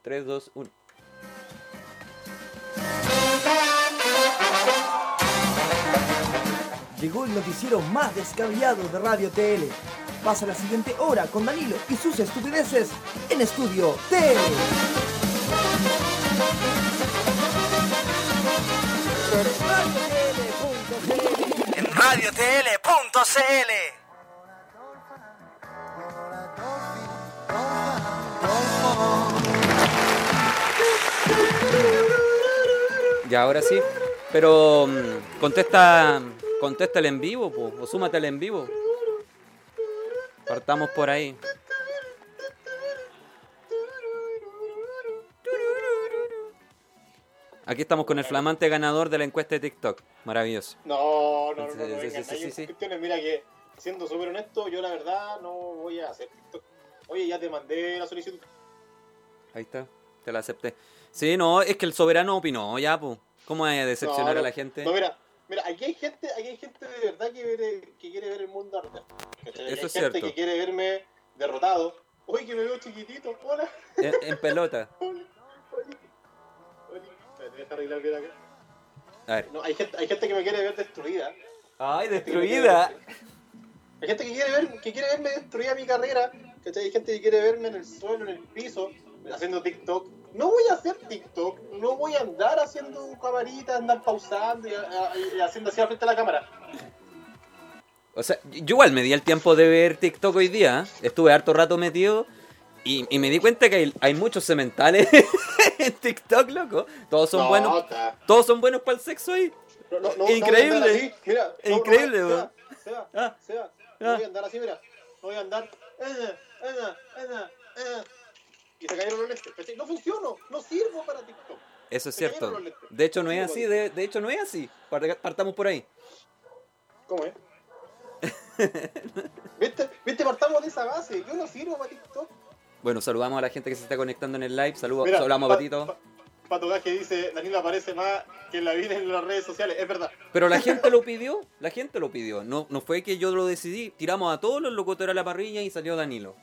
3, 2, 1. Llegó el noticiero más descabellado de Radio TL. Pasa la siguiente hora con Danilo y sus estupideces en Estudio TL. en radiotl.cl. Ya, ahora sí. Pero mm, contesta, contesta el en vivo, po, o súmate al en vivo. Partamos por ahí. Aquí estamos con el flamante ganador de la encuesta de TikTok. Maravilloso. No, no, no, Sí, no, sí, no, sí, vengan, sí, hay sí, sí. cuestiones, mira que, siendo súper honesto, yo la verdad no voy a hacer TikTok. Oye, ya te mandé la solicitud. Ahí está. Te la acepté. Sí, no, es que el soberano opinó, ya, pues. ¿Cómo es decepcionar No, a la no, gente? No, mira, mira, aquí hay gente, aquí hay gente de verdad que, quiere- que quiere ver el mundo arder. ¿cachai? Aquí Eso hay es gente cierto. que quiere verme derrotado. Uy, que me veo chiquitito, hola. En, en pelota. hola, hola, hola. Espérate, deja arreglar bien acá. A ver. No, hay gente, hay gente que me quiere ver destruida. ¡Ay, destruida! Hay gente que quiere, ver, que quiere verme destruida mi carrera, ¿cachai? Hay gente que quiere verme en el suelo, en el piso, haciendo TikTok. No voy a hacer TikTok, no voy a andar haciendo camarita, andar pausando y, a- a- y haciendo así al frente a la cámara. O sea, yo igual me di el tiempo de ver TikTok hoy día. Estuve harto rato metido. Y, y me di cuenta que hay, hay muchos sementales en TikTok, loco. Todos son No, buenos. está. Todos son buenos para el sexo ahí. No, no, no, no Increíble. voy a andar así, mira, no, Increíble, no, weón. Seba, Ah, Seba, Seba, ah. no voy a andar así, mira. No voy a andar. eh, eh, eh, eh. Y se cayeron los lentes, ¿cachai? No funciono, no sirvo para TikTok. Eso es Me cayeron cierto. los lentes. De hecho, no es así. De, de hecho, no es así. Parta- Partamos por ahí. ¿Cómo es? ¿Viste? ¿Viste? Partamos de esa base. Yo no sirvo para TikTok. Bueno, saludamos a la gente que se está conectando en el live. Saludos, Mira, saludamos a Pa- Patito. Pa- Pato Gas que dice, Danilo aparece más que en la vida en las redes sociales. Es verdad. Pero la gente lo pidió. La gente lo pidió. No, no fue que yo lo decidí. Tiramos a todos los locutores a la parrilla y salió Danilo.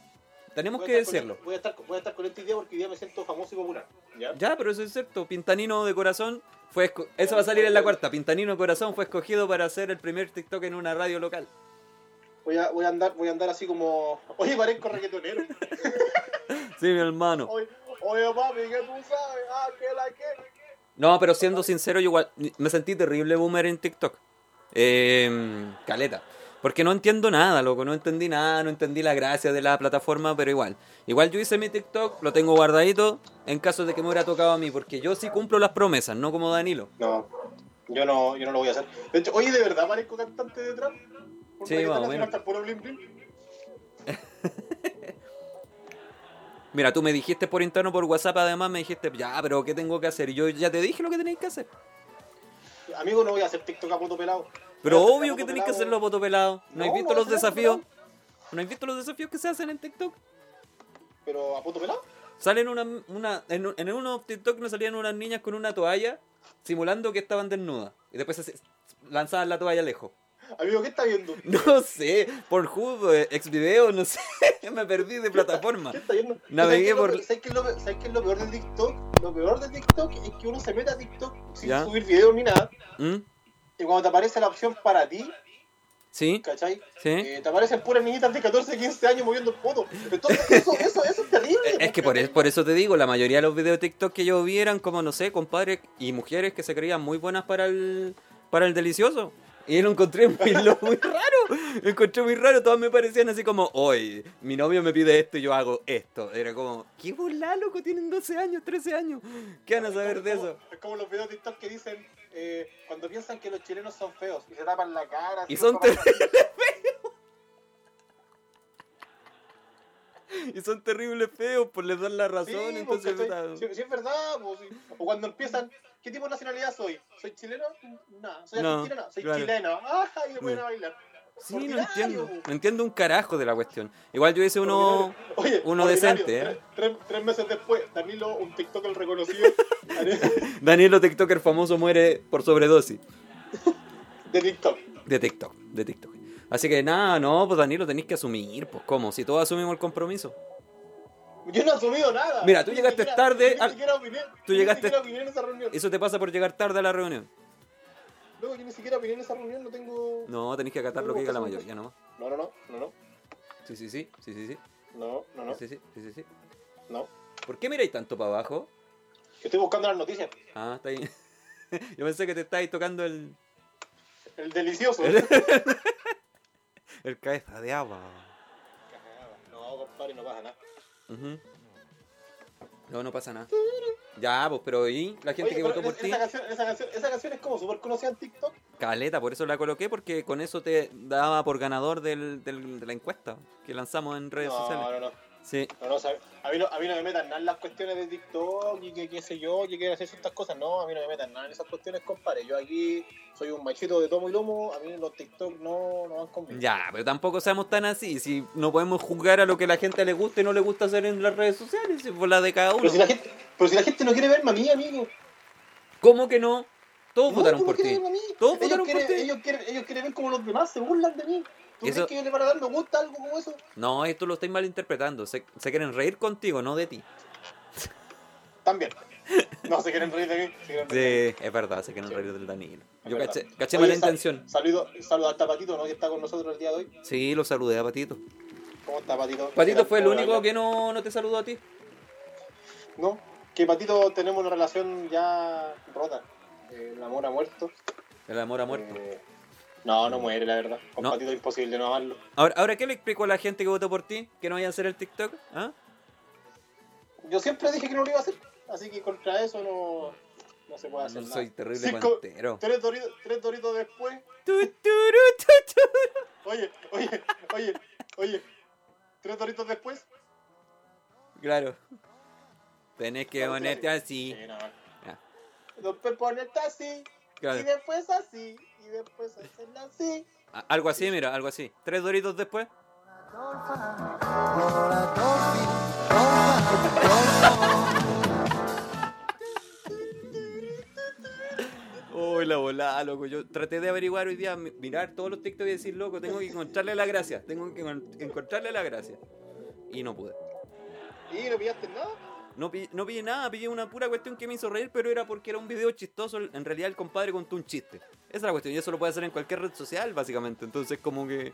Tenemos Voy a que estar con- decirlo. Voy a, estar, voy a estar con este día porque hoy día me siento famoso y popular. ¿Ya? Ya, pero eso es cierto. Pintanino de corazón fue esco- eso va a salir en la cuarta. Pintanino de corazón fue escogido para hacer el primer TikTok en una radio local. Voy, a, voy, a andar, voy a andar así como, oye, parezco reggaetonero. Sí, mi hermano. Oye, oye, papi, ¿qué tú sabes? Ah, que la que. No, pero siendo sincero, yo igual me sentí terrible boomer en TikTok. Eh, caleta. Porque no entiendo nada, loco. No entendí nada, no entendí la gracia de la plataforma, pero igual. Igual yo hice mi TikTok, lo tengo guardadito en caso de que me hubiera tocado a mí, porque yo sí cumplo las promesas, no como Danilo. No, yo no, yo no lo voy a hacer. De hecho, oye, ¿de verdad parezco cantante de trap? ¿Por Sí, reggaetón más o así menos. cantar puro bling, bling? Mira, tú me dijiste por interno, por WhatsApp, además me dijiste, ya, pero ¿qué tengo que hacer? Y yo ya te dije lo que tenéis que hacer. Amigo, no voy a hacer TikTok a poto pelado. Pero Voy a hacer obvio a que poto tenéis que pelado. hacerlo a poto pelado. ¿No, No, habéis visto no, los no, no, desafíos? no. ¿No habéis visto los desafíos que se hacen en TikTok? Pero a poto pelado. Salen una, una en, un- en uno TikTok nos salían unas niñas con una toalla simulando que estaban desnudas y después se- se- lanzaban la toalla lejos. Amigo, ¿qué está viendo? No sé, por jugo, ex video, no sé, me perdí de plataforma. ¿Qué está viendo? Navegué ¿Sabes qué es lo por- pe- ¿Sabes qué es lo pe- sabes qué es lo peor del TikTok? Lo peor del TikTok es que uno se mete a TikTok sin ¿Ya? subir videos ni nada. ¿Mm? Y cuando te aparece la opción para ti, ¿Sí? ¿cachai? ¿Sí? Eh, te aparecen puras niñitas de 14, 15 años moviendo fotos. Entonces, eso, eso, eso es terrible. Eh, Es que por, es- por eso te digo, la mayoría de los videos de TikTok que yo vi eran como, no sé, compadres y mujeres que se creían muy buenas para el, para el delicioso. Y lo encontré muy, lo- muy raro. Lo encontré muy raro. Todas me parecían así como, hoy, mi novio me pide esto y yo hago esto. Era como, qué bola, loco, tienen 12 años, 13 años. ¿Qué van a saber de Es como- eso? Es como los videos de TikTok que dicen eh, cuando piensan que los chilenos son feos y se tapan la cara. así Y son como para- Y son terribles feos por les dan la Sí, razón. pues, entonces, ¿cachai? puta, Sí, sí, es verdad. pues, sí. O cuando empiezan, ¿qué tipo de nacionalidad soy? ¿Soy chileno? No. ¿Soy No, argentino? No. Soy claro. Mm. chileno. ¡Ah! Y me ponen a bailar. Sí, no Ordinario. entiendo. No entiendo un carajo de la cuestión. Igual yo hice uno... Ordinario. Oye, uno ordinario. decente, ¿eh? Tres, tres meses después, Danilo, un TikTok el reconocido de Danilo TikToker famoso muere por sobredosis. TikTok. De TikTok, de TikTok. Así que nada, no, pues Danilo tenéis que asumir, pues cómo, si todos asumimos el compromiso. Yo no he asumido nada. Mira, tú Ni llegaste siquiera- tarde Ni al- siquiera opiné. tú yo llegaste- Ni siquiera opiné en esa reunión. Eso te pasa por llegar tarde a la reunión. No, yo ni siquiera opiné en esa reunión. No tengo. No, tenés que acatar lo que diga la mayoría nomás. No, no, no, no, no. Sí, sí, sí, sí, sí, sí. No, no, no. Sí, sí, sí, sí, sí. no. ¿Por qué miráis tanto para abajo? Yo estoy buscando las noticias. Ah, está ahí. Yo pensé que te estáis tocando el. El delicioso. el, el cabeza de agua. No, compadre, no pasa nada. Ujú. No, no pasa nada. Ya, pues, pero ¿y la gente Oye, que pero votó por esa ti? Canción, esa, canción, esa canción es como súper conocida en TikTok. Caleta, por eso la coloqué, porque con eso te daba por ganador del- del- de la encuesta que lanzamos en redes no, sociales. no, no. Sí, No, no, o sea, a, mí no, a mí no me metan nada en las cuestiones de TikTok y que qué sé yo, que quieren hacer ciertas cosas. No, a mí no me metan nada en esas cuestiones, compadre. Yo aquí soy un machito de tomo y lomo, a mí los TikTok no, no van conmigo. ya, pero tampoco seamos tan así. Si no podemos jugar a lo que la gente le gusta y no le gusta hacer en las redes sociales, si por la de cada uno. Pero si la gente, pero si la gente no quiere verme a mí, amigo. ¿Cómo que no? Todos No, votaron ¿cómo por quieren ti. verme a mí? Todos ellos votaron por quieren, ti. Ellos quieren, ellos quieren ver como los demás se burlan de mí. ¿Tú Eso- crees que yo le van a dar me gusta a algo como eso? No, esto lo estáis malinterpretando. Se, se quieren reír contigo, no de ti. También. No, se quieren reír de mí. se quieren reír de mí. Sí, es verdad, se quieren Sí. reír del Danilo. Es Yo verdad. caché, caché Oye, mala sal- intención. Saludo, saludo al Tapatito, ¿no? Que está con nosotros el día de hoy. Sí, lo saludé a Patito. ¿Cómo está, Patito? Patito fue el ¿Cómo único habla? que no, no te saludó a ti. No, que Patito tenemos una relación ya rota. Eh, El amor ha muerto. El amor ha muerto. Eh, no, no muere, la verdad. Con No. Patito es imposible no amarlo. Ahora, ahora, ¿qué le explico a la gente que votó por ti? ¿Que no vaya a hacer el TikTok? ¿Ah? Yo siempre dije que no lo iba a hacer, así que contra eso no, no se puede hacer Ah, No nada. soy terrible Cinco- pantero. tres, doritos, tres doritos después, Tu, tu, ru, tu, tu. oye, oye, oye, oye, tres doritos después. Claro. Tenés que Claro, ponerte claro. así. no. Ya. Después ponerte así, y Claro. después así, y después hacerla así. A- Algo así, mira, algo así. Tres doritos después. Uy, la volada, loco. Yo traté de averiguar hoy día, mi- mirar todos los TikToks y decir, loco, tengo que encontrarle la gracia. Tengo que encon- encontrarle la gracia. Y no pude. ¿Y no pillaste nada? No, pi- no pillé nada, pillé una pura cuestión que me hizo reír, pero era porque era un video chistoso. En realidad el compadre contó un chiste. Esa es la cuestión, y eso lo puede hacer en cualquier red social, básicamente. Entonces como que...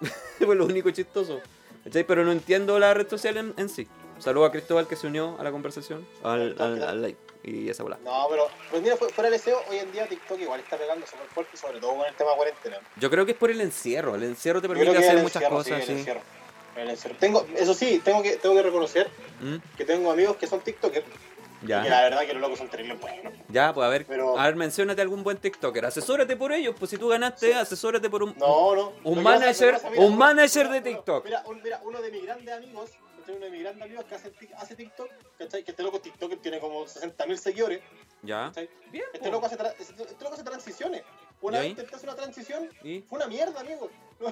fue lo único chistoso. ¿Cachai? Pero no entiendo la red social en, en sí. Saludo a Cristóbal que se unió a la conversación, al, al- al live. Y esa volada. No, pero, pues mira, fu- fuera del SEO, hoy en día TikTok igual está pegando súper fuerte, sobre todo con el tema de cuarentena. Yo creo que es por el encierro. El encierro te Yo permite creo que hacer el muchas encierro, cosas. el Sí, encierro, el encierro. Tengo, eso sí, tengo que, tengo que reconocer ¿Mm? que tengo amigos que son TikTokers. Y que Ya, la verdad que los locos son terribles buenos. ya, pues a ver, Pero- a ver, menciónate algún buen TikToker. Asesórate por ellos, pues si tú ganaste, Sí. asesórate por un... No, no. Un Lo que manager- lo que un manager de mira, TikTok. Mira, un- mira, uno de mis grandes amigos, ¿cachai? uno de mis grandes amigos que hace, tic- hace TikTok, ¿cachai? Que este loco TikTok tiene como 60.000 seguidores, Ya. ¿cachai? Bien, Este pues. loco hace, tra- este- este loco hace transiciones. Una ¿Y vez ahí? intenté hacer una transición, ¿Y? fue una mierda, amigo. No,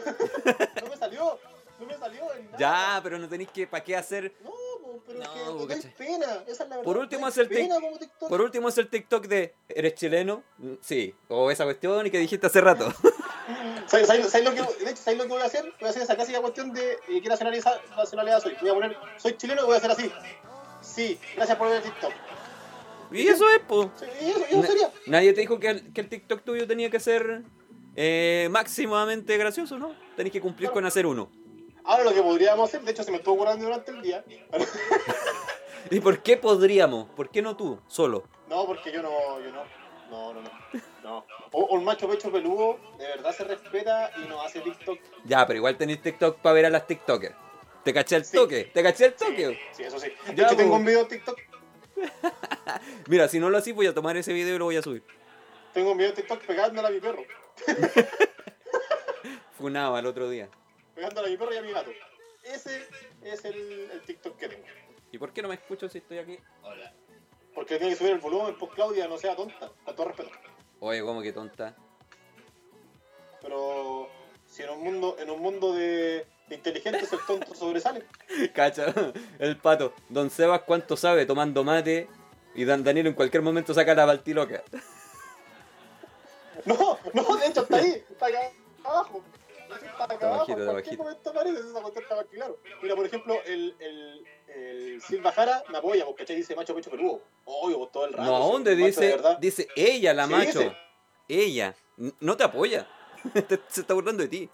no me salió, no me salió en nada. Ya, pero no tenéis que, ¿para qué hacer? No, po, pero es No, que po, te dais cachai. pena, esa es la verdad. Por último, te dais hacer tic- pena como TikTok. Por último es el TikTok de ¿Eres chileno? Mm, Sí, o esa cuestión y que dijiste hace rato. ¿Sabes, sabes- sabes lo que, de hecho, ¿sabes lo que voy a hacer? Voy a hacer esa clásica cuestión de eh, qué nacionalidad, nacionalidad soy. Voy a poner, soy chileno y voy a hacer así. Sí, gracias por ver el TikTok. Y eso es, po. Sí, y eso, y eso Na- sería. Nadie te dijo que el, que el TikTok tuyo tenía que ser eh, máximamente gracioso, ¿no? Tenés que cumplir con hacer uno. Ahora lo que podríamos hacer, de hecho se me estuvo ocurriendo durante el día. ¿Y por qué podríamos? ¿Por qué no tú, solo? No, porque yo no, yo no. No, no, no. no. O- un macho pecho peludo de verdad se respeta y no hace TikTok. Ya, pero igual tenés TikTok para ver a las TikTokers. Te caché el Sí. toque, te caché el Sí, toque. sí, eso sí. De Ya, hecho po. tengo un video de TikTok. Mira, si no lo haces, voy a tomar ese video y lo voy a subir. Tengo un video de TikTok pegándole a mi perro. Funaba el otro día. Pegándole a mi perro y a mi gato. Ese es el, el TikTok que tengo. ¿Y por qué no me escucho si estoy aquí? Porque tiene que subir el volumen, pues Claudia, no sea tonta, con todo respeto. Oye, como que tonta. Pero si en un mundo, en un mundo de, de inteligentes el tonto sobresale. Cacha, el pato. Don Sebas, ¿cuánto sabe? Tomando mate. Y Dan Danilo en cualquier momento saca la baltiloca. No, no, de hecho está ahí, está acá abajo. De hecho, Está acá Está abajo, bajito, en está cualquier bajito. momento aparece, esa cuestión está más claro. Mira, por ejemplo, el, el, el Silva Jara me apoya, porque ¿cachai? Dice macho, pecho peludo. Obvio, vos, todo el rato. No, ¿a soy dónde un macho de dice? verdad. Dice ella, la Sí, macho. dice. Ella. N- No te apoya. Te- se está burlando de ti.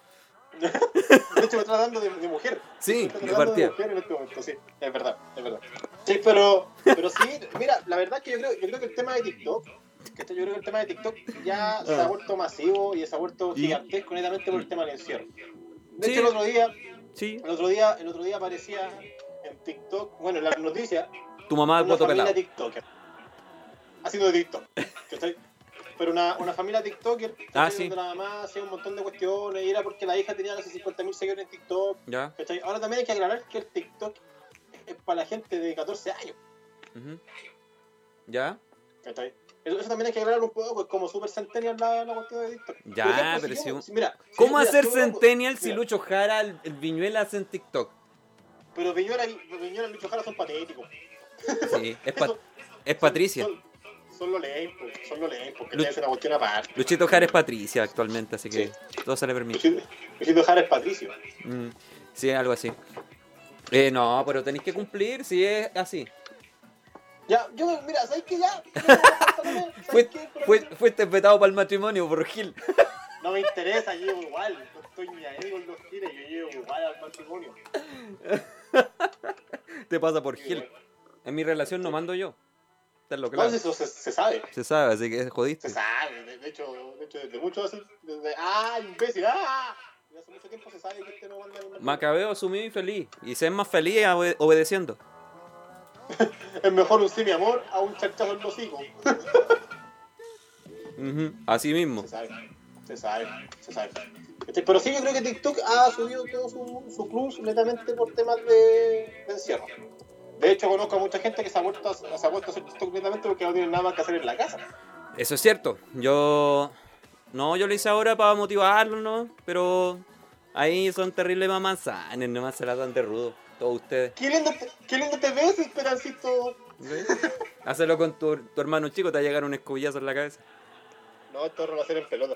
De hecho, me está tratando de, de mujer. Sí, Me está de tratando partida. mujer en este momento, sí. Es verdad, es verdad. Sí, pero, pero sí, mira, la verdad es que yo creo, yo creo que el tema de TikTok, que esto- yo creo que el tema de TikTok ya se Ah. ha vuelto masivo y se ha vuelto Y- gigantesco netamente por el tema del encierro. De Sí. hecho, el otro día, Sí. el otro día, el otro día aparecía en TikTok, bueno, en las noticias, Tu mamá al una Ah, voto familia pelado. TikToker. Haciendo de TikTok. ¿cachai? Pero una, una familia TikToker Ah, ¿cachai? sí. donde la mamá hacía un montón de cuestiones y era porque la hija tenía casi 50.000 seguidores en TikTok. Ya. ¿cachai? Ahora también hay que aclarar que el TikTok es para la gente de 14 años. ujú. Ya. ¿cachai? Eso, eso también hay que aclarar un poco, pues como super centennial la, la cuestión de TikTok. Ya, Por ejemplo, pero si si yo- un- si- mira, si ¿Cómo yo- mira, hacer si yo- Centennial si mira, Lucho Jara, el, el Viñuela hacen TikTok? Pero Viñuela y, Viñuela y Lucho Jara son patéticos. Sí. Es, Pat- Eso- es Patricia. Son, son los lempos, son los lempos, que Lu- te hacen una cuestión aparte. Luchito Jara es Patricia actualmente, así que Sí. todo se le permite. Luchito Luchito Jara es patricio. Mm, sí, algo así. Eh, no, pero tenéis que cumplir si es así. Ya, yo, mira, ¿sabes qué? Ya. yo no voy a contar nada, ¿sabes Fue- qué? Pero fue- fuiste vetado para el matrimonio por Gil. No me interesa, yo llevo igual. No estoy ni ahí con los giles, yo llevo igual al matrimonio. Te pasa por Gil. En mi relación no mando yo. Tenlo claro. Entonces, eso se, se sabe. Se sabe, así que Se jodiste. sabe, de, de hecho, de hecho, desde mucho hace. Desde, ¡Ah, imbécil! ¡Ah! Desde hace mucho tiempo se sabe que este no manda al matrimonio. Macabeo asumido y feliz. Y ser más feliz obede- obedeciendo. Es mejor un sí, mi amor, a un charchazo en los hijos. Ujú, Así mismo. Se sabe, se sabe, se sabe. Este, Pero sí, yo creo que TikTok ha subido todo su, su club netamente por temas de, de encierro. De hecho, conozco a mucha gente que se ha vuelto a, se ha vuelto a hacer TikTok netamente porque no tienen nada más que hacer en la casa. Eso es cierto. Yo. No, yo lo hice ahora para motivarlo, ¿no? Pero. Ahí son terribles mamanzanes, nomás se la dan de rudo. Todos ustedes. Qué lindo te, qué lindo te ves, Esperancito. ¿Ves? Hazlo con tu, tu hermano chico, te va a llegar un escobillazo en la cabeza. No, esto lo va a hacer en pelota.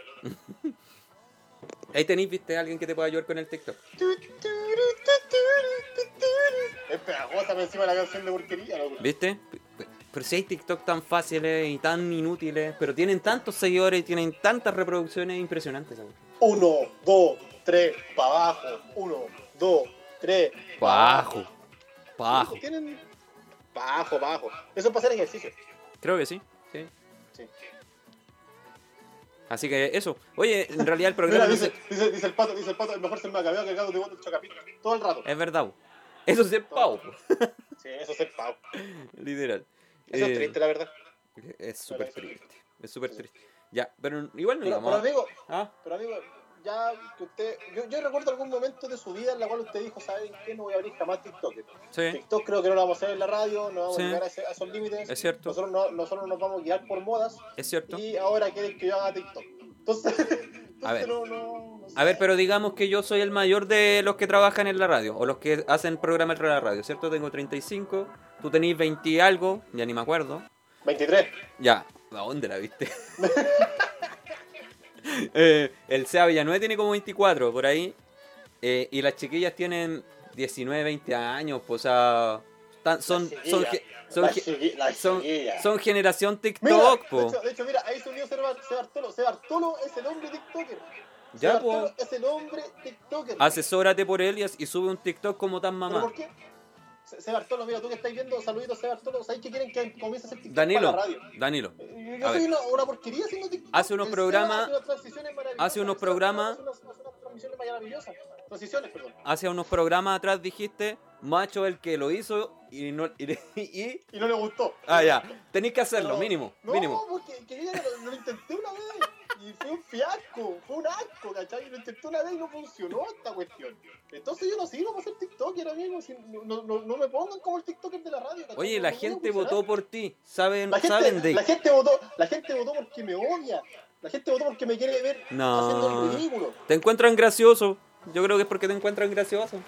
Ahí tenéis, viste, alguien que te pueda ayudar con el TikTok. Es pegajosa me encima la canción de porquería, loco. ¿Viste? Pero si hay TikTok tan fáciles y tan inútiles, pero tienen tantos seguidores y tienen tantas reproducciones impresionantes. weón. Uno, dos, tres, para abajo. Uno, dos, tres. Pa' abajo. Pa' abajo. Tienen. Pa' abajo, pa' abajo. Eso es para hacer ejercicio. Creo que sí. sí. Sí. Así que eso. Oye, en realidad el programa Mira, no dice, se- dice, dice el pato, dice el pato, el mejor se me acabó cargado de el chocapito. Todo el rato. es verdad. weón. Eso sí es pavo, Sí, eso es el pavo. literal. Eso Eh, es triste, la verdad. Es súper Pero eso- triste. Es súper triste. Ya, pero igual no Pero, íbamos pero a- amigo, Ah, pero amigo, ya que usted. Yo, yo recuerdo algún momento de su vida en la cual usted dijo, ¿saben qué? No voy a abrir jamás TikTok. sí. TikTok creo que no lo vamos a hacer en la radio, no vamos Eh. Sí. a llegar a, ese- a esos límites. Es cierto. Nosotros, no, nosotros nos vamos a guiar por modas Es cierto. y ahora quieren que yo haga TikTok. Entonces, entonces A ver. no, no, no sé. A ver, pero digamos que yo soy el mayor de los que trabajan en la radio, o los que hacen programa en la radio, ¿cierto? Tengo 35, tú tenés 20 y algo, ya ni me acuerdo. 23. Ya, ¿a dónde la viste? Eh, el Sea Villanueva tiene como 24, por ahí. eh, y las chiquillas tienen 19, 20 años, pues, o sea, tan- son, Las son, chiquillas, ge- son, las ge- chiqui- las son- chiquillas. son generación Mira, TikTok, pues. de, po. hecho, de hecho, mira, ahí se unió Seba, Seba Artolo. Seba Artolo es el hombre TikToker. Ya, Seba po. Ah, Artolo es el hombre TikToker. Asesórate por él y, as- y sube un TikTok como tan ¿Pero mamá. por qué? Se- Seba Artolo, mira, tú que estás viendo, saluditos Seba Artolo. ¿Sabes qué quieren que comience a hacer TikTok Danilo, para la radio? Danilo, Eh, A Yo soy ver. una, una porquería haciendo TikTok. Hace unos El programas- Seba hace unas transiciones maravillosas, hace unos el Seba programas- hace unas- hace unas transmisiones maravillosas. Transiciones, perdón. hace unos programas atrás dijiste, macho el que lo hizo y no... Y, y- Y no le gustó. ah, ya, tenéis que hacerlo, Pero- mínimo, no, mínimo. porque que yo ya lo, lo intenté una vez y fue un fiasco, fue un asco, ¿cachai? Lo intenté una vez y no funcionó esta cuestión. Entonces yo no sigo para ser TikToker, amigo. si- no, no- no- no me pongan como el TikToker de la radio, ¿cachai? Oye, No- la no voy a gente funcionar. votó por ti, saben, La saben gente, de... la gente votó, la gente votó porque me odia. La gente votó porque me quiere ver No. haciendo el ridículo. Te encuentran gracioso, yo creo que es porque te encuentran gracioso.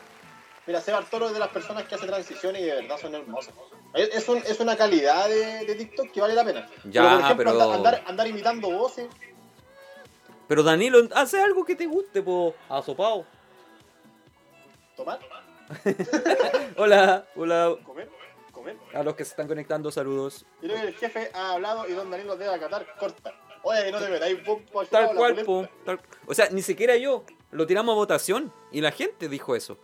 Mira, Seba Arturo es de las personas que hace transiciones y de verdad son hermosas. Es, es un- es una calidad de, de TikTok que vale la pena. Ya, pero- anda- Andar, andar imitando voces. Pero Danilo, hace algo que te guste, po, asopado. Tomar. Hola, hola Comer, comer. a los que se están conectando, saludos. Y luego el jefe ha hablado y don Danilo debe acatar, corta. Oye, que no te metáis vos pa' allá, Tal la cual, polenta. po, tal- O sea, ni siquiera yo. Lo tiramos a votación y la gente dijo eso.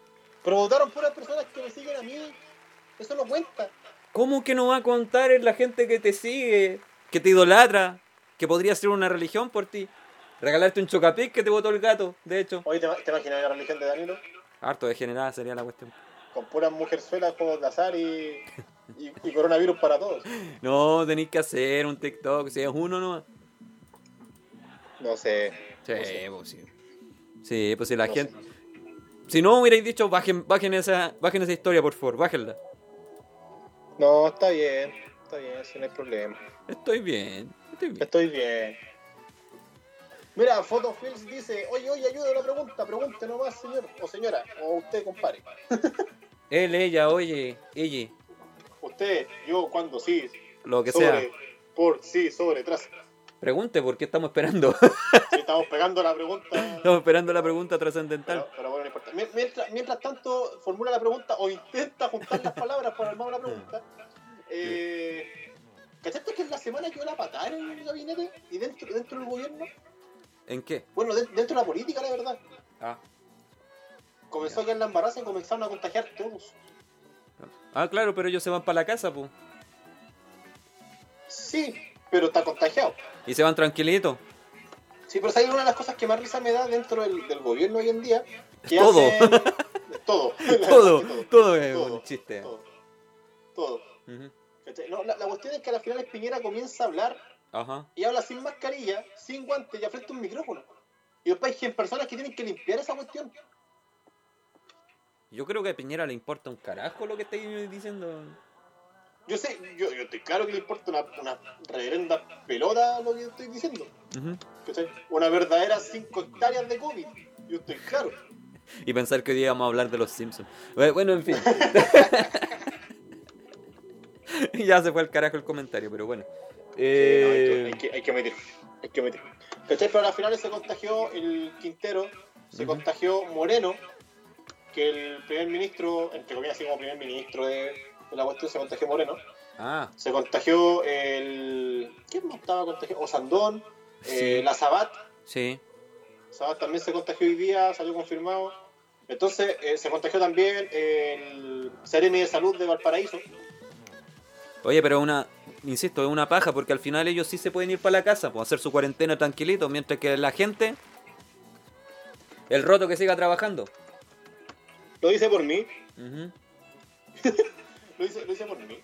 Pero votaron puras personas que me siguen a mí. Eso no cuenta. ¿Cómo que no va a contar en la gente que te sigue, que te idolatra, que podría ser una religión por ti? Regalarte un chocapic que te votó el gato, de hecho. Oye, ¿te, te imaginas la religión de Danilo? Harto degenerada sería la cuestión. Con puras mujerzuelas, juegos de azar y, y, y coronavirus para todos. No, tenéis que hacer un TikTok, si es uno no. No sé. Sí, No sé. pues sí. Sí, pues si la No gente... Si no hubierais dicho, bajen, bajen, esa, bajen esa historia, por favor, bájenla. No, está bien. Está bien, si no hay problema. Estoy bien, estoy bien. Estoy bien. Mira, Photofilms dice, oye, oye, ayuda una pregunta, pregunte nomás, señor, o señora, o usted, compadre. Él, ella, oye, ella, Usted, yo, cuando sí, lo que sea. sobre, por, sí, sobre, tras. Pregunte por qué estamos esperando. Sí, estamos pegando la pregunta. estamos esperando la pregunta trascendental. Pero, pero bueno, no importa. Mien- Mientras, mientras tanto, formula la pregunta o intenta juntar las palabras para armar una pregunta. Eh, ¿Cachaste que en la semana quedó la patada en el gabinete y dentro, dentro del gobierno? ¿En qué? Bueno, de- dentro de la política, la verdad. Ah. Comenzó a quedar la embaraza y comenzaron a contagiar todos. Ah, claro, pero ellos se van para la casa, pues. Sí, pero está contagiado. Y se van tranquilitos. Sí, pero esa es una de las cosas que más risa me da dentro del, del gobierno hoy en día. Que Todo. hacen- todo. La verdad que Todo, todo es Todo, un chiste. Todo. todo. Ujú. ¿Cachai? No, la, la cuestión es que a la final Piñera comienza a hablar Ajá. y habla sin mascarilla, sin guantes y frente a un micrófono. Y después hay 100 personas que tienen que limpiar esa cuestión. Yo creo que a Piñera le importa un carajo lo que estáis diciendo. Yo sé, yo, yo estoy claro que le importa una, una reverenda pelota lo que yo estoy diciendo. Ujú. ¿cachai? Una verdadera 5 hectáreas de COVID. Yo estoy claro. Y pensar que hoy día vamos a hablar de los Simpsons. Bue- Bueno, en fin. ya se fue al carajo el comentario, pero bueno. Eh, Sí, no, hay, que, hay, que, hay que omitir, hay que omitir. ¿Cachai? Pero a las finales se contagió el Quintero, se Ujú. contagió Moreno, que el primer ministro, entre comillas, así como primer ministro de, de la cuestión, se contagió Moreno. Ah, Se contagió el. ¿Quién más estaba contagiado? Osandón, eh, Sí. la Sabat. sí. Sabat también se contagió hoy día, salió confirmado. Entonces, eh, se contagió también el Seremi de Salud de Valparaíso. Oye, pero una, insisto, es una paja porque al final ellos sí se pueden ir para la casa, pues hacer su cuarentena tranquilito, mientras que la gente, el roto que siga trabajando. Lo dice por mí, Ujú. lo dice, lo dice por mí.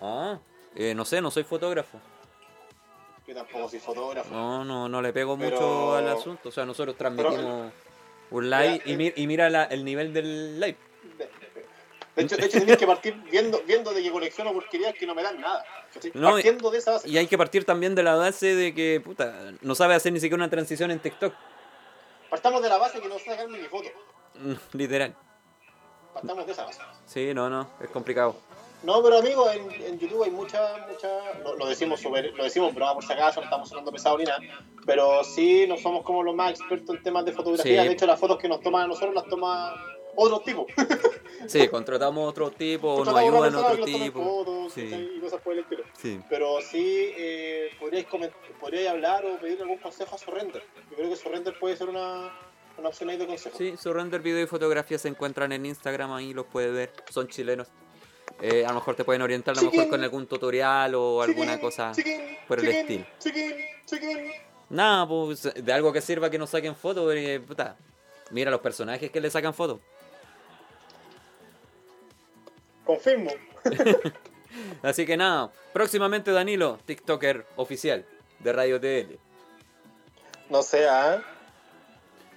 Ah, eh, no sé, no soy fotógrafo. Yo tampoco soy fotógrafo. No, no, no le pego Pero- mucho al asunto. O sea, nosotros transmitimos un live Mira, y, eh. mi- y mira la- el nivel del live. De, de hecho, de hecho tenés que partir viendo, viendo de que colecciono porquerías que no me dan nada. ¿cachai? No, y- Partiendo de esa base. Y hay que partir también de la base de que, puta, no sabe hacer ni siquiera una transición en TikTok. Partamos de la base que no sé sacarme ni foto. Literal. Partamos de esa base. Sí, no, no, es complicado. No, pero amigos, en, en YouTube hay mucha, mucha. Lo, lo decimos super, lo decimos broma por si acaso, no estamos sonando pesado ni nada. Pero sí, no somos como los más expertos en temas de fotografía. Sí. De hecho, las fotos que nos toman a nosotros las toma otro tipo. Sí, contratamos otro tipo, o nos Contratamos a ayudan una persona otro que nos tome tipo. fotos, Sí. ¿cachai? y cosas por el estilo. Sí. Pero sí, eh, podríais, coment- podríais hablar o pedir algún consejo a Surrender. Yo creo que Surrender puede ser una, una opción ahí de consejo. Sí, su render video y fotografía se encuentran en Instagram, ahí los puedes ver. Son chilenos. Eh, a lo mejor te pueden orientar a lo mejor Chiquín. con algún tutorial o alguna cosa. por el estilo. Nada, pues de algo que sirva que no saquen fotos, eh, puta. Mira los personajes que le sacan fotos. Confirmo. Así que nada, próximamente Danilo, TikToker oficial de Radio TL. No sé, ¿ah?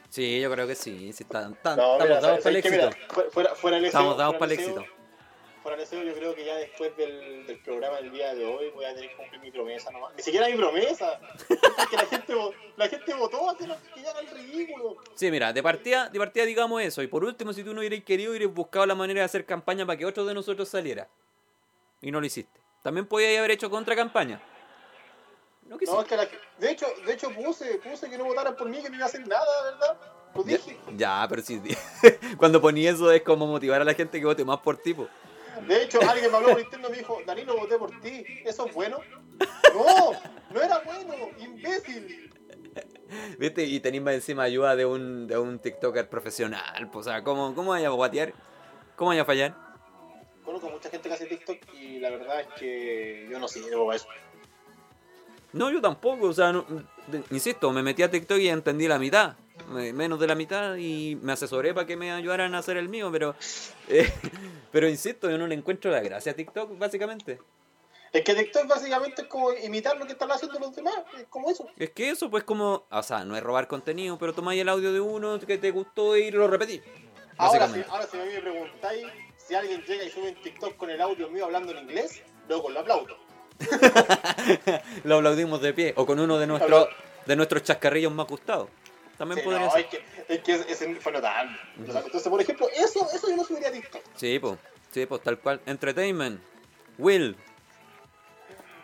Sí, yo creo que sí, sí están, están- No, estamos mira, dados ¿sabes- para el sabes qué? éxito. Mira, fu- fuera, fuera el Estamos deseo, dados fuera para el deseo, éxito. Fuera el deseo, yo creo que ya después del, del programa del día de hoy voy a tener que cumplir mi promesa nomás. Ni siquiera mi promesa. Porque la gente, vo- la gente votó hace lo- que ya era el ridículo. Sí, mira, de partida, de partida digamos eso. Y por último, si tú no hubierais querido, hubierais buscado la manera de hacer campaña para que otro de nosotros saliera. Y no lo hiciste. También podíais haber hecho contra campaña. No No, es quisiste. que la- de hecho, de hecho puse, puse que no votaran por mí, que no iba a hacer nada, ¿verdad? Lo Ya, dije. ya, pero si cuando poní eso es como motivar a la gente que vote más por tipo. De hecho, alguien me habló por interno y me dijo, Danilo, voté por ti. ¿Eso es bueno? No, no era bueno, imbécil. ¿Viste? Y tenéis más encima ayuda de un, de un TikToker profesional. pues, O sea, ¿cómo, cómo vaya a guatear? ¿Cómo vaya a fallar? Conozco mucha gente que hace TikTok y la verdad es que yo no sirvo para eso. No, yo tampoco. O sea, no- de- insisto, me metí a TikTok y entendí la mitad. me- menos de la mitad y me asesoré para que me ayudaran a hacer el mío, pero eh, pero insisto, yo no le encuentro la gracia a TikTok, básicamente. Es que TikTok básicamente es como imitar lo que están haciendo los demás, es como eso. Es que eso, pues, como. O sea, no es robar contenido, pero tomáis el audio de uno que te gustó y lo repetís. Ahora si, básicamente. ahora si a mí me preguntáis si alguien llega y sube un TikTok con el audio mío hablando en inglés, luego lo aplaudo. Lo aplaudimos de pie o con uno de, nuestros de nuestros chascarrillos más gustados. También Sí, podría no, ser. es que, es que ese fue notable. Entonces, por ejemplo, eso, eso yo lo subiría a TikTok. Sí, pues. Sí, pues, tal cual. Entertainment. Will.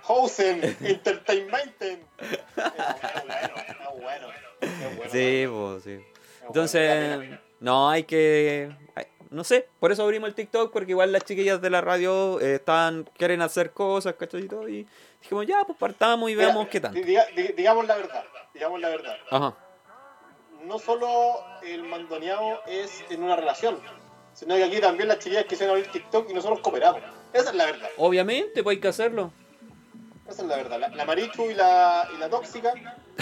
Hosen, Entertainment. Es bueno, es bueno. es bueno. Sí, pues, sí. bueno, la Entonces, pena. no, hay que... hay- no sé, por eso abrimos el TikTok, porque igual las chiquillas de la radio eh, están quieren hacer cosas, ¿cachai? Y todo, y dijimos, ya, pues partamos y Mira, veamos qué tal. diga- di- digamos la verdad, digamos la verdad. Ajá. No solo el mandoneado es en una relación, sino que aquí también las chiquillas quisieron abrir TikTok y nosotros cooperamos. Esa es la verdad. Obviamente, pues hay que hacerlo. Esa es la verdad. La, la Marichu y la, y la Tóxica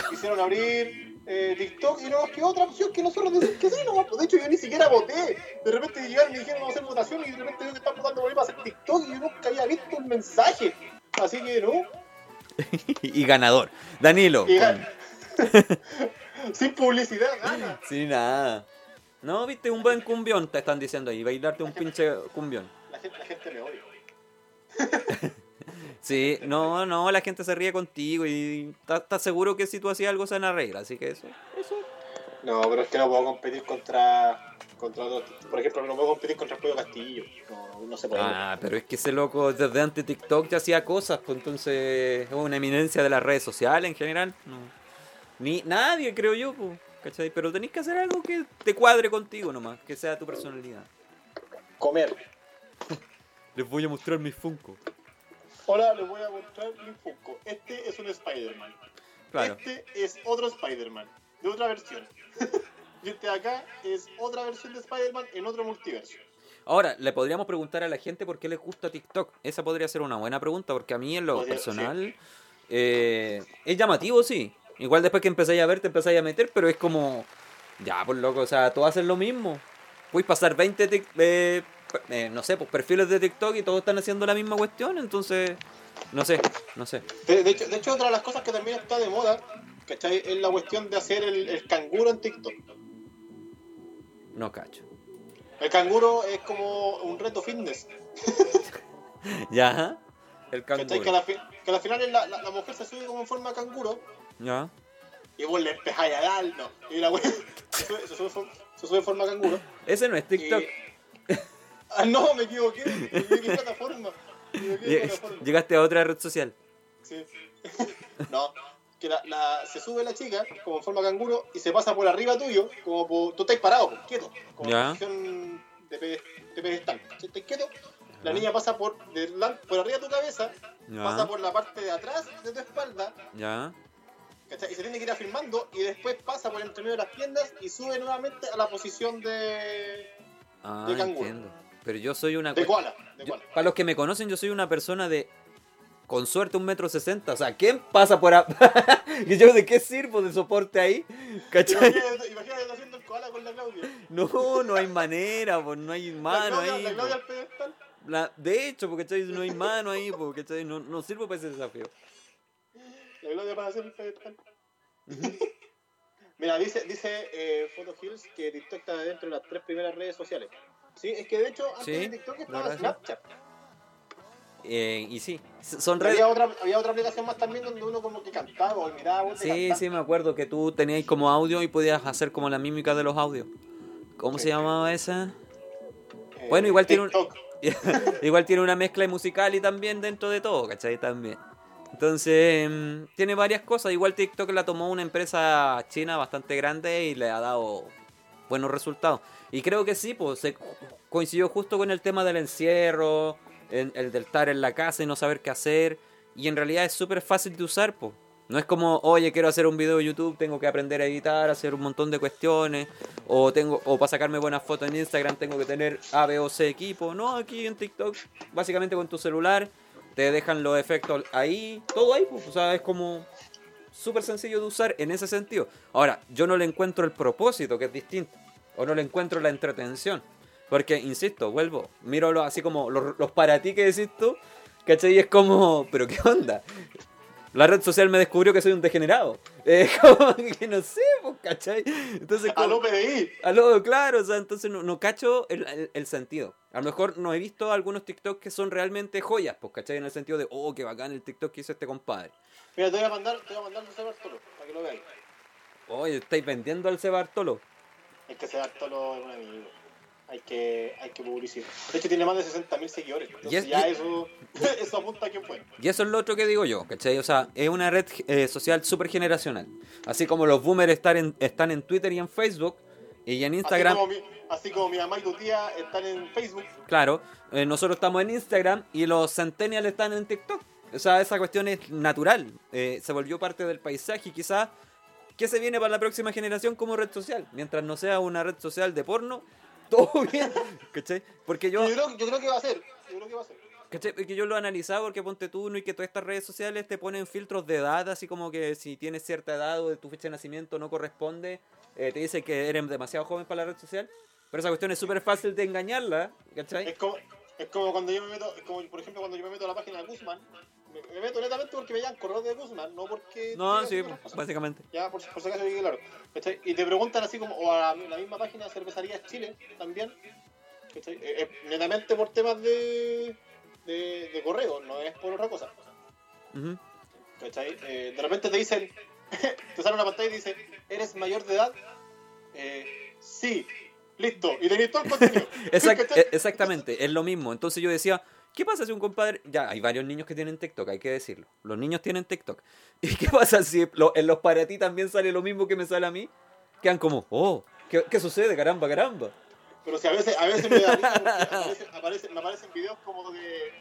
quisieron abrir eh, TikTok y no nos quedó otra opción que nosotros decir que sí, no. pues, De hecho, yo ni siquiera voté. De repente llegaron y me dijeron vamos a hacer votación y de repente veo que están votando por mí para hacer TikTok y yo nunca había visto un mensaje. Así que no. y ganador. Danilo. Y con- gan- Sin publicidad, gana. Sí, nada. No, viste, un buen cumbión te están diciendo ahí, bailarte un pinche cumbión. La gente, la gente me odia. Sí, no, no, la gente se ríe contigo y estás estás seguro que si tú hacías algo se van a reír, así que eso, eso. No, pero es que no puedo competir contra. contra otros. Por ejemplo, no puedo competir contra el Pueblo Castillo. No, no se puede. Ah, pero es que ese loco desde antes TikTok ya hacía cosas, pues entonces es una eminencia de las redes sociales en general. No. Ni nadie, creo yo, pues, ¿cachai? Pero tenés que hacer algo que te cuadre contigo nomás, que sea tu personalidad. Comer. Les voy a mostrar mis Funko. Hola, les voy a mostrar mi Funko. Este es un Spider-Man. Claro. Este es otro Spider-Man, de otra versión. y este de acá es otra versión de Spider-Man en otro multiverso. Ahora, le podríamos preguntar a la gente por qué les gusta TikTok. Esa podría ser una buena pregunta, porque a mí en lo Podría, personal eh, es llamativo, sí. Igual después que empezáis a ver, te empezáis a meter, pero es como, ya, pues loco, o sea, todos hacen lo mismo. Puedes pasar 20, tic- eh, per- eh, no sé, pues perfiles de TikTok y todos están haciendo la misma cuestión, entonces, no sé, no sé. De, de hecho, de hecho, otra de las cosas que también está de moda, ¿cachai? Es la cuestión de hacer el, el canguro en TikTok. No cacho. El canguro es como un reto fitness. Ya, el ¿Cachai? Que, a canguro. la fi- que al final es la, la- la mujer se sube como en forma de canguro Ya. y vos le empezáis a dar, no. Y la wea se sube, se sube for- se sube en forma de canguro. Ese no es TikTok. Y- Ah, no, me equivoqué. Me equivoqué de plataforma. Me equivoqué de plataforma. Llegaste a otra red social. Sí. no, que la, la- se sube la chica como en forma canguro y se pasa por arriba tuyo, como por, tú estás parado, pues, quieto, como Ya. en posición de, pe- de pedestal. Si estás quieto, la niña pasa por, delan- por arriba de tu cabeza, Ya. pasa por la parte de atrás de tu espalda, Ya. ¿cachai? y se tiene que ir afirmando y después pasa por entre medio de las piernas y sube nuevamente a la posición de, Ah, de canguro. entiendo. Pero yo soy una... de cuestión koala. De koala. para los que me conocen, yo soy una persona de... Con suerte un metro sesenta. O sea, ¿quién pasa por... a- ¿Y yo de qué sirvo de soporte ahí? ¿Cachai? Imagínate, imagínate haciendo el koala con la Claudia. No, no hay manera, pues no hay la mano Claudia, ahí. la po. Claudia al pedestal. La- de hecho, porque ¿cachai? no hay mano ahí, porque ¿cachai? No, no sirvo para ese desafío. La gloria para hacer un pedestal. Mira, dice, dice eh, Photo Hills que TikTok está dentro de las tres primeras redes sociales. Sí, es que de hecho antes Sí, de TikTok la estaba verdad, sí. Snapchat. Eh, y sí, s- son redes... Había otra, había otra aplicación más también donde uno como que cantaba o miraba voz de Sí, cantar. sí, me acuerdo que tú tenías como audio y podías hacer como la mímica de los audios. ¿Cómo se Sí. llamaba esa? Eh, Bueno, igual tiene un- TikTok. Igual tiene una mezcla musical y también dentro de todo, ¿cachai? También. Entonces, mm, tiene varias cosas. Igual TikTok la tomó una empresa china bastante grande y le ha dado buenos resultados. Y creo que sí, pues se coincidió justo con el tema del encierro, en- el del estar en la casa y no saber qué hacer. Y en realidad es súper fácil de usar, pues. No es como, oye, quiero hacer un video de YouTube, tengo que aprender a editar, hacer un montón de cuestiones, o tengo o para sacarme buenas fotos en Instagram tengo que tener A, B o C equipo. No, aquí en TikTok, básicamente con tu celular, te dejan los efectos ahí, todo ahí, pues, o sea, es como súper sencillo de usar en ese sentido. Ahora, yo no le encuentro el propósito, que es distinto, o no le encuentro la entretención. Porque, insisto, vuelvo, miro lo- así como los, los para ti que decís tú, ¿cachai? Y es como, ¿pero qué onda? La red social me descubrió que soy un degenerado. Es como que no sé, pues, ¿cachai? Entonces, A como- lo PDI. Aló, claro, o sea, entonces no, no cacho el, el- el sentido. A lo mejor no he visto algunos TikToks que son realmente joyas, pues, ¿cachai? En el sentido de, oh, qué bacán el TikTok que hizo este compadre. Mira, te voy a mandar, te voy a mandar un Seba Artolo, para que lo veáis. Oye, estáis vendiendo al Seba Bartolo. Es que Seba Artolo es un amigo. Hay que, hay que publicitar. De hecho, tiene más de 60.000 seguidores. Entonces, Y es- ya y- eso, eso apunta a quién fue. Y eso es lo otro que digo yo, ¿cachai? O sea, es una red eh, social súper generacional. Así como los boomers están en, están en Twitter y en Facebook, y en Instagram, Así como, mi, así como mi mamá y tu tía están en Facebook. claro, eh, nosotros estamos en Instagram y los centennials están en TikTok. O sea, esa cuestión es natural. eh, se volvió parte del paisaje y quizás ¿Qué se viene para la próxima generación como red social? Mientras no sea una red social de porno, todo bien. ¿Cachai? Porque yo, Yo creo, yo creo que va a ser. Yo creo que va a ser. ¿cachai? Porque yo lo he analizado porque ponte tú no y que todas estas redes sociales te ponen filtros de edad, así como que si tienes cierta edad o de tu fecha de nacimiento no corresponde, eh, te dice que eres demasiado joven para la red social. Pero esa cuestión es súper fácil de engañarla, ¿cachai? Es como, es como cuando yo me meto, es como por ejemplo cuando yo me meto a la página de Guzmán, me, me meto netamente porque me llegan correos de Guzmán, no porque... No, tenga sí, pues, otras cosas. básicamente. Ya, por, si- por si acaso llegué claro. ¿Cachai? Y te preguntan así como, o a la, la misma página Cervecerías Chile también, ¿cachai? Eh, eh, netamente por temas de, de, de correo, no es por otra cosa. Ujú. ¿cachai? Eh, de repente te dicen, te sale una pantalla y dice, ¿eres mayor de edad? Eh, sí, listo, y tenés todo el contenido. Exact- ¿Cachai? e- exactamente, es lo mismo. Entonces yo decía, ¿qué pasa si un compadre... Ya, hay varios niños que tienen TikTok, hay que decirlo. Los niños tienen TikTok. ¿Y qué pasa si lo- en los para ti también sale lo mismo que me sale a mí? Quedan como, oh, ¿qué, qué sucede? Caramba, caramba. Pero si a veces, a veces me da risa porque aparecen, aparecen- me aparecen videos como de,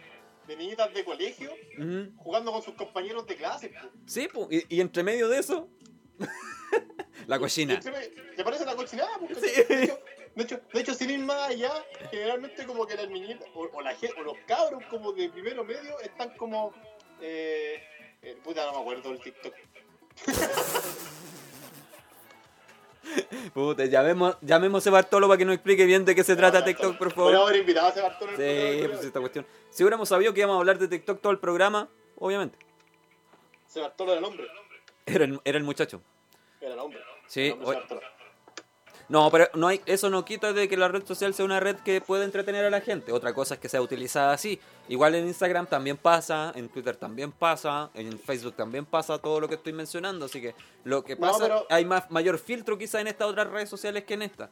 de niñitas de colegio Ujú. jugando con sus compañeros de clase. po. Sí, po, y, y entre medio de eso... la Y cochina. siempre Te aparece la cochinada. po, Sí. ¿cachai? De, hecho, de, hecho, de hecho, sin ir más allá, generalmente como que las niñitas o, o la gen- o los cabros como de primero medio están como... Eh, eh, puta, no me acuerdo el TikTok. Puta, llamemos, llamemos a Bartolo para que nos explique bien de qué se trata Bueno, TikTok, por Voy a favor. haber invitado a ese Bartolo. en el Sí, programa, pues esta cuestión. Si hubiéramos sabido que íbamos a hablar de TikTok todo el programa, obviamente. Ese Bartolo era el hombre. Era el- era el muchacho. Era el hombre. Sí, El hombre, ese oye. Bartolo. No, pero no hay, eso no quita de que la red social sea una red que puede entretener a la gente. Otra cosa es que sea utilizada así. Igual en Instagram también pasa, en Twitter también pasa, en Facebook también pasa todo lo que estoy mencionando. Así que lo que No, pasa, pero- hay más, mayor filtro quizá en estas otras redes sociales que en esta.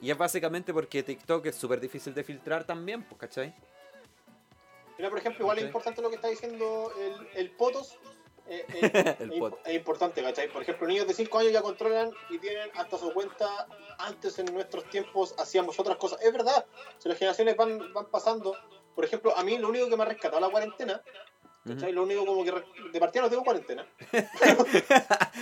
Y es básicamente porque TikTok es súper difícil de filtrar también, pues, ¿cachai? Mira, por ejemplo, igual Ok. es importante lo que está diciendo el, el Potos. eh, eh, El es, Potos. es importante, ¿cachai? Por ejemplo, niños de 5 años ya controlan y tienen hasta su cuenta. Antes en nuestros tiempos hacíamos otras cosas. Es verdad, si las generaciones van, van pasando. Por ejemplo, a mí lo único que me ha rescatado la cuarentena, ¿cachai? Lo único como que re- de partida no tengo cuarentena.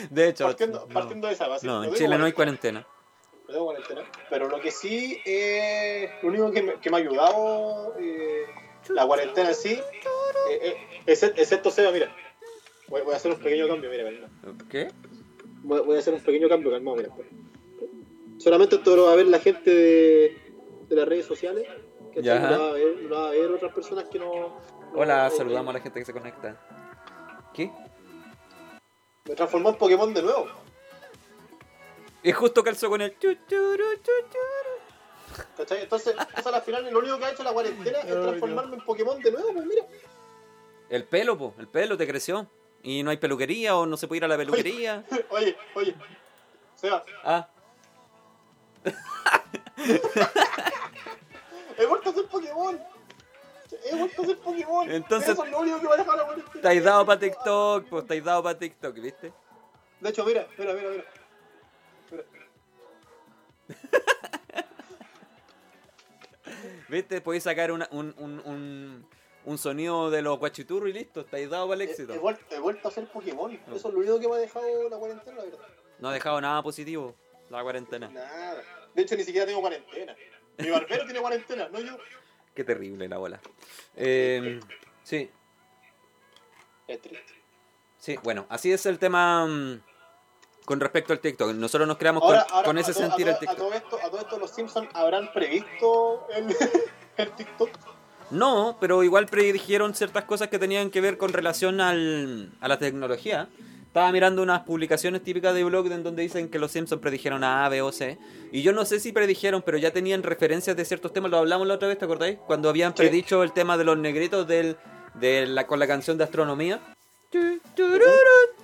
De hecho, no, Partiendo, partiendo de ¿eh? esa base. no, en tengo Chile no hay cuarentena. cuarentena. No tengo cuarentena. Pero lo que sí, eh, lo único que me, que me ha ayudado eh, la cuarentena en sí, eh, eh, exce- excepto Seba, mira. Voy, voy a hacer un pequeño cambio, mira, mira. ¿Qué? Voy, voy a hacer un pequeño cambio, calmado, mira. espera. Solamente esto lo va a ver la gente de, de las redes sociales. Que Ya. No lo va a ver, no lo va a ver otras personas que no. no- Hola, eh, saludamos a la gente que se conecta. ¿Qué? Me transformó en Pokémon de nuevo. Y justo calzó con el... chu, churu, chu, chu. ¿Cachai? Entonces, esa es la final. Lo único que ha hecho la cuarentena es transformarme en Pokémon de nuevo, pues mira. El pelo, po, el pelo te creció. Y no hay peluquería o no se puede ir a la peluquería. Oye, oye. Seba, Ah, He vuelto a ser Pokémon. He vuelto a ser Pokémon. Entonces- Eso es lo único que va a dejar la cuarentena. estáis dado para TikTok, pues estáis dado para TikTok, ¿viste? De hecho, mira, mira, mira, mira. Mira. ¿Viste? Podéis sacar una- un, un, un, un sonido de los guachiturros y listo, estáis dado para el He, he éxito. vuel- he vuelto a ser Pokémon. Eso es lo único que me ha dejado la cuarentena, la verdad. No ha dejado nada positivo la cuarentena. Nada. De hecho, ni siquiera tengo cuarentena. Mi barbero tiene cuarentena, no yo. Qué terrible la bola. Eh, sí, Es triste. sí, bueno, así es el tema mm, con respecto al TikTok. Nosotros nos creamos Ahora, con, ahora, con ese a todo- sentir a, al todo- a TikTok. todo esto, a todo esto los Simpsons habrán previsto el, el TikTok. No, pero igual predijeron ciertas cosas que tenían que ver con relación al, a la tecnología. Estaba mirando unas publicaciones típicas de blog en donde dicen que los Simpsons predijeron a A, B o C. Y yo no sé si predijeron, pero ya tenían referencias de ciertos temas. Lo hablamos la otra vez, ¿te acordáis? Cuando habían Sí. predicho el tema de los negritos del, de la, con la canción de astronomía. Tu, tururu,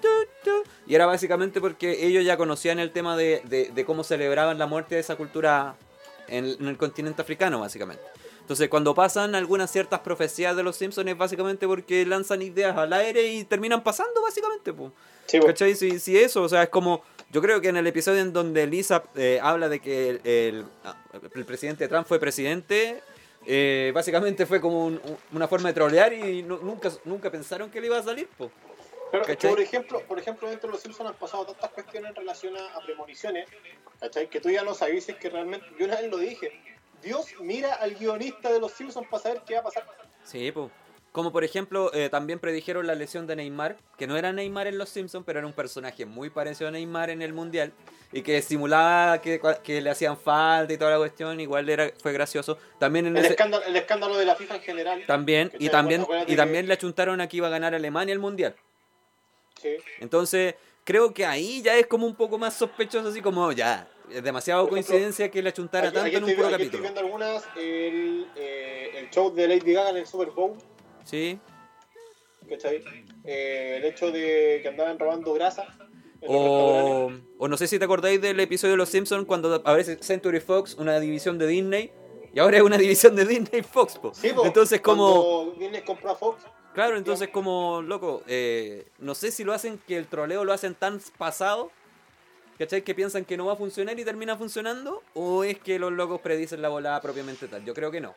tu, tu. Y era básicamente porque ellos ya conocían el tema de, de- de cómo celebraban la muerte de esa cultura en, en el continente africano, básicamente. Entonces, cuando pasan algunas ciertas profecías de los Simpsons es básicamente porque lanzan ideas al aire y terminan pasando, básicamente. po. ¿Cachai? Si, si eso, o sea, es como. Yo creo que en el episodio en donde Lisa eh, habla de que el, el- el presidente Trump fue presidente, eh, básicamente fue como un- un- una forma de trolear y nu- nunca, nunca pensaron que le iba a salir, po. Pero, ¿Cachai? por ejemplo, por ejemplo, dentro de los Simpsons han pasado tantas cuestiones en relación a, a premoniciones, ¿cachai? Que tú ya no sabías si es que realmente, yo una vez lo dije, Dios mira al guionista de los Simpsons para saber qué va a pasar. Sí, po. Como por ejemplo, eh, también predijeron la lesión de Neymar, que no era Neymar en Los Simpsons, pero era un personaje muy parecido a Neymar en el Mundial, y que simulaba que, cua- que le hacían falta y toda la cuestión, igual era, fue gracioso. También en El, ese, escándalo, el escándalo de la FIFA en general. también, ¿cachai? y también, Acuérdate y que- también le achuntaron a que iba a ganar Alemania el Mundial. sí. Entonces, creo que ahí ya es como un poco más sospechoso, así como ya, es demasiado Por ejemplo, coincidencia que le achuntara Aquí- tanto aquí en un estoy- puro aquí estoy capítulo. viendo algunas, el, eh, el show de Lady Gaga en el Super Bowl, Sí, ¿cachai? Eh, el hecho de que andaban robando grasa. en los Oh. restaurantes. O, o no sé si te acordáis del episodio de Los Simpsons cuando aparece Century Fox, una división de Disney, y ahora es una división de Disney Fox. po. Sí, po, entonces, como, cuando Disney compró a Fox, claro, entonces, como, loco, eh, no sé si lo hacen que el troleo lo hacen tan pasado, ¿cachai? Que piensan que no va a funcionar y termina funcionando, o es que los locos predicen la volada propiamente tal. Yo creo que no.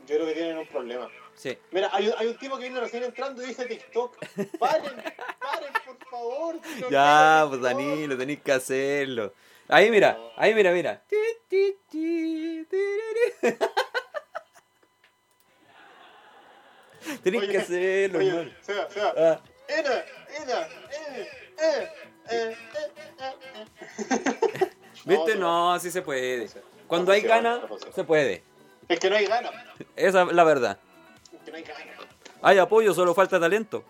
yo creo que tienen un problema. Sí. Mira, hay, un- hay un tipo que viene recién entrando y dice TikTok. Paren, paren, por favor. si no Ya, quiero pues TikTok. Danilo, tenéis que hacerlo. Ahí mira, ahí mira, mira. Ti, ti, ti, tiriri. Tenéis Oye, que hacerlo, oye, hermano. Seba, Seba. Ah, Era, era, eh, eh, eh, eh, eh, eh. ¿Viste? Seba. No, así se puede. No, no Cuando hay funciona, ganas, no funciona. se puede. Es que no hay ganas. Esa es la verdad. Es que no hay ganas. Hay apoyo, solo falta talento.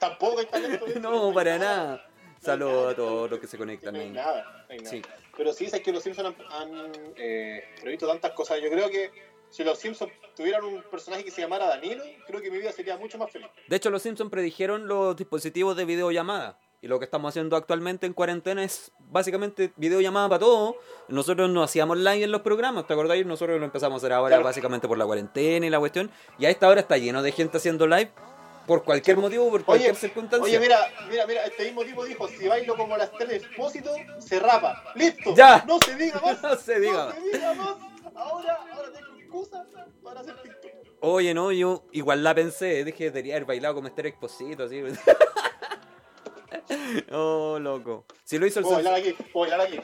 Tampoco hay talento. dentro, No, hay para nada. nada. No hay Saludos nada, a todos los que se No conectan hay ahí. nada. no hay nada. Sí. Pero sí, es que los Simpsons han, han, eh, previsto tantas cosas. Yo creo que si los Simpsons tuvieran un personaje que se llamara Danilo, creo que mi vida sería mucho más feliz. De hecho, los Simpsons predijeron los dispositivos de videollamada. Y lo que estamos haciendo actualmente en cuarentena es básicamente videollamada para todo. Nosotros no hacíamos live en los programas, ¿te acordáis? Nosotros lo empezamos a hacer ahora Claro. básicamente por la cuarentena y la cuestión. Y a esta hora está lleno de gente haciendo live por cualquier motivo, por cualquier circunstancia. Oye, mira, mira, mira, este mismo tipo dijo, si bailo como las tres expósito, se rapa. ¡Listo! Ya. ¡No se diga más! No se diga ¡No se diga más! Ahora, ahora tengo excusa para hacer TikTok. Oye, no, yo igual la pensé. Dije, debería haber bailado como Esther Exposito, así. oh, loco. Si lo hizo el, Puedo sens- bailar aquí, puedo bailar aquí.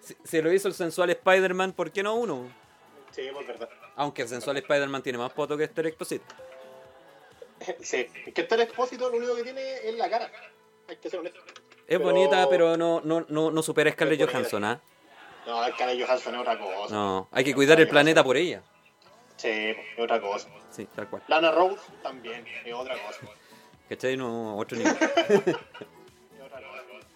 si- si lo hizo el sensual Spider-Man, ¿por qué no uno? Sí, pues verdad. Aunque el sensual Spider-Man tiene más fotos que este Esther Exposito. Sí, es que estar expósito lo único que tiene es la cara. Hay que ser honesto. Es Pero- bonita, pero no, no, no, no supera a Scarlett Es bonita. Johansson, ¿ah? No, el cara de Johansson es otra cosa. No, hay que cuidar el Scarlett planeta por ella. Sí, es otra cosa. Sí, tal cual. Lana Rose también es otra cosa. ¿Cachai? No, otro nivel. Es otra cosa.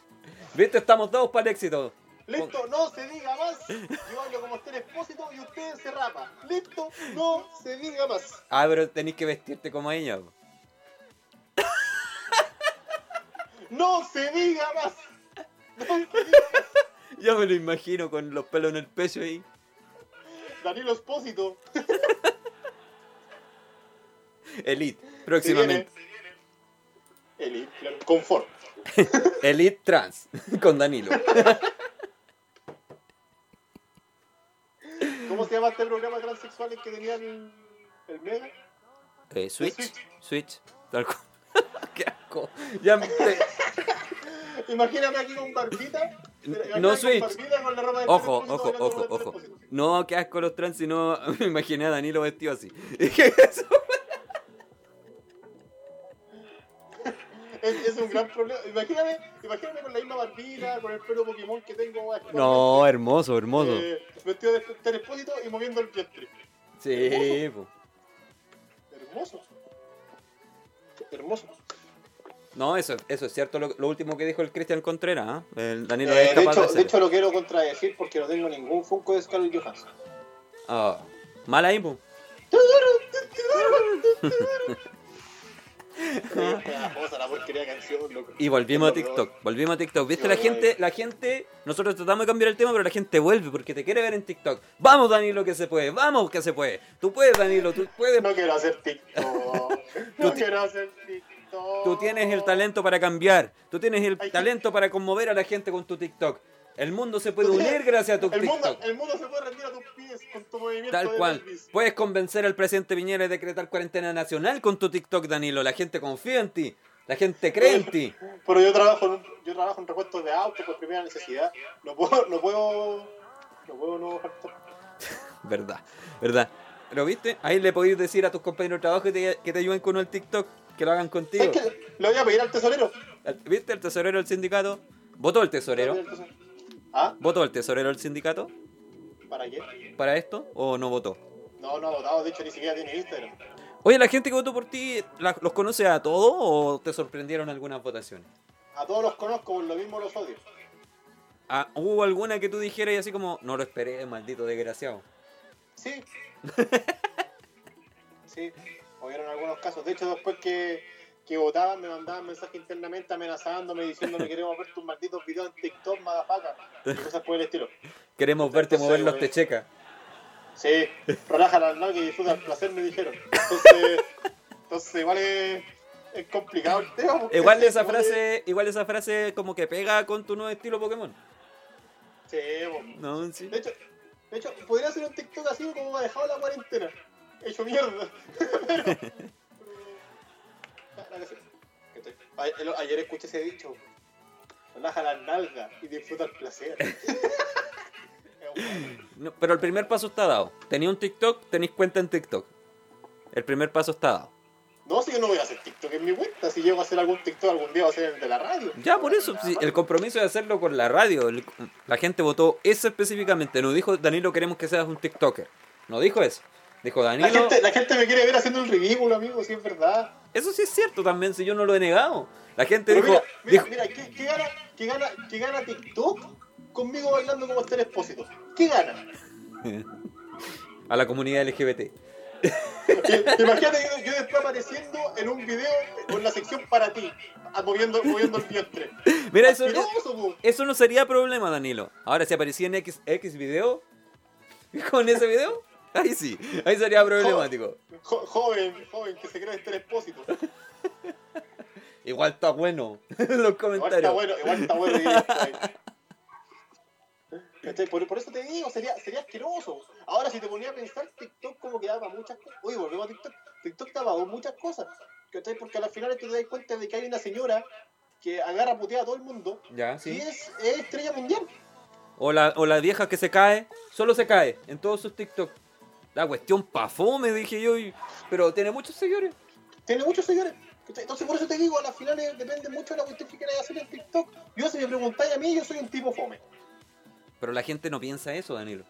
¿Viste? Estamos dados para el éxito. Listo, no se diga más. Yo hablo como esté expósito y usted se rapa. Listo, no se diga más. Ah, pero tenéis que vestirte como ella. po. No se diga más. No se diga más. Ya me lo imagino con los pelos en el pecho ahí. Danilo Espósito. Elite, Se viene. próximamente. El claro, confort. Elite Trans, con Danilo. este cables que tenía el, el Mega. Eh, Switch. Switch. Switch. Tal cual. Qué asco. Ya me- te- Imagíname aquí con barbita. no con Switch. barbita, con la ropa de Ojo, ojo, Telefónico, bailando ojo, con la ojo. Telefónico. No, qué asco los trans, sino me imaginé a Danilo vestido así. Dije, eso. Es, es un gran problema. Imagíname, imagíname con la misma barbita, con el pelo Pokémon que tengo. actualmente. No, hermoso, hermoso. Eh, vestido de terespósito y moviendo el vientre. Sí, po. Hermoso. Hermoso. No, eso, eso es cierto lo, lo último que dijo el Cristian Contreras. ¿ah? El Danilo Eh, es de, capaz de hecho, de hacerlo. hecho, lo quiero contradecir porque no tengo ningún Funko de Scarlett Johansson. Ah, Mal ahí, po. Pero qué pegajosa la porquería de canción, loco. Y volvimos a Es lo peor. TikTok, volvimos a TikTok. ¿Viste Sí, la voy. gente? La gente, nosotros tratamos de cambiar el tema, pero la gente vuelve porque te quiere ver en TikTok. Vamos, Danilo, que se puede, vamos, que se puede. Tú puedes, Danilo, tú puedes. No quiero hacer TikTok. Tú no ti- quiero hacer TikTok. Tú tienes el talento para cambiar, tú tienes el Hay que- talento para conmover a la gente con tu TikTok. El mundo se puede Tú tienes- unir gracias a tu el mundo, TikTok. el mundo se puede rendir a tus pies con tu movimiento. Tal de cual. Pues, Elvis. Puedes convencer al presidente Piñera de decretar cuarentena nacional con tu TikTok, Danilo. La gente confía en ti. La gente cree en ti. Pero yo trabajo en, un- yo trabajo en repuestos de autos por primera necesidad. No puedo, no puedo, no puedo no faltar. Verdad, verdad. ¿Lo viste? Ahí le podéis decir a tus compañeros de trabajo que te, que te ayuden con el TikTok, que lo hagan contigo. ¿Sabes qué? Le voy a pedir al tesorero. Al- ¿Viste? El tesorero del sindicato. ¿Votó el Le voy tesorero? a pedir al tesorero. ¿Ah? ¿Votó el tesorero del sindicato ¿Para qué? para esto o no votó? No, no ha votado, de hecho ni siquiera tiene Instagram. Oye, ¿la gente que votó por ti la- los conoce a todos o te sorprendieron algunas votaciones? A todos los conozco, por lo mismo los odio. Ah, ¿Hubo alguna que tú dijeras y así como, no lo esperé, maldito desgraciado? Sí. sí, hubieron algunos casos. De hecho, después que, que votaban, me mandaban mensajes internamente amenazándome, diciéndome queremos ver tus malditos videos en TikTok, madafaca. Y cosas por el estilo. Queremos verte Entonces, mover los güey. techecas. Sí, relaja la nalga y disfruta el placer, me dijeron. Entonces, entonces igual es, es complicado el tema. porque- Igual esa frase, igual esa frase como que pega con tu nuevo estilo Pokémon. Sí, pues, bo. No, sí. de hecho, de hecho, podría hacer un TikTok así como me ha dejado la cuarentena. Hecho mierda. Pero- Ah, la canción. Que estoy- a- Ayer escuché ese dicho. Relaja la nalga y disfruta el placer. Es bueno. No, pero el primer paso está dado. Tenía un TikTok, tenéis cuenta en TikTok. El primer paso está dado. No, si yo no voy a hacer TikTok en mi cuenta, si llego a hacer algún TikTok algún día va a ser el de la radio. Ya por eso, sí, el compromiso de hacerlo con la radio. el- la gente votó eso específicamente. No dijo, Danilo, queremos que seas un TikToker. No dijo eso. Dijo, La Danilo. gente, la gente me quiere ver haciendo el ridículo, amigo, si es verdad. Eso sí es cierto también, si yo no lo he negado. La gente Pero dijo, mira, mira, dijo- mira, ¿qué, qué gana, qué gana, qué gana TikTok conmigo bailando como este expósito? ¿Qué gana? a la comunidad LGBT. Imagínate yo, yo después apareciendo en un video con la sección para ti, a- moviendo, moviendo el vientre. Mira, eso, Asqueroso, po. eso no sería problema, Danilo. Ahora, si aparecía en X, X video, con ese video, ahí sí, ahí sería problemático. Jo- joven, joven, que se cree este expósito. Igual está bueno en los Igual está comentarios. bueno, igual está bueno. vivir esto ahí. ¿Cachai? Por, por eso te digo, sería, sería asqueroso. Ahora, si te ponía a pensar, TikTok como que daba muchas cosas. Uy, volvemos a TikTok. TikTok daba muchas cosas. ¿Cachai? Porque al final tú te das cuenta de que hay una señora que agarra putea a todo el mundo Ya, y sí. es, es estrella mundial. O la, o la vieja que se cae, solo se cae en todos sus TikTok. La cuestión pafome, dije yo, y- pero tiene muchos seguidores. Tiene muchos señores. ¿cachai? Entonces, por eso te digo, a las finales depende mucho de la cuestión que quieras hacer en TikTok. Yo, si me preguntáis a mí, yo soy un tipo fome. Pero la gente no piensa eso, Danilo.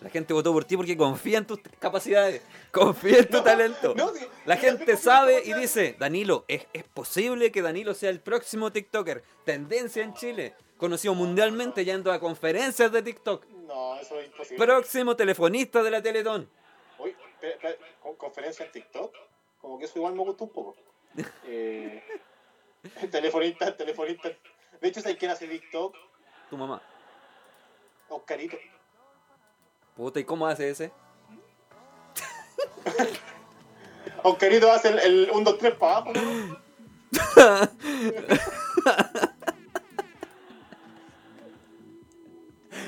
La gente votó por ti porque confía en tus capacidades, confía en tu No, talento. no, sí, la yo también confío gente en sabe tus y capacidades. dice, Danilo, es, es posible que Danilo sea el próximo TikToker, tendencia en Chile, conocido mundialmente yendo a conferencias de TikTok, No, eso es imposible. próximo telefonista de la Teletón. Uy, espera, espera, con conferencia en TikTok, como que eso igual me gustó un poco. Eh, telefonista, telefonista. De hecho, ¿sabes quién hace TikTok? Tu mamá. Oscarito. Puta, ¿y cómo hace ese? Oscarito hace el, el 1, 2, 3 para abajo. ¿no? Puta,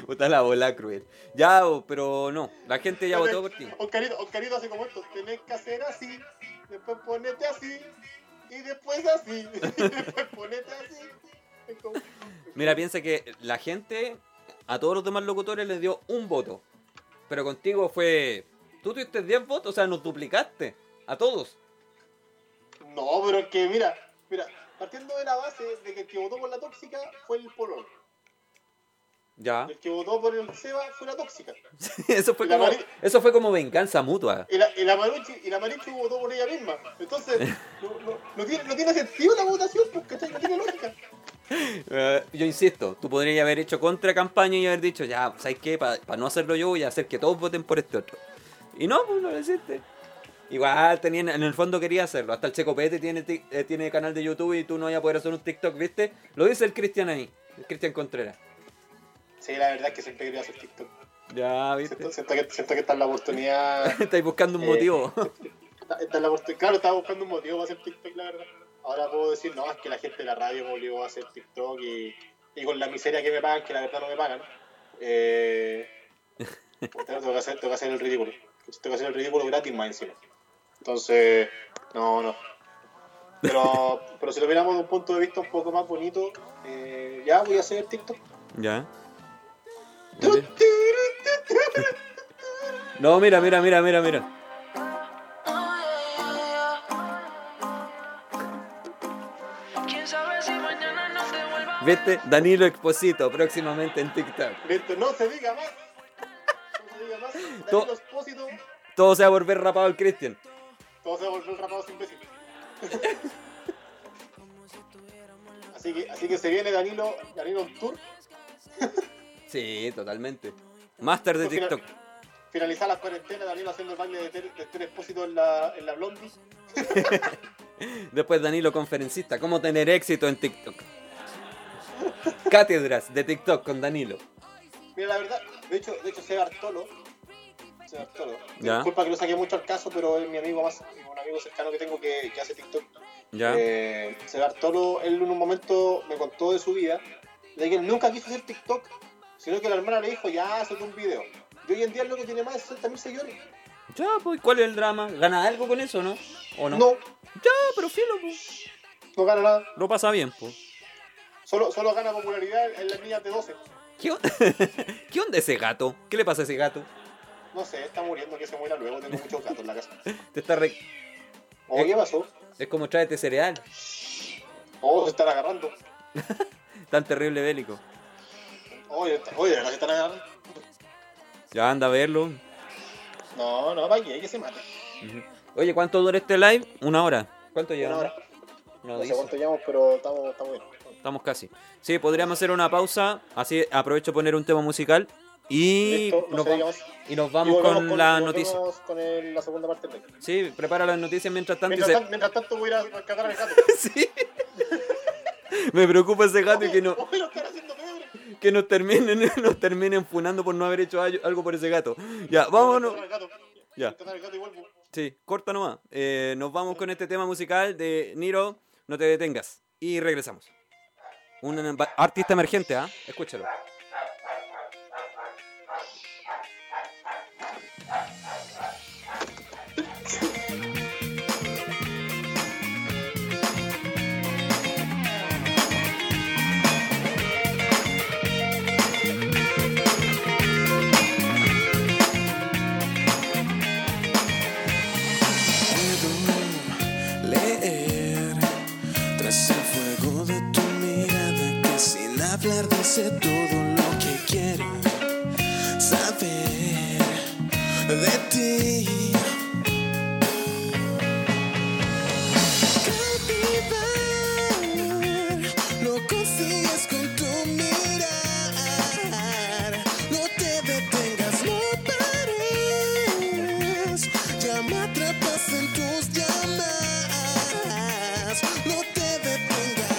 Puta la bola cruel. Ya, bo, pero no. La gente ya votó por ti. Oscarito, Oscarito hace como esto. Tenés que hacer así, después ponete así, y después así, y después ponete así. Es como- Mira, piensa que la gente a todos los demás locutores les dio un voto. Pero contigo fue. Tú tuviste 10 votos, o sea, nos duplicaste. A todos. No, pero es que mira, mira, partiendo de la base de que el que votó por la tóxica fue el polón. Ya. El que votó por el Seba fue la tóxica. Eso fue La como, Mari- eso fue como venganza mutua. Y la, y la Marucci- y la Marucci votó por ella misma. Entonces, no, no- no tiene, no tiene sentido la votación, porque no tiene lógica. Eh, yo insisto, tú podrías haber hecho contra campaña y haber dicho, ya, ¿sabes qué? Para no hacerlo yo voy a hacer que todos voten por este otro. Y no, pues no lo hiciste. Igual tenían, en el fondo quería hacerlo. Hasta el Checo Pete tiene, tic- eh, tiene canal de YouTube y tú no vas a poder hacer un TikTok, ¿viste? Lo dice el Cristian ahí, el Cristian Contreras. Sí, la verdad es que siempre quería hacer TikTok. Ya, ¿viste? Siento, siento que, siento que está en la oportunidad. Estáis eh, buscando un motivo. Está- está en la oportun- Claro, estaba buscando un motivo para hacer TikTok, la verdad. Ahora puedo decir, no, es que la gente de la radio me obligó a hacer TikTok y, y con la miseria que me pagan, que la verdad no me pagan, eh, puta, tengo, que hacer, tengo que hacer el ridículo. Tengo que hacer el ridículo gratis más encima. Entonces, no, no. Pero, pero si lo miramos de un punto de vista un poco más bonito, eh, ya voy a hacer TikTok. ya. No, mira, mira, mira, mira, mira. ¿Quién sabe si mañana nos devuelva? ¿Viste? Danilo Exposito, próximamente en TikTok. Listo, no se diga más. No se diga más. To- Danilo Espósito, Todo se va a volver rapado el Cristian. todo se va a volver rapado sin imbécil. así, que, así que se viene Danilo, Danilo on Tour. Sí, totalmente. Master de Al Pues final- TikTok. Finalizar la cuarentena, Danilo haciendo el baile de Ter, de Ter Espósito en la, en la Blondie. Después Danilo conferencista. ¿Cómo tener éxito en TikTok? Cátedras de TikTok con Danilo. Mira, la verdad, de hecho, de hecho, Seba Artolo. Seba Artolo. Ya. Disculpa que lo saqué mucho al caso, pero es mi amigo más, un amigo cercano que tengo que, que hace TikTok. Ya. Eh, Seba Artolo, él en un momento me contó de su vida, de que él nunca quiso hacer TikTok, sino que la hermana le dijo, ya, hazte un video. Y hoy en día es lo que tiene más de 60.000 seguidores. Ya, pues, ¿cuál es el drama? ¿Gana algo con eso, no? ¿O no? No, Ya, pero filo, pues. no gana nada. Lo pasa bien, pues. Solo, solo gana popularidad en las niñas de 12. ¿Qué, on- ¿Qué onda ese gato? ¿Qué le pasa a ese gato? No sé, está muriendo, que se muera luego, tengo muchos gatos en la casa. Te está re- Oh, ¿qué pasó? Es como tráete cereal. Oh, se están agarrando. Tan terrible bélico. Oh, está- oh, de verdad se están agarrando. Ya anda a verlo. No, no, para que, que se mate. Ujú. Oye, ¿cuánto dura este live? Una hora. ¿Cuánto lleva? Una hora. No No sé dice. cuánto llevamos, pero estamos, estamos bien. Estamos casi. Sí, podríamos hacer una pausa. Así aprovecho poner un tema musical. Y, Listo, no nos, sé, vamos, digamos. y nos Y vamos volvemos con, la y noticia. volvemos con el- la segunda parte del video. Sí, prepara las noticias mientras tanto. y Mientras, se- tan- mientras tanto voy a ir a rescatar al gato. Sí. Me preocupa ese gato y que, no, Oye, lo están haciendo peor. que nos, terminen, nos terminen funando por no haber hecho al- algo por ese gato. Ya, vámonos. Rescatar al gato. Ya. Rescatar al gato y vuelvo. Sí, corta nomás. Eh, nos vamos con este tema musical de Niro, No te detengas. Y regresamos. Un ba- artista emergente, ¿ah? Escúchalo. Puedo leer tras el fuego de tu mirada que sin hablar dice todo lo que quiero saber de ti. Cautivar, no consigues con tu mirar, no te detengas, no pares, ya me atrapas en tus llamas, no te detengas.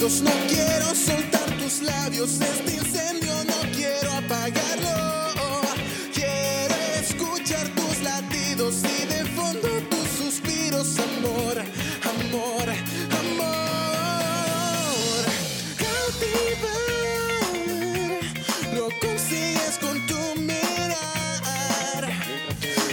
luz, no quiero soltar tus labios. Este incendio no quiero apagarlo. Quiero escuchar tus latidos y de fondo tus suspiros, amor, amor, amor. Cautivar, lo consigues con tu mirar.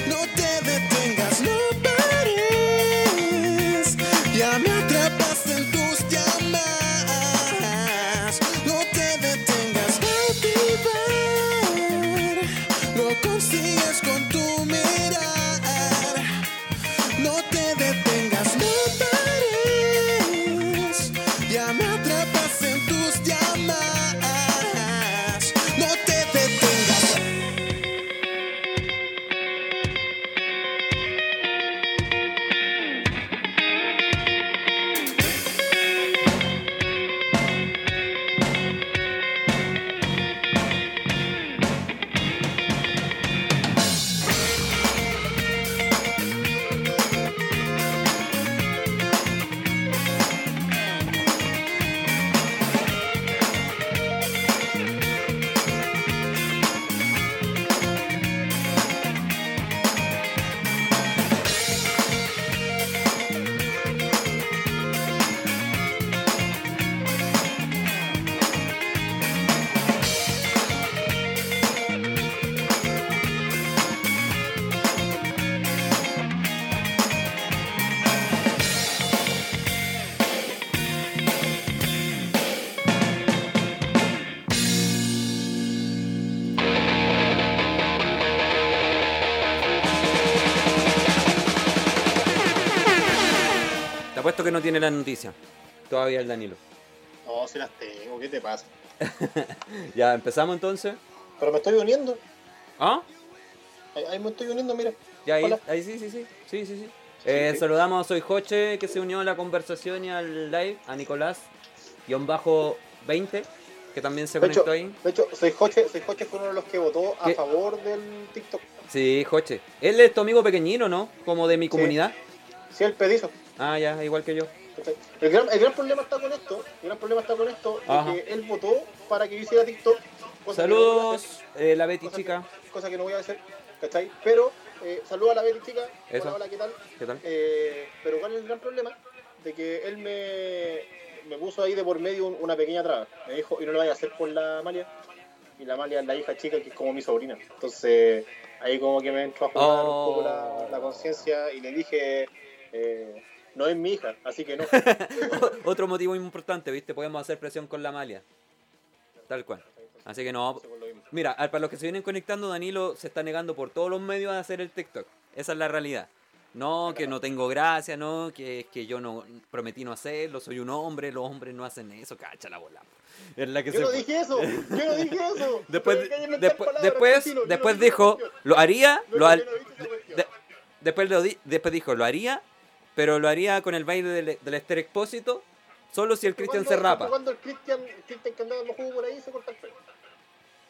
No te detengas, no pares. Ya me atrapaste en tus llamas. No te detengas, cautivar. Lo consigues con tu mirar. No te detengas, no pares. Ya me atrapas en tus llamas. No te detengas. Te apuesto que no tiene la noticia. Todavía el Danilo. No, si las tengo, ¿qué te pasa? Ya, empezamos entonces. Pero me estoy uniendo. ¿Ah? Ahí, ahí me estoy uniendo, mira. Ya ahí, Hola. ahí sí, sí, sí. Sí, sí, sí. Eh, sí. Saludamos, soy Joche, que se unió a la conversación y al live, a Nicolás, guión bajo 20, que también se De hecho, conectó ahí. de hecho, soy Joche, soy Joche fue uno de los que votó a ¿Qué? favor del TikTok. Sí, Joche. Él es tu amigo pequeñino, ¿no? Como de mi comunidad. Sí, el pedizo. Ah, ya, igual que yo. ¿cachai? El gran, el gran problema está con esto, el gran problema está con esto, Ajá. de que él votó para que yo hiciera TikTok. cosa que no voy a hacer, Saludos, eh, la Betty cosa chica. Que, cosa que no voy a hacer, ¿cachai? Pero, eh, saludos a la Betty chica, Eso. hola, hola, ¿qué tal? ¿Qué tal? Eh, pero cuál es el gran problema, de que él me, me puso ahí de por medio un- una pequeña traba. Me dijo, y no lo vaya a hacer con la Amalia. Y la Amalia es la hija chica, que es como mi sobrina. Entonces, ahí como que me entró a jugar Oh. un poco la, la conciencia y le dije, eh, no es mi hija, así que no. Otro motivo importante, ¿viste? Podemos hacer presión con la malia. Tal cual. Así que no. Por lo mismo. Mira, a- para los que se vienen conectando, Danilo se está negando por todos los medios a hacer el TikTok. Esa es la realidad. No, que no tengo gracia, no, que es que yo no prometí no hacerlo, soy un hombre, los hombres no hacen eso, cacha la bola. Es la que Yo se no fue. dije eso, yo no dije eso. Después, Ustedes quieren inventar después, palabras, después, cochino, yo no después dije esa dijo, cuestión. lo haría, No, lo yo har- no dije esa cuestión. de- después, lo di- después dijo, lo haría, pero lo haría con el baile del, del Esther Expósito, solo si el Cristian se Cuando- rapa. Cuando el Cristian, Cristian que andaba en los jugos por ahí se corta el pelo.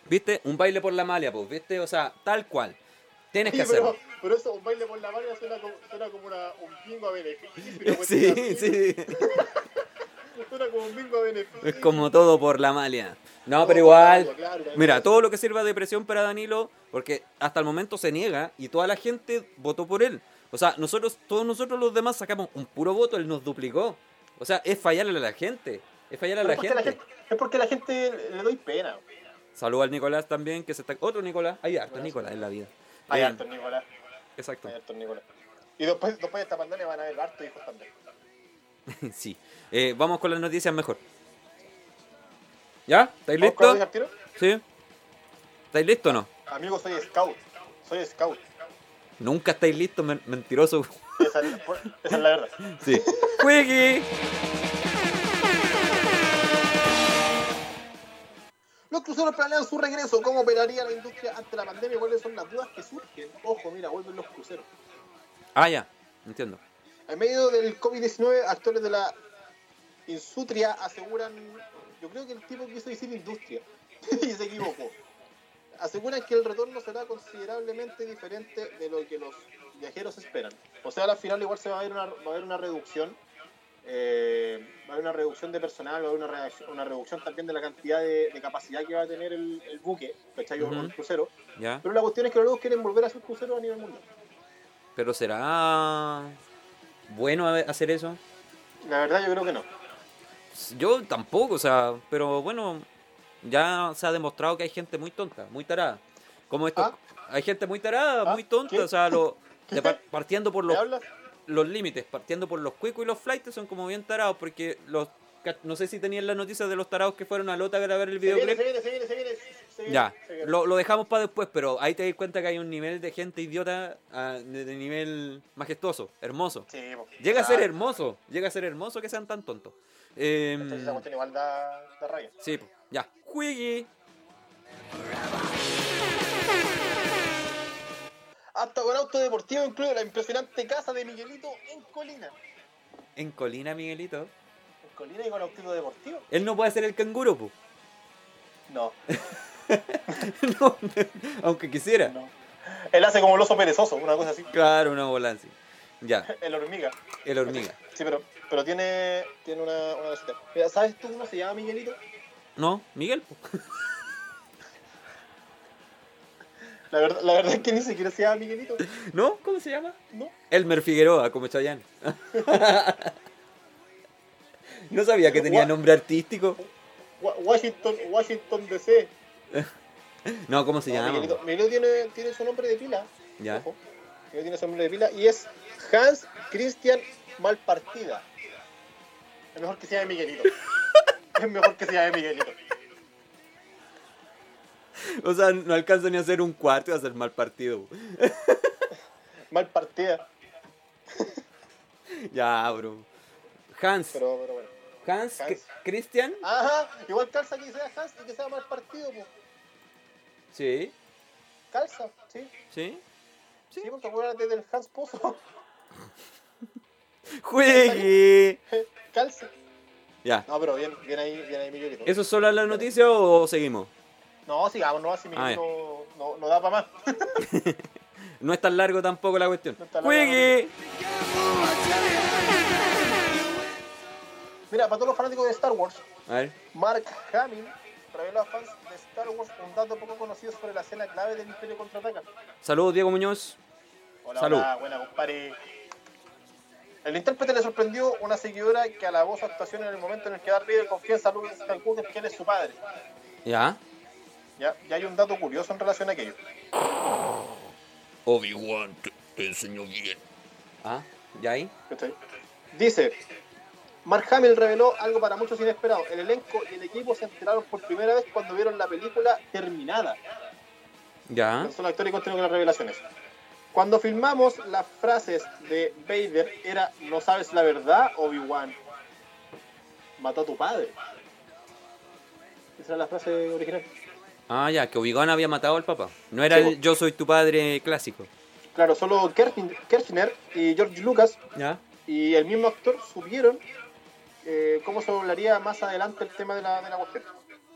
¿Viste? Un baile por la malia, pues, ¿viste? O sea, tal cual. Tienes que Sí, pero, hacerlo. pero eso, un baile por la mano suena como, suena como una, un bingo a beneficio. una cuestión Sí, así, sí. Suena como un bingo a beneficio. Es como todo por la malia. No, Todo pero por la malia, igual. claro, claro. Mira, todo lo que sirva de presión para Danilo, porque hasta el momento se niega y toda la gente votó por él. O sea, nosotros, todos nosotros los demás sacamos un puro voto, él nos duplicó. O sea, es fallarle a la gente. Es fallarle a Pero la es porque gente. la gente. Es porque la gente le doy pena. Saludo al Nicolás también, que se está. Otro Nicolás. Hay harto Nicolás en la vida. Hay Eh, hartos Nicolás. Exacto. Hay hartos Nicolás. Y después, después de esta pandemia van a haber hartos hijos también. Sí. Eh, vamos con las noticias mejor. ¿Ya? ¿Estáis ¿Vamos con la listos? noticia al tiro? ¿Sí? ¿Estáis listos o no? Amigo, soy scout. Soy scout. Nunca estáis listos, men- mentiroso. Esa es, la- por- esa es la verdad. Sí. ¡Wiki! Los cruceros planean su regreso. ¿Cómo operaría la industria ante la pandemia? ¿Cuáles son las dudas que surgen? Ojo, mira, vuelven los cruceros. Ah, ya. Entiendo. En medio del COVID-19, actores de la Insutria aseguran, yo creo que el tipo quiso decir industria y se equivocó. Aseguran que el retorno será considerablemente diferente de lo que los viajeros esperan. O sea, al final igual se va a ver una, va a haber una reducción eh, eh, va a haber una reducción de personal, va a haber una, redac- una reducción también de la cantidad de, de capacidad que va a tener el, el buque, ¿cachai? O Ujú. el crucero. ¿Ya? Pero la cuestión es que los lobos quieren volver a sus cruceros a nivel mundial. Pero será bueno a- hacer eso. La verdad, yo creo que no. Yo tampoco, o sea, pero bueno, ya se ha demostrado que hay gente muy tonta, muy tarada. Como esto, ¿Ah? hay gente muy tarada, ¿Ah? muy tonta, ¿Qué? o sea, lo, de par- partiendo por ¿Me los, hablas? los límites, partiendo por los cuicos y los flights son como bien tarados, porque los ca- no sé si tenían las noticias de los tarados que fueron a Lota a grabar el Se viene, se videoclip. viene, se viene, se viene. se viene, Ya, se viene. lo, lo dejamos para después, pero ahí te das cuenta que hay un nivel de gente idiota ah, de, de nivel majestuoso, hermoso. Sí, po. Llega a ser Ah, hermoso, llega a ser hermoso que sean tan tontos. Eh, Entonces esa cuestión igual da, da rabia. Sí, po. ya. Juegui. Hasta con auto deportivo incluye la impresionante casa de Miguelito en Colina. En Colina, Miguelito. ¿En Colina y con auto deportivo? Él no puede ser el canguro, po. No, No, aunque quisiera. no. Él hace como el oso perezoso, una cosa así. Claro, una volancia. Ya, El hormiga. el hormiga. Sí, pero, pero tiene, tiene una, una cosita. Mira, ¿sabes tú cómo se llama Miguelito? No, Miguel, po. La verdad, la verdad es que ni siquiera se llama Miguelito. ¿No? ¿Cómo se llama? No, Elmer Figueroa, como Chayanne. No sabía que tenía nombre artístico. Wa- Washington, Washington DC. No, ¿cómo se No, llama? Miguelito, Miguelito tiene, tiene su nombre de pila. Ya. Ojo. Miguelito tiene su nombre de pila y es Hans Christian Malpartida. Es mejor que se llame Miguelito. es mejor que se llame Miguelito. O sea, no alcanza ni a hacer un cuarto y a hacer mal partido. po. Malpartida. Ya, bro. Hans. Pero, pero bueno. Hans. Hans. Ah. Cristian. Ajá, igual calza que sea Hans y que sea Malpartido, pues. Sí, Calza, sí. sí. Sí, porque acuérdate del Hans Pozo. Juegui. Calza. Ya. No, pero bien, bien ahí, bien ahí Miguelito. ¿Eso es solo la noticia o seguimos? No, sigamos, no, así Ah, ya. Miguelito no, no da para más. No es tan largo tampoco la cuestión. No es tan largo, ¡Juegue! Mira, para todos los fanáticos de Star Wars, A ver. Mark Hamill reveló a fans de Star Wars un dato poco conocido sobre la escena clave del Imperio Contraataca. Saludos, Diego Muñoz. Hola, Salud. hola, buena, compadre. El intérprete le sorprendió una seguidora que alabó su actuación en el momento en el que Darth Vader confiesa a Luke Skywalker que él es su padre. ¿Ya? Ya, y hay un dato curioso en relación a aquello. Obi-Wan te, te enseñó bien. Ah, ¿ya ahí? ¿Cachai? Dice, Mark Hamill reveló algo para muchos inesperado. El elenco y el equipo se enteraron por primera vez cuando vieron la película terminada. ¿Ya? Tan solo actor y contenido que las revelaciones. Cuando filmamos las frases de Vader era no sabes la verdad, Obi-Wan. Mató a tu padre. Esa era la frase original. Ah, ya, que Obi-Wan había matado al papá. No era Sí, el po. yo soy tu padre clásico. Claro, solo Kirchner Kirchner y George Lucas ¿Ya? y el mismo actor supieron eh, cómo se hablaría más adelante el tema de la, de la cuestión.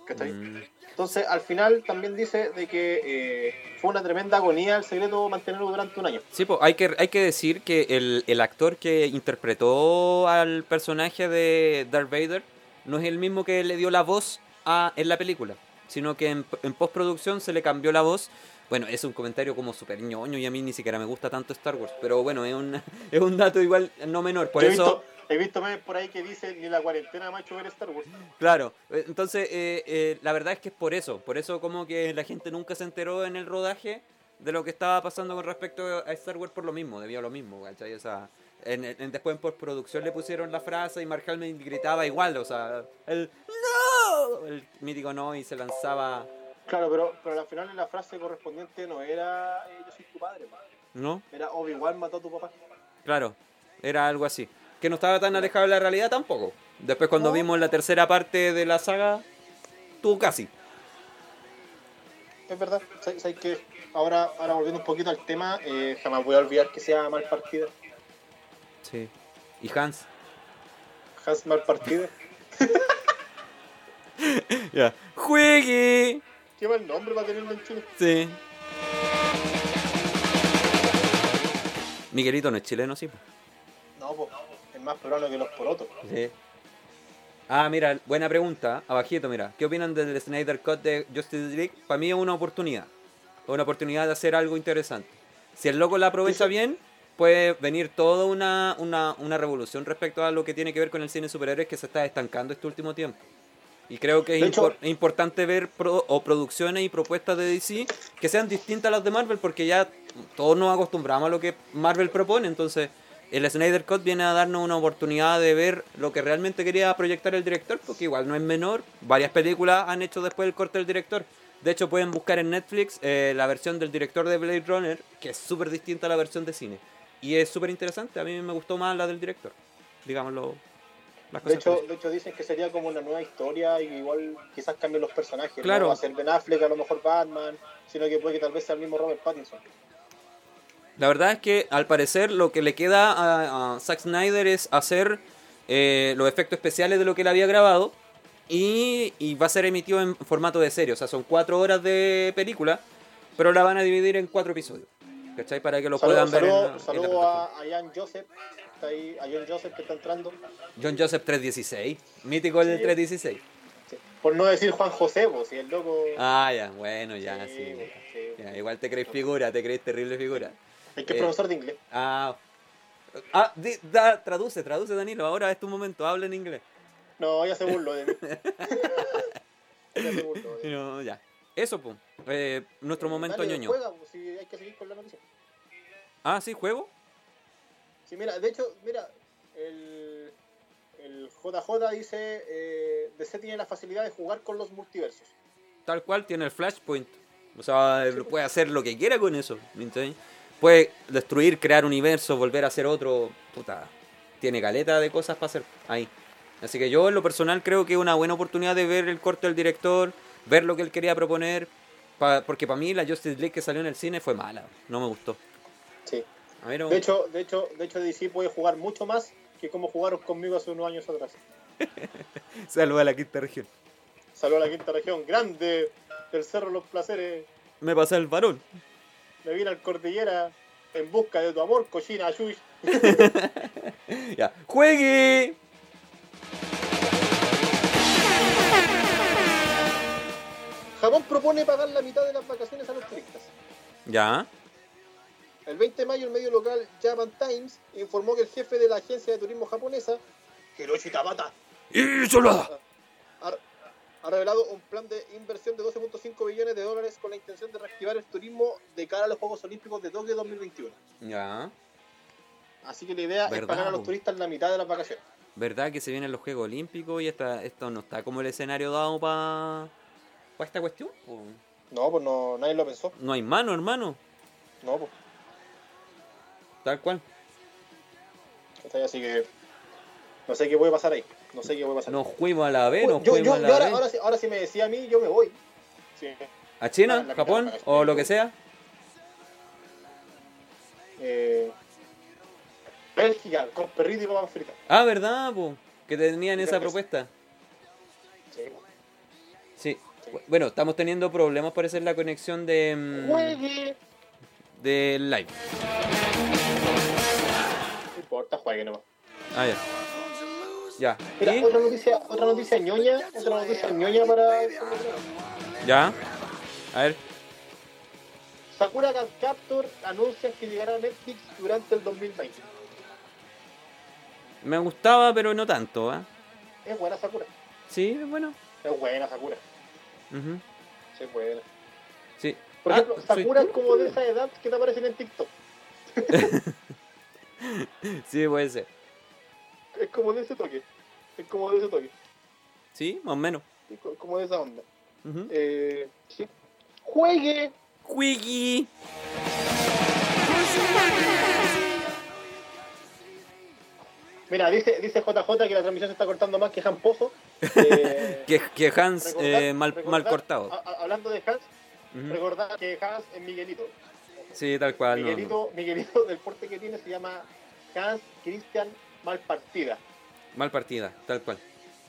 ¿Cachai? Mm, Entonces, al final también dice de que eh, fue una tremenda agonía el secreto mantenerlo durante un año. Sí, pues hay que, hay que decir que el, el actor que interpretó al personaje de Darth Vader no es el mismo que le dio la voz a, en la película, sino que en, en postproducción se le cambió la voz. Bueno, es un comentario como súper ñoño y a mí ni siquiera me gusta tanto Star Wars, pero bueno, es un, es un dato igual no menor. Por Yo he eso, visto- he visto memes por ahí que dicen ni la cuarentena me ha hecho ver Star Wars. Claro, eh, entonces eh, eh, la verdad es que es por eso, por eso como que la gente nunca se enteró en el rodaje de lo que estaba pasando con respecto a Star Wars por lo mismo, debido a lo mismo, ¿cachai? O sea, en, en- después en postproducción le pusieron la frase y Mark Hamill gritaba igual, o sea, el ¡No! El mítico no y se lanzaba, Claro, pero, pero al final en la frase correspondiente no era eh, yo soy tu padre, pa. ¿no? era Obi-Wan mató a tu papá. Claro, era algo así. Que no estaba tan alejado de la realidad tampoco. Después cuando vimos la tercera parte de la saga, tuvo casi. Es verdad, sabes sabes que ahora, ahora volviendo un poquito al tema, eh, jamás voy a olvidar que sea mal partido. Sí. Y Hans. Hans mal partido. Ya. ¡Juegue! Qué mal nombre va a tener en Chile. Sí. Miguelito no es chileno, sí. po. No, pues, es más peruano que los porotos. Sí. Ah, mira, buena pregunta. Abajito, mira. ¿Qué opinan del Snyder Cut de Justice League? Para mí es una oportunidad. Una oportunidad de hacer algo interesante. Si el loco la aprovecha Sí, sí. bien, puede venir toda una, una, una revolución respecto a lo que tiene que ver con el cine de superhéroes que se está estancando este último tiempo. Y creo que es De hecho- impor- importante ver pro- o producciones y propuestas de DC que sean distintas a las de Marvel, porque ya todos nos acostumbramos a lo que Marvel propone. Entonces, el Snyder Cut viene a darnos una oportunidad de ver lo que realmente quería proyectar el director, porque igual no es menor. Varias películas han hecho después el corte del director. De hecho, pueden buscar en Netflix eh, la versión del director de Blade Runner, que es súper distinta a la versión de cine. Y es súper interesante. A mí me gustó más la del director. Digámoslo. Las De cosas como hecho, son. de hecho dicen que sería como una nueva historia y igual quizás cambien los personajes. ¿no? Claro. No va a ser Ben Affleck, a lo mejor Batman, sino que puede que tal vez sea el mismo Robert Pattinson. La verdad es que al parecer lo que le queda a, a Zack Snyder es hacer eh, los efectos especiales de lo que él había grabado y, y va a ser emitido en formato de serie. O sea, son cuatro horas de película, pero la van a dividir en cuatro episodios. ¿Cachai? Para que lo Saludos puedan ver. en la- saludo, en la saludo plataforma. a, a Ian Joseph, está ahí, a John Joseph que está entrando. John Joseph 316. Mítico el Sí. 316. Sí. Por no decir Juan José, vos, si el loco... Ah, ya, bueno, ya, Sí, sí. sí. Ya, igual te crees figura, te crees terrible figura. Es que es eh. profesor de inglés. Ah, ah di- da- traduce, traduce, Danilo. Ahora es tu momento, habla en inglés. No, ya se burló de mí. ya se burló de mí. No, ya. Eso, pues. nuestro momento Dale, ñoño. Juega, vos, si hay que seguir con la noticia. Ah, sí, juego. Sí, mira, de hecho, mira, el, el JJ dice, eh, DC tiene la facilidad de jugar con los multiversos. Tal cual tiene el Flashpoint. O sea, él puede hacer lo que quiera con eso. ¿me entendés? Puede destruir, crear universo, volver a hacer otro. Puta. Tiene galeta de cosas para hacer ahí. Así que yo, en lo personal, creo que es una buena oportunidad de ver el corte del director, ver lo que él quería proponer. pa- porque para mí, la Justice League que salió en el cine fue mala. No me gustó. Sí. A mí no- De hecho, de hecho, de hecho DC puede jugar mucho más que como jugaron conmigo hace unos años atrás. Saluda a la quinta región. Saludos a la quinta región, grande, del Cerro Los Placeres, Me pasa el varón. me vine al Cordillera en busca de tu amor, cochina, yuy. Ya. ¡Juegue! Japón propone pagar la mitad de las vacaciones a los turistas. Ya. El 20 de mayo el medio local Japan Times informó que el jefe de la agencia de turismo japonesa, Hiroshi Tabata, ¡Y sola! ha, ha revelado un plan de inversión de 12.5 billones de dólares con la intención de reactivar el turismo de cara a los Juegos Olímpicos de Tokio 2021. Ya. Así que la idea es ¿Verdad, pagar a po? los turistas la mitad de las vacaciones. ¿Verdad que se vienen los Juegos Olímpicos y esta, esto no está como el escenario dado para esta cuestión? po? No, pues no, nadie lo pensó. No hay mano, hermano. No, pues. Tal cual. ¿cachai? Así que no sé qué puede pasar ahí. No sé qué puede pasar. Nos fuimos a la B, Uy, nos yo, fuimos yo- a la yo ahora, B. ahora, si- ahora si me decía a mí, yo me voy. Sí. ¿A Ah, China, la mitad Japón para o este lo que sea? Eh, Bélgica, con perrito y papas fritas. Ah, ¿verdad? po? Que tenían Creo esa que sí. propuesta. Sí. Sí. Bueno, estamos teniendo problemas, parece, en la conexión de... mm, Juegue. de live. No importa, juegue nomás. Ah, ya. Ya. Mira, ¿Y? otra noticia, otra noticia ñoña, otra noticia ñoña para Ya. A ver. Sakura Card Captor anuncia que llegará a Netflix durante el 2020. Me gustaba, pero no tanto, ¿ah? Es buena Sakura, Sí, es bueno. es buena Sakura, Ujú. sí es buena. Sí. Por Ah, ejemplo, sí. Sakura es como de esa edad que te aparecen en TikTok. Sí, puede ser. Es como de ese toque. Es como de ese toque. Sí, más o menos. Es co- como de esa onda. Ujú. Eh, sí. Juegue. Wiki. Mira, dice, dice JJ que la transmisión se está cortando más que Jampozo. Eh, Que, que Hans recordar- eh, mal, recordar- mal cortado. a- a- hablando de Hans, Ujú. recordad que Hans es Miguelito. Sí, tal cual. no, no. Miguelito, Miguelito del porte que tiene se llama Hans Christian Malpartida. Mal partida, tal cual.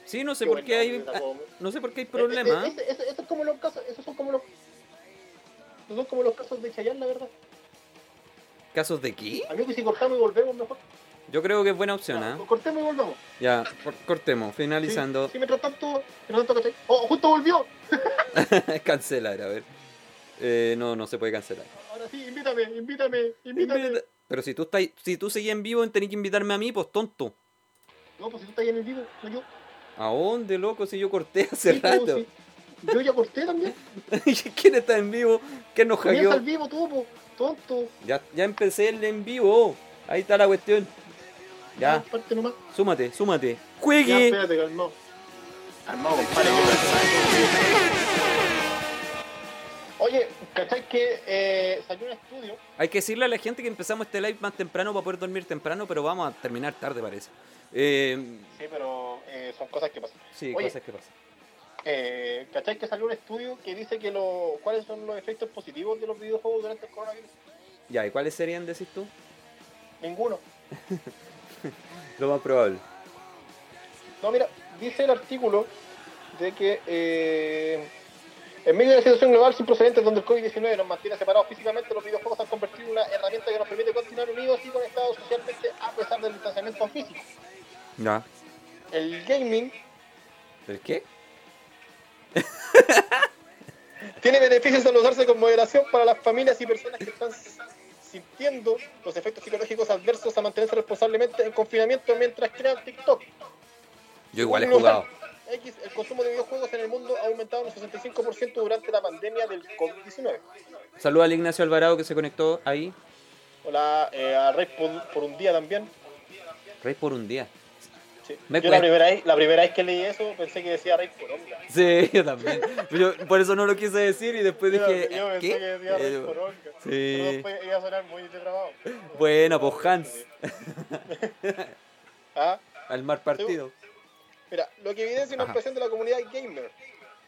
Sí, no sé Qué por buen qué hay nombre, Eh, tampoco. no sé por qué hay problemas. Ese- ese- esos como los casos, esos son como los esos son como los casos de Chayanne, la verdad. ¿Casos de qué? Amigo, que si cortamos y volvemos mejor. Yo creo que es buena opción, ¿ah? Cortemos y volvamos. Ya, cor- cortemos, Sí, finalizando. sí, mientras tanto, mientras tanto, ¿cachai? ¡Oh, justo volvió! cancelar, a ver. Eh, no, no se puede cancelar. Ahora sí, invítame, invítame, invítame. Invita- Pero si tú estás, si tú seguís en vivo, tenés que invitarme a mí, pues tonto. No, pues si tú estás ahí en el vivo, soy yo. ¿A dónde, loco? Si yo corté hace Sí, pues, rato. sí. Yo ya corté también. ¿Quién está en vivo? ¿Quién nos Comienza el hackeó? vivo tú, po, tonto. Ya, ya empecé el en vivo. Ahí está la cuestión. Ya, Parte nomás. súmate, súmate. Ya, ¡Juegue! espérate, calmado. Calmado, compadre. Oye, ¿cachai que eh, salió un estudio? Hay que decirle a la gente que empezamos este live más temprano para poder dormir temprano, pero vamos a terminar tarde, parece. Eh, Sí, pero eh, son cosas que pasan. sí, Oye. cosas que pasan. Eh, ¿Cachai que salió un estudio que dice que lo, cuáles son los efectos positivos de los videojuegos durante el coronavirus? Ya, ¿y cuáles serían, decís tú? Ninguno. Lo más probable. No, mira, dice el artículo de que eh, en medio de una situación global sin precedentes donde el COVID-19 nos mantiene separados físicamente, los videojuegos se han convertido en una herramienta que nos permite continuar unidos y conectados socialmente a pesar del distanciamiento físico. Ya. El gaming ¿El qué? tiene beneficios al usarse con moderación para las familias y personas que están sintiendo los efectos psicológicos adversos a mantenerse responsablemente en confinamiento mientras crean TikTok. Yo igual he Según jugado. Eurostat X, el consumo de videojuegos en el mundo ha aumentado un 65% durante la pandemia del COVID-19. Saluda al Ignacio Alvarado que se conectó ahí. Hola, eh, a Rey por, por un día también. Rey por un día. Sí. Me Yo la cuesta. primera, vez, la primera vez que leí eso pensé que decía Rey Poronga. Sí, yo también. Yo por eso no lo quise decir y después Yo, dije. yo pensé ¿qué? que decía Rey Eh, Poronga. sí. Pero después iba a sonar muy de trabajo. Buena, pues Hans, Ah, al mal partido. mira, lo que evidencia una Ajá. expresión de la comunidad gamer.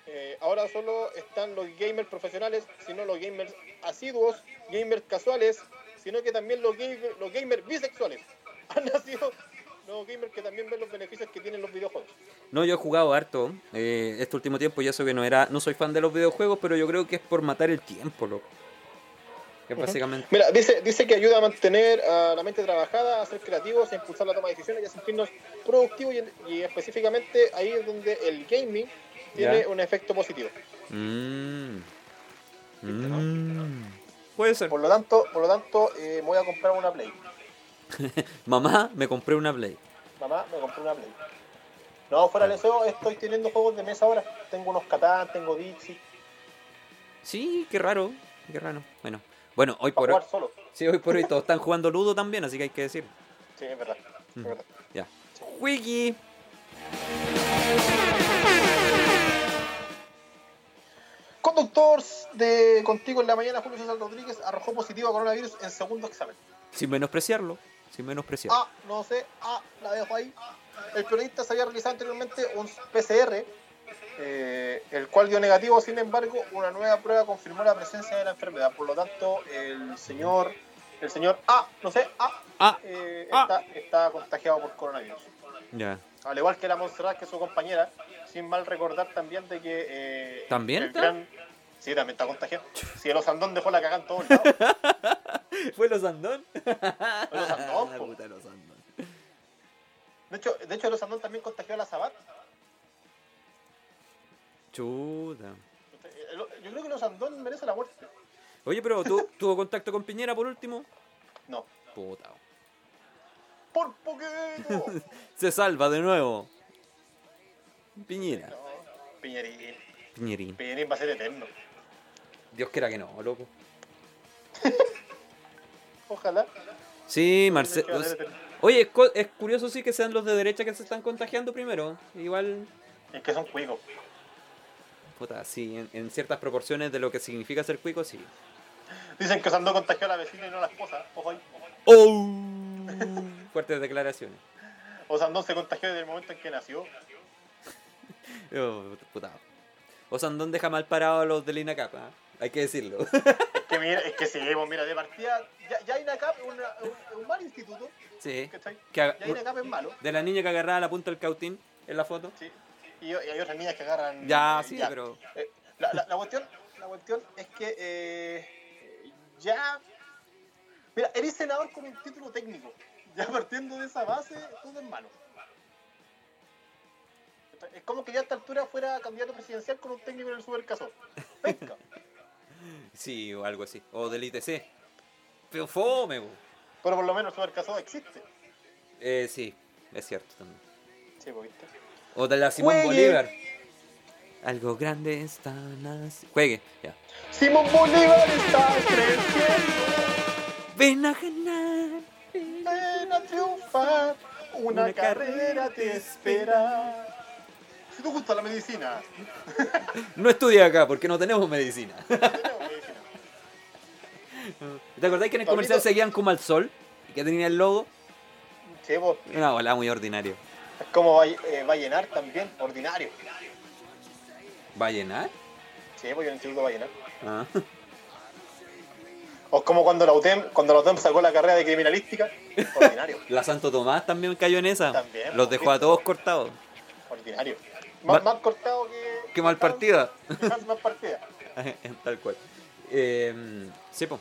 Eh, ahora solo están los gamers profesionales, sino los gamers asiduos, gamers casuales, sino que también los, gamer- los gamers bisexuales. Han nacido nuevos gamers que también ven los beneficios que tienen los videojuegos. No, yo he jugado harto. eh, este último tiempo ya sé que no era. No soy fan de los videojuegos, pero yo creo que es por matar el tiempo, loco. Que básicamente. Mira, dice, dice que ayuda a mantener a la mente trabajada, a ser creativos, a impulsar la toma de decisiones y a sentirnos productivos y, en- y específicamente ahí es donde el gaming tiene Ya. un efecto positivo. Mmm. Mmm. Puede ser. Por lo tanto, por lo tanto eh, me voy a comprar una Play. Mamá, me compré una Play. Mamá, me compré una Play. No, fuera de eso, estoy teniendo juegos de mesa ahora. Tengo unos Catán, tengo Dixie, Sí, qué raro. Qué raro. Bueno. Bueno, hoy para por e- hoy. jugar solo. Sí, hoy por hoy todos están jugando Ludo también, así que hay que decir. Sí, es verdad. Mm. es verdad. Ya. Wiki. Conductor de Contigo en la Mañana, Julio César Rodríguez, arrojó positivo a coronavirus en segundo examen. Sin menospreciarlo. Sin menospreciarlo. Ah, no sé, ah, la dejo ahí. El periodista se había realizado anteriormente un PCR, eh, el cual dio negativo, sin embargo, una nueva prueba confirmó la presencia de la enfermedad. Por lo tanto, el señor, el señor A, no sé, A, Ah. eh, Ah. Está, está contagiado por coronavirus. Ya. Al igual que la Montserrat, que es su compañera, sin mal recordar también de que... eh, ¿También el está? gran- Sí, también está contagiado. Si el Osandón dejó la cagada en todos lados. ¿Fue los Andón? Los Andón, Ah, po. puta, los Andón. De hecho, de hecho el Osandón también contagió a la Sabat. Chuta. El- Yo creo que los Andón merece la muerte. Oye, pero tú tuvo contacto con Piñera por último. No. Puta. bo. Por poquito. Se salva de nuevo. Piñera. No, Piñerín. Piñerín. Piñerín va a ser eterno. Dios quiera que no, loco. Ojalá. Sí, que va Marcelo. a ser eterno. Oye, es, co- es curioso sí que sean los de derecha que se están contagiando primero. Igual, Es que son cuicos. puta, sí, en, en ciertas proporciones de lo que significa ser cuico, sí. Dicen que Osandón contagió a la vecina y no a la esposa. Ojo ahí. ¡Oh! Fuertes declaraciones. Osandón se contagió desde el momento en que nació. Oh, puta. Osandón deja mal parado a los de Lina Capa, hay que decirlo. Es que, mira, es que sí, pues, mira, de partida. Ya, ya INACAP es una- es un- es un mal instituto. sí. ¿Cachai? Que haga- Ya INACAP es malo. de la niña que agarraba la punta del cautín en la foto. Sí. Y, y hay otras niñas que agarran. Ya, eh, sí, pero- Eh, la, la- la cuestión, la cuestión es que eh, ya. Mira, eres senador con un título técnico. Ya partiendo de esa base, todo es malo. Es como que ya a esta altura fuera candidato presidencial con un técnico en el supercaso. Pesca. Sí, o algo así. O del ITC. Pero fome, po. Pero por lo menos el supercaso existe. Eh, sí, es cierto también. Sí, pues, ¿viste? O de la Simón Juegue. Bolívar. Algo grande está naciendo. Juegue, ya. Simón Bolívar está creciendo. Ven a ganar. Ven a triunfar. Una, Una carrera carrera te te espera. Si te gusta la medicina, No estudia acá porque no tenemos medicina. tenemos medicina. ¿Te acordás que en el comercial Pablito. seguían como al sol? Y que tenía el logo. Sí, pues, Una bola muy ordinaria. es como va- eh, Vallenar también, ordinario. ¿Va a llenar? Sí, pues yo no entiendo Vallenar. Ah. O es como cuando la UTEM, cuando la UTEM sacó la carrera de criminalística, ordinario, La Santo Tomás también cayó en esa. También, Los dejó a todos cortados. ordinario. Más, Ma- más cortado que. Qué mal partida. Más, más partida. Tal cual. Eh, sí, po.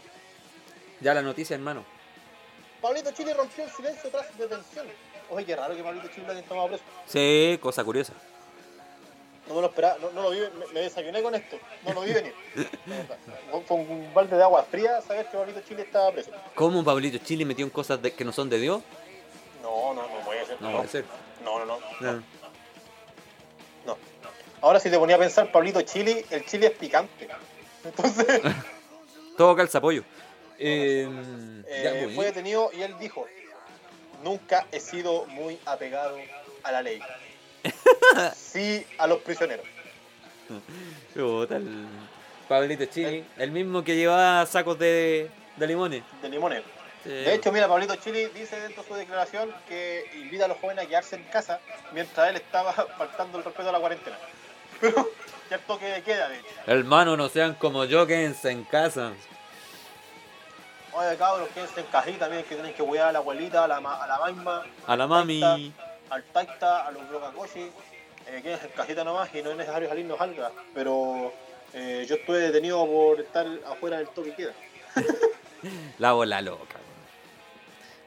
Ya la noticia, hermano. Pablito Chile rompió el silencio tras detención. Oye, qué raro que Pablito Chile lo hayan tomado preso. Sí, cosa curiosa. No me lo esperaba, no, no lo vi, me, me desayuné con esto, no lo vi venir. La verdad. Fue- Fue un balde de agua fría saber que Pablito Chile estaba preso. ¿Cómo Pablito Chile metió en cosas de- que no son de Dios? No, no, no puede ser. No puede ser. No, no, no. No. no. Ahora si te ponía a pensar, Pablito Chile, el chile es picante. Entonces, Todo calza pollo. Eh, ya, eh, pues, fue detenido y él dijo, nunca he sido muy apegado a la ley. Sí a los prisioneros. puta, el Pablito Chile, el mismo que llevaba sacos de, de limones. De limones. Sí. De hecho, mira, Pablito Chile dice dentro de su declaración que invita a los jóvenes a quedarse en casa mientras él estaba faltando el respeto a la cuarentena. Pero ya el toque de queda, de hecho. hermano, no sean como yo, quédense en casa. Oye, cabros, quédense en cajita, miren que tienen que cuidar a la abuelita, a la, ma- a la maima, A la mami. al taita, a los brocacoshi. Eh, quédense en cajita nomás y no es necesario salirnos alga. Pero eh, yo estuve detenido por estar afuera del toque de queda. La bola loca.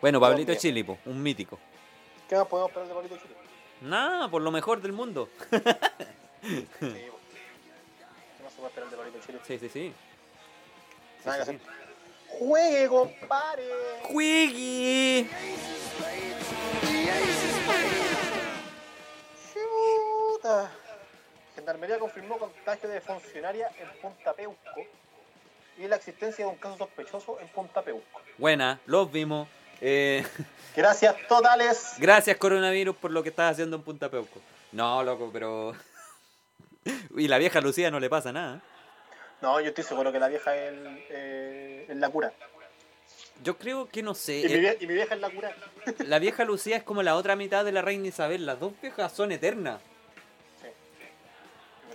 Bueno, Pablito Dios Chile, po, un mítico. ¿Qué más podemos esperar de Pablito Chile? Nada, por lo mejor del mundo. Sí, po. ¿Qué más se puede esperar de Pablito Chile? Hmm. Sí, sí, sí. Nada que sí, hacer. Juegue, compadre. ¡Juegue! Chuta. Gendarmería confirmó contagio de funcionaria en Punta Peuco y la existencia de un caso sospechoso en Punta Peuco. Buena, los vimos. Eh, Gracias totales. gracias, coronavirus, por lo que estás haciendo en Punta Peuco. No, loco, pero. y la vieja Lucía no le pasa nada. No, yo estoy seguro que la vieja es, el, eh, es la cura. Yo creo que no sé. Y mi, eh, vie- y mi vieja es la cura. la vieja Lucía es como la otra mitad de la reina Isabel. Las dos viejas son eternas. Sí.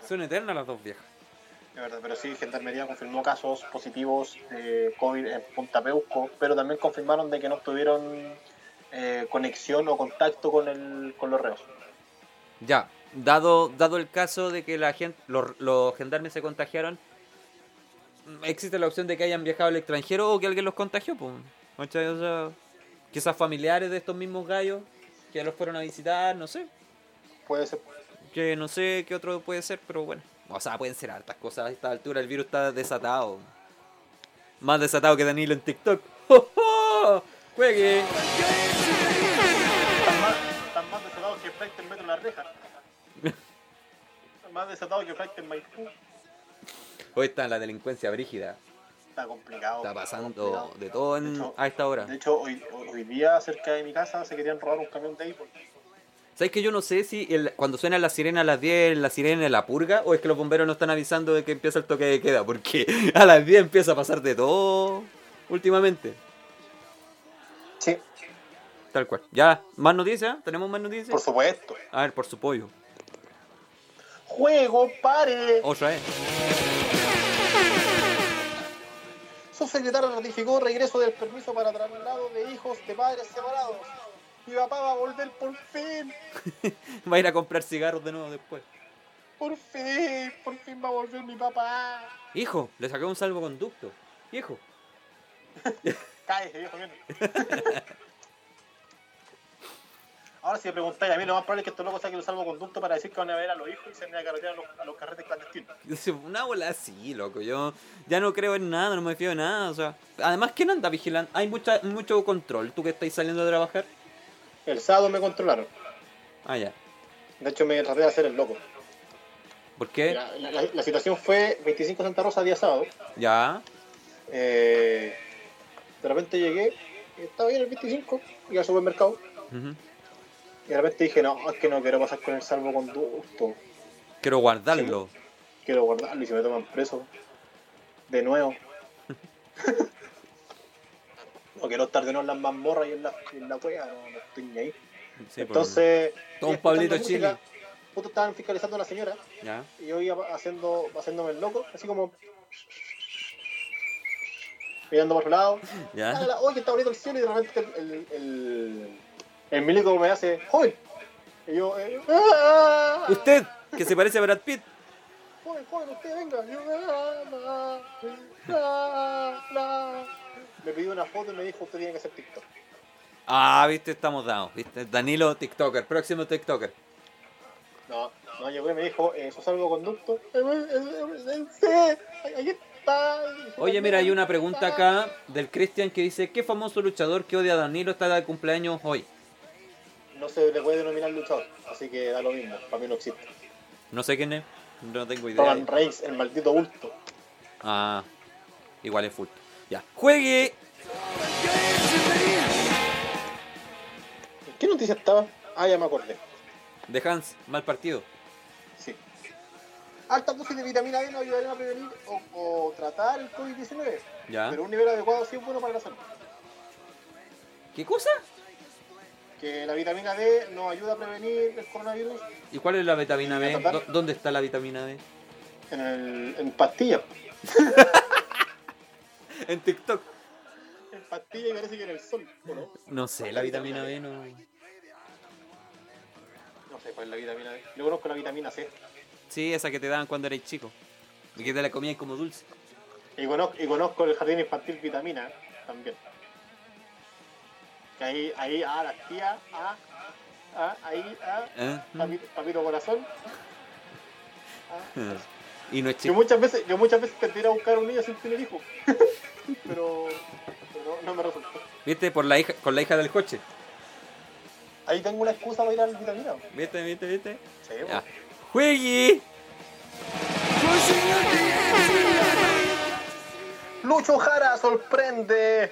Son eternas las dos viejas. De verdad, pero sí, Gendarmería confirmó casos positivos de COVID en Punta Peuco, pero también confirmaron de que no tuvieron eh, conexión o contacto con, el, con los reos. Ya, dado, dado el caso de que la gente, los, los gendarmes se contagiaron, existe la opción de que hayan viajado al extranjero o que alguien los contagió, pues. ¿cachai? O sea, quizás familiares de estos mismos gallos que los fueron a visitar, no sé. Puede ser. Que no sé qué otro puede ser, pero bueno. O sea, pueden ser hartas cosas a esta altura. El virus está desatado. Más desatado que Danilo en TikTok. ¡Jo, jo! ¡Juegue! Están más, están más desatados que Flight en Metro La Reja. Están más desatados que Flight en Maipú. Hoy está la delincuencia brígida. Está complicado. Está complicado. pasando de todo en- De hecho- a esta hora. De hecho, hoy, hoy- hoy día cerca de mi casa se querían robar un camión de Apple. ¿Sabes que yo no sé si el- cuando suena la sirena a las 10, la sirena es la purga, o es que los bomberos no están avisando de que empieza el toque de queda? Porque a las 10 empieza a pasar de todo últimamente. Sí, Tal cual. Ya, más noticias, ¿eh? tenemos más noticias. por supuesto. a ver, por su pollo. Juego, pare. Otra vez. Su secretario ratificó regreso del permiso para traslado de hijos de padres separados. Mi papá va a volver por fin. Va a ir a comprar cigarros de nuevo después. Por fin. Por fin va a volver mi papá. Hijo, le saqué un salvoconducto. Hijo. Cállese, viejo. mierda. Ahora, si me preguntáis a mí, lo más probable es que estos locos saquen un salvoconducto para decir que van a ver a los hijos y se van a carretear a los, a los carretes clandestinos. Dice, Una bola así, loco. Yo ya no creo en nada, no me fío de nada. O sea, además, ¿quién anda vigilando? Hay mucha, mucho control. ¿Tú que estáis saliendo a trabajar? El sábado me controlaron. Ah, ya. De hecho, me traté de hacer el loco. ¿Por qué? La, la- la- la situación fue 25 Santa Rosa, día sábado. Ya. Eh, de repente llegué, y estaba bien el 25, iba al supermercado. Ujú. Y de repente dije, no, es que no quiero pasar con el salvoconducto. Quiero guardarlo. Quiero guardarlo y si me toman preso. De nuevo. no quiero estar de nuevo en las mazmorras y en la, y en la cueva, no, no estoy ni ahí. Sí, pues, por- Entonces. Don escuchando Pablito música, Justo estaban fiscalizando a la señora Ya. y yo iba haciendo, haciéndome el loco, así como. Mirando por otro lado. Ah, Ya. la- Oye, está bonito el cielo y de repente el, el, el, el milico me hace. ¡Joven! Y yo. eh, ¡ah! Usted, que se parece a Brad Pitt. Joven, joven, usted venga. Y yo, "Ah, la, la, la". Me pidió una foto y me dijo, usted tiene que hacer TikTok. Ah, viste, estamos dados. ¿viste? Danilo, TikToker. Próximo TikToker. No, no llegó y me dijo, eh, sos salvoconducto. Eh, eh, eh, eh, eh, Ahí está. Oye, mira, hay una pregunta acá del Christian que dice: ¿Qué famoso luchador que odia a Danilo está de cumpleaños hoy? No se le puede denominar luchador, así que da lo mismo, para mí no existe. No sé quién es. No tengo idea. Roman Reigns, el maldito bulto. Ah, igual es full. Ya. Juegue. ¿En ¿Qué noticia estaba? Ah, ya me acordé. De Hans, mal partido. Sí. Alta dosis de vitamina D nos ayudarán a prevenir o, o tratar el COVID-19, Ya. pero un nivel adecuado sí es bueno para la salud. ¿Qué cosa? Que la vitamina D nos ayuda a prevenir el coronavirus ¿Y cuál es la vitamina B? Total. ¿Dó- ¿Dónde está la vitamina D? en, el, en pastillas. En TikTok. En pastillas y parece que en el sol, ¿o ¿no? No sé, la vitamina B no. No sé cuál es la vitamina D. Yo conozco la vitamina C. Sí, esa que te daban cuando eres chico. Y que te la comías como dulce. Y conozco, y conozco el jardín infantil vitamina también. Que ahí, ahí, ah, las tías, ah, ah, ahí, ah, ¿Eh? papito, papito corazón. Ah. Y no es Yo chico. muchas veces, yo muchas veces tendría a buscar un niño sin tener hijo. pero pero no, no me resultó. ¿Viste? Por la hija, con la hija del coche. Ahí tengo una excusa para ir al vitamina. ¿Viste, viste, viste? Sí, pues. Ya. ¡Juegue! Lucho Jara sorprende.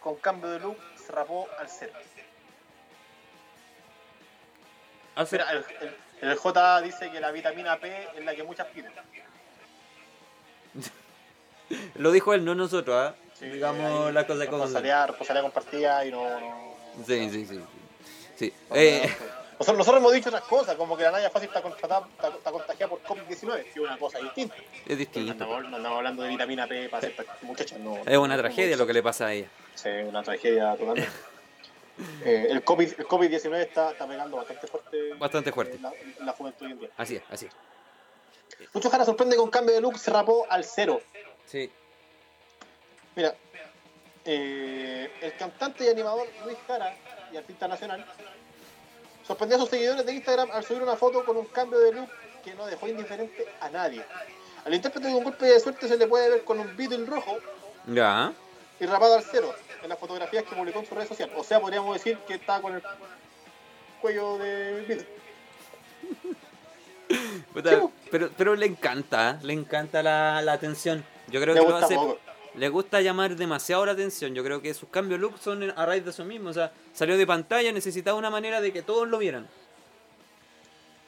Con cambio de look, se rapó al cero. Hace- Mira, el, el- el J dice que la vitamina P es la que muchas piden. Lo dijo él, no nosotros, ¿ah? Sí, Digamos ahí la cosa como. son. Responsabilidad, responsabilidad compartida y no. no- Sí, sí, sí. sí. Sí. no- Eh, Nosotros, nosotros hemos dicho otras cosas, como que la Naya Fácil está, contratada, está, está contagiada por COVID-19, que es una cosa distinta. es No distinto. andamos, no andamos hablando de vitamina P para hacer muchachos, no. Es una tragedia lo que le pasa a ella. Sí, una tragedia totalmente. Eh, el COVID, el COVID-19 está, está pegando bastante fuerte. Bastante fuerte. en la, en la juventud hoy en día. Así es, así es. Lucho Jara sorprende con cambio de look, se rapó al cero. Sí. Mira, eh, el cantante y animador Luis Jara y artista nacional sorprendió a sus seguidores de Instagram al subir una foto con un cambio de look que no dejó indiferente a nadie. Al intérprete de un golpe de suerte se le puede ver con un Beatle rojo Ya. ¿ah? y rapado al cero en las fotografías que publicó en su red social. O sea, podríamos decir que está con el cuello de Beatle. Puta, Sí, pues. po. pero, pero le encanta, ¿eh? le encanta la, la atención. Yo creo Le que lo gusta hace. poco. Le gusta llamar demasiado la atención. Yo creo que sus cambios look son en- a raíz de eso mismo. O sea, salió de pantalla, necesitaba una manera de que todos lo vieran.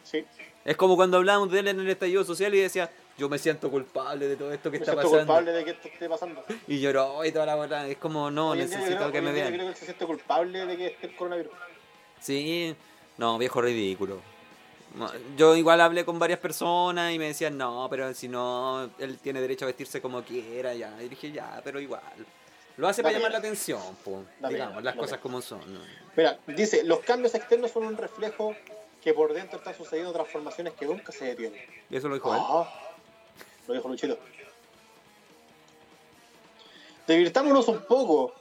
Sí. Es como cuando hablábamos de él en el estallido social y decía, yo me siento culpable de todo esto que Me está siento pasando. culpable de que esto esté pasando. Y lloró y toda la bola. Es como, no, Hoy en día yo necesito creo- que hoy me en día vean. Yo creo que él se siente culpable de que esté el coronavirus. Sí, no, viejo ridículo. No, Yo igual hablé con varias personas y me decían, no, pero si no, él tiene derecho a vestirse como quiera, ya. Y dije, ya, pero igual. Lo hace Da para llamar pena. la atención, po, Da digamos, pena, las da cosas pena. como son. ¿no? Mira, dice, los cambios externos son un reflejo que por dentro están sucediendo transformaciones que nunca se detienen. Y eso lo dijo él. Ajá. Lo dijo Luchito. Divirtámonos un poco.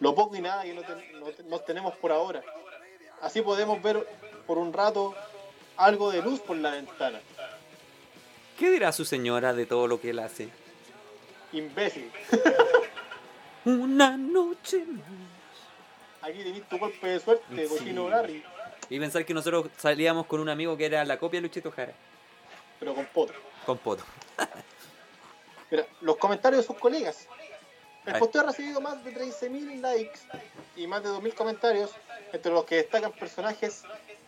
lo poco y nada que no ten- no te- nos tenemos por ahora. Así podemos ver por un rato algo de luz por la ventana. ¿Qué dirá su señora de todo lo que él hace? Imbécil. Una noche más. Aquí tenés tu golpe de suerte, Sí. cochino Larry, Y pensar que nosotros salíamos con un amigo que era la copia de Luchito Jara, pero con potro. con Poto. Mira, los comentarios de sus colegas. El Ay. posteo ha recibido más de 13.000 likes y más de 2.000 comentarios, entre los que destacan personajes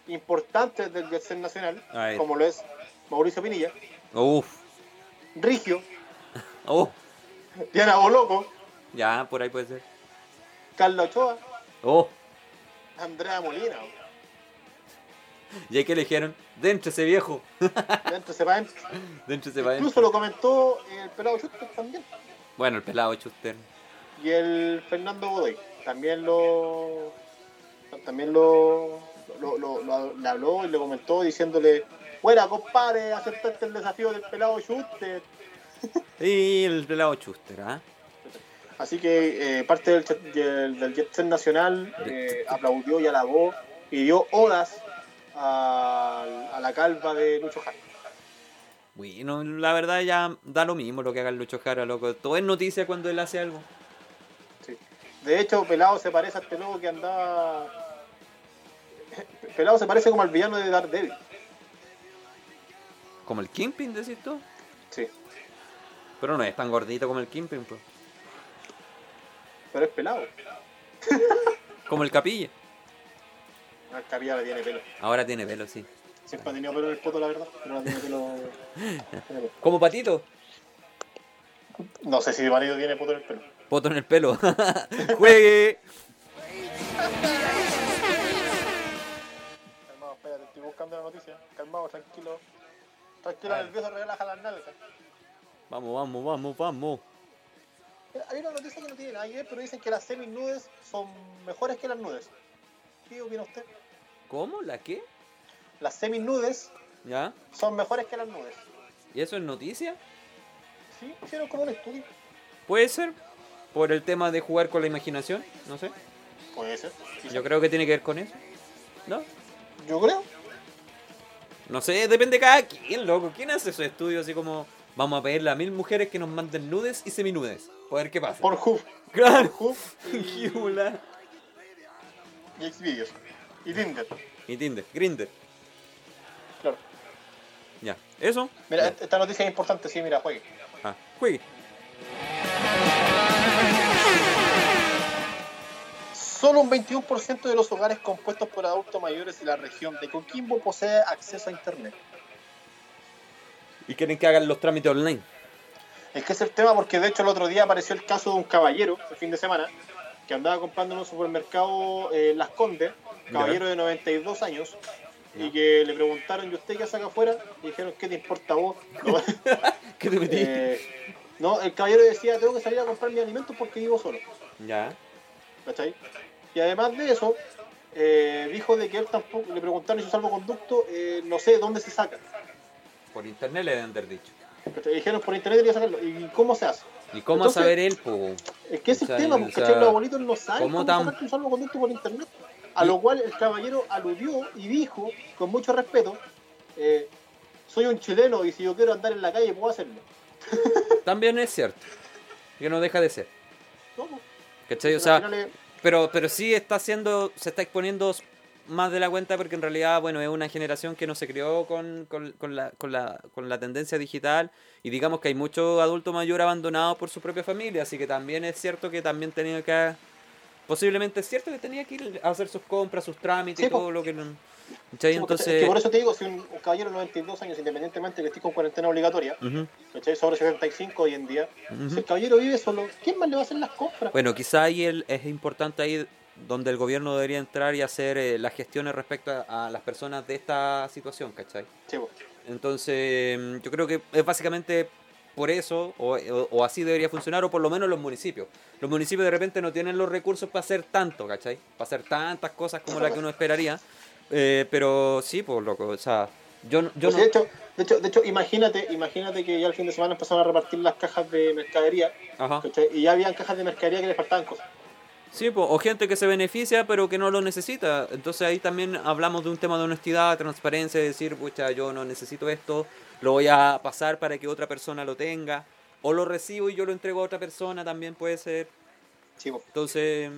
importantes del ser nacional, Ay. como lo es Mauricio Pinilla, Uf, Rigio, oh, Diana Boloco, ya, por ahí puede ser. Carla Ochoa, Oh, Andrea Molina. y ahí que le dijeron, déntrese viejo, Dentro se va déntrese para Incluso lo comentó el pelado Schuster también. Bueno, el pelado Chuster. Y el Fernando Godoy. También lo. También lo. lo- lo- lo- le habló y le comentó diciéndole: Buena, compadre, aceptaste el desafío del pelado Schuster. Y el pelado Chuster, ¿ah? Así que eh, parte del, chat- del, del Jet Set Nacional eh, aplaudió y alabó y dio odas al- a, la calva de Lucho Jara. Bueno, la verdad ya da lo mismo lo que haga el Lucho Jara, loco. Todo es noticia cuando él hace algo. Sí. De hecho, Pelado se parece a este loco que andaba. Pelado se parece como al villano de Daredevil. Como el Kingpin, decís tú. Sí, Pero no es tan gordito como el Kingpin, pues. pero es pelado. Como el Capilla. La cabilla le tiene pelo. Ahora tiene pelo, sí. Siempre ha tenido pelo en el poto, la verdad, pero no tiene pelo. Como Patito. No sé si mi marido tiene poto en el pelo. Poto en el pelo. Juegue. Calmado, espérate, estoy buscando la noticia. Calmado, tranquilo. Tranquilo, nervioso, relaja las nalgas. Vamos, vamos, vamos, vamos. Hay una noticia que no tiene nada que ver, pero dicen que las semi-nudes son mejores que las nudes. ¿Qué opina usted? ¿Cómo? ¿La qué? Las semi-nudes ¿Ya? son mejores que las nudes. ¿Y eso es noticia? Sí, hicieron como un estudio. Puede ser. Por el tema de jugar con la imaginación. No sé. Puede ser. Sí, Yo creo que tiene que ver con eso. ¿No? Yo creo. No sé, depende de cada quien, loco. ¿Quién hace esos estudios así como vamos a pedirle a mil mujeres que nos manden nudes y seminudes? A ver qué pasa. Por Hub. Claro. Hub Qué bola. y Xvideos. Y Tinder. y Tinder, Grinder. Claro. Ya. ¿Eso? Mira, este- Ya. esta esta noticia es importante, sí, mira, juegue. Ah, juegue. Solo un 21% de los hogares compuestos por adultos mayores de la región de Coquimbo posee acceso a Internet. Y quieren que hagan los trámites online. Es que ese es el tema porque de hecho el otro día apareció el caso de un caballero, el fin de semana, que andaba comprando en un supermercado eh, Las Condes, caballero de 92 años, y que le preguntaron, ¿y usted qué saca afuera? Y dijeron, ¿qué te importa a vos? No, ¿Qué te metí? eh, no, el caballero decía, tengo que salir a comprar mis alimentos porque vivo solo. Ya. ¿cachai? Y además de eso, eh, dijo de que él tampoco, le preguntaron si su salvoconducto, eh, no sé dónde se saca. Por internet le deben haber dicho. ¿cachai? Y Dijeron por internet quería sacarlo. ¿Y cómo se hace? ¿Y cómo Entonces- saber él, po? Es que ese O sea, tema, o porque sea, ¿cachai? los abuelitos no saben ¿cómo cómo, tan- sacar un salvoconducto por internet. A lo cual el caballero aludió y dijo, con mucho respeto, eh, soy un chileno y si yo quiero andar en la calle puedo hacerlo. También es cierto. Que no deja de ser. No, pues, ¿Cachai? O al sea, final es- pero, pero sí está haciendo, se está exponiendo más de la cuenta porque en realidad, bueno, es una generación que no se crió con, con, con la, con, la, con la tendencia digital y digamos que hay mucho adulto mayor abandonado por su propia familia, así que también es cierto que también tenía que, posiblemente es cierto que tenía que ir a hacer sus compras, sus trámites y Sí, po. todo lo que... no- ¿Cachai? sí, porque- Entonces... es que por eso te digo, si un, un caballero de 92 años, independientemente que esté con cuarentena obligatoria, Ujú. ¿cachai? Sobre 75 hoy en día. Ujú. Si el caballero vive solo, ¿quién más le va a hacer las compras? Bueno, quizá ahí el- es importante ahí donde el gobierno debería entrar y hacer eh, las gestiones respecto a, a las personas de esta situación, ¿cachai? Sí, po. Entonces, mm, yo creo que es básicamente por eso, o, o- o así debería funcionar, o por lo menos los municipios. Los municipios de repente no tienen los recursos para hacer tanto, ¿cachai? Para hacer tantas cosas como la que uno esperaría. Eh, pero sí, pues loco, o sea, yo, no- yo Pues, no... de, hecho, de, hecho, de hecho, imagínate, imagínate que ya el fin de semana empezaron a repartir las cajas de mercadería, Ajá, ¿cachai? Y ya habían cajas de mercadería que le faltaban cosas. Sí, po, o gente que se beneficia pero que no lo necesita. Entonces ahí también hablamos de un tema de honestidad, transparencia, de decir, pucha, yo no necesito esto, lo voy a pasar para que otra persona lo tenga. O lo recibo y yo lo entrego a otra persona, también puede ser. Sí, po. Entonces,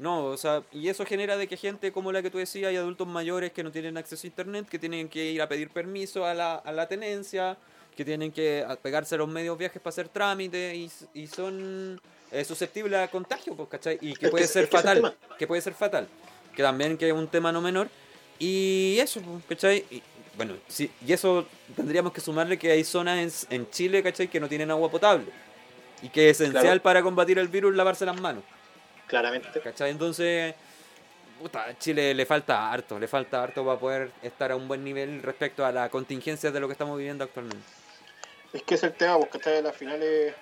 no, o sea, y eso genera de que gente como la que tú decías y adultos mayores que no tienen acceso a internet, que tienen que ir a pedir permiso a la, a la tenencia, que tienen que pegarse a los medios viajes para hacer trámites y, s- y son eh, susceptibles a contagio, pues, ¿cachai? Y que Es puede que- ser es que ese fatal, tema. que puede ser fatal, que también que es un tema no menor. Y eso, pues, ¿cachai? Y, bueno, sí, y eso tendríamos que sumarle que hay zonas en, en Chile, ¿cachai? Que no tienen agua potable y que es esencial Claro. para combatir el virus lavarse las manos. claramente. ¿Cachai? Entonces, puta, a Chile le falta harto, le falta harto para poder estar a un buen nivel respecto a la contingencia de lo que estamos viviendo actualmente. Es que es el tema, porque hasta las finales eh,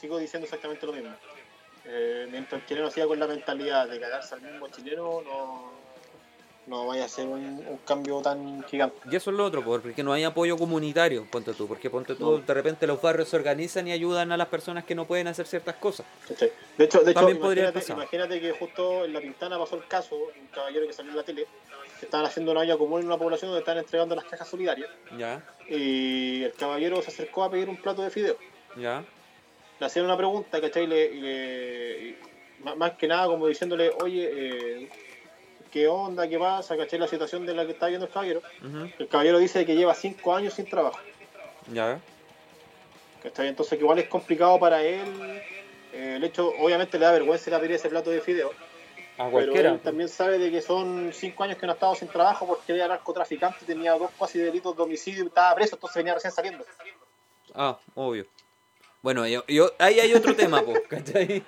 sigo diciendo exactamente lo mismo. Eh, mientras el chileno siga con la mentalidad de cagarse al mismo chileno, no, no vaya a ser un, un cambio tan gigante. Y eso es lo otro, pues, porque no hay apoyo comunitario, ponte tú, porque ponte tú, No. de repente los barrios se organizan y ayudan a las personas que no pueden hacer ciertas cosas. ¿cachai? De hecho, de hecho También podría imagínate, pasar. imagínate que justo en La Pintana pasó el caso de un caballero que salió en la tele, que estaban haciendo una olla común en una población donde estaban entregando las cajas solidarias, Ya, y el caballero se acercó a pedir un plato de fideo. ya, le hacían una pregunta, ¿cachai? Y le- y le- y má- más que nada como diciéndole, oye, eh, ¿qué onda? ¿Qué pasa? ¿Cachai? La situación de la que está viendo el caballero. ujú, El caballero dice que lleva cinco años sin trabajo, ya, ¿cachai? Entonces que igual es complicado para él. eh, el hecho, obviamente le da vergüenza ir a pedir ese plato de fideo, a pero cualquiera. pues. él también sabe de que son cinco años que no ha estado sin trabajo porque era narcotraficante, tenía dos cuasi delitos de homicidio, y estaba preso, entonces venía recién saliendo. Ah, obvio. Bueno, yo, yo- ahí hay otro tema, po, ¿cachai?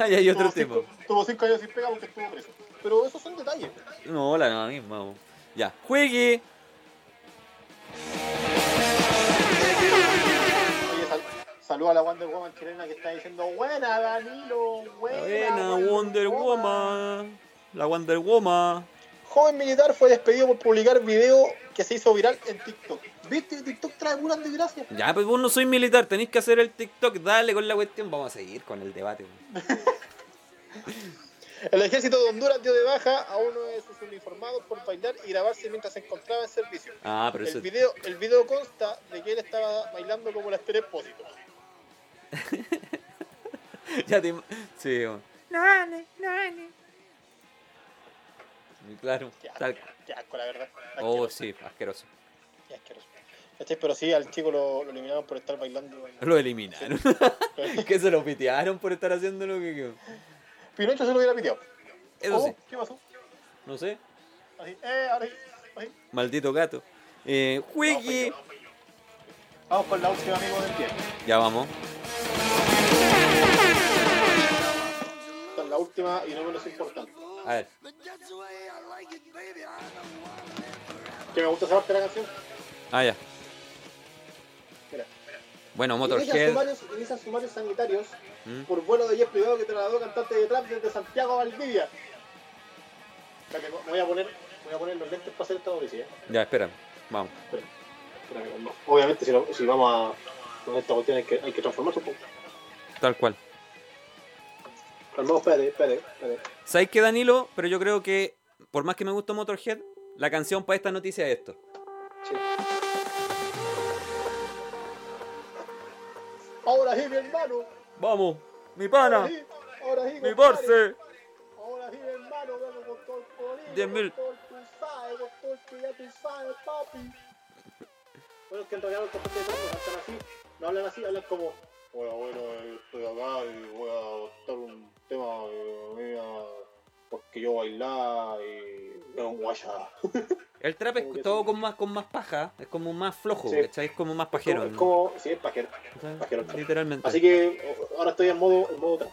ahí hay otro Tuvo tema. cinco, tuvo cinco años sin pega porque estuvo preso. Pero esos son detalles. pues. No, la nada misma, po. Ya, juegue. Oye, sal- saluda a la Wonder Woman chilena que está diciendo Buena Danilo, buena, Buena, Wonder Woman. La Wonder Woman. Joven militar fue despedido por publicar video que se hizo viral en TikTok. ¿Viste? TikTok trae puras desgracias. Ya, pues vos no sois militar, tenéis que hacer el TikTok, dale con la cuestión. Vamos a seguir con el debate. weón. El ejército de Honduras dio de baja a uno de sus uniformados por bailar y grabarse mientras se encontraba en servicio. Ah, pero eso. El video, el video consta de que él estaba bailando como la Esther Espósito. Ya te. im- Sí, weón. Claro, Qué asco, tal. qué asco, la verdad. Oh, Asqueroso, sí, asqueroso. qué asqueroso. ¿Cachai? Pero sí, al chico lo, lo eliminaron por estar bailando. en- Lo eliminaron. que se lo pitearon por estar haciendo lo que. Pinocho se lo hubiera piteado. Eso Oh, sí, ¿Qué pasó? no sé. Así, eh, ahora sí, así. Maldito gato. Eh, pues juegue. Vamos con la última amigo del día. Ya vamos. Esta es la última y no menos importante. A ver. Que me gusta saber que la canción. Ah, ya. Mira. Bueno, Inician Motorhead. sumarios, inician sumarios sanitarios ¿Mm? por vuelo de jet privado que trasladó cantante de trap desde Santiago a Valdivia. Espérate, me voy a poner, me voy a poner los lentes para hacer esta noticia. eh. Ya, espera. Vamos. Espera, espera, no. Obviamente, si, lo- si vamos a. Con esta cuestión hay que, hay que transformarse un poco. Tal cual. Calmado, espérate, espérate, espérate. ¿Sabéis que Danilo? Pero yo creo que, por más que me gusta Motorhead, la canción para esta noticia es esto. Sí. Ahora sí, mi hermano. ¡Vamos! ¡Mi Ahora pana! sí, ahora sí, ¡Mi compadre. parce! Ahora sí, hermano, vamos con todo el corillo, Diez mil. con todo el tú sabes, con todo el que ya tú sabes, papi. Bueno, es que en realidad los compadres no cantan así, no hablan así, hablan como... Bueno, bueno, eh, estoy acá y voy a adoptar un tema eh, mía, porque yo bailar y... Es un guayá. El trap Como que es todo sí. con más, con más paja, es como más flojo, Sí. ¿cachai? Es como más pajero. Es ¿no? como... Sí, es pajero. ¿Cachai? pajero el trap. Literalmente. Así que o- ahora estoy en modo... En modo trap.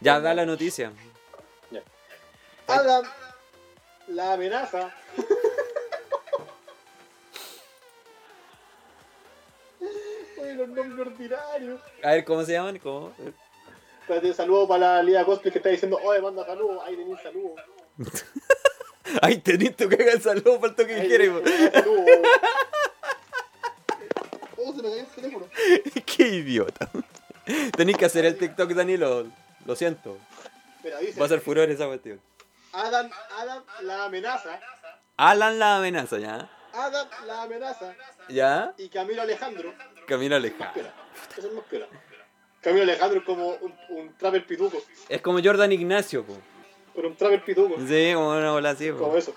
Ya da la noticia. Adam, la amenaza. Oye, los nombres ordinarios. A ver, ¿cómo se llaman? ¿Cómo? Espérate, un saludo para la Liga Cosplay que está diciendo, oye, manda saludos, ahí tenés saludos. ¡Ay, tenés tu caga el saludo para el toque que Ahí quieres! tenés saludos. Oh, se me cayó el teléfono. ¡Qué idiota! Tenés que hacer el TikTok, Danilo. Lo siento. Mira, dice, Va a ser furor esa cuestión. Adam, Adam la amenaza, Alan la amenaza, ¿ya? Adam la amenaza ¿Ya? y Camilo Alejandro, Camilo más Alejandro. piola, eso es más piola. Camilo Alejandro es como un, un trapper pituco, Es como Jordan Ignacio, po. pero un trapper pituco, Sí, como una bola así, po. como eso.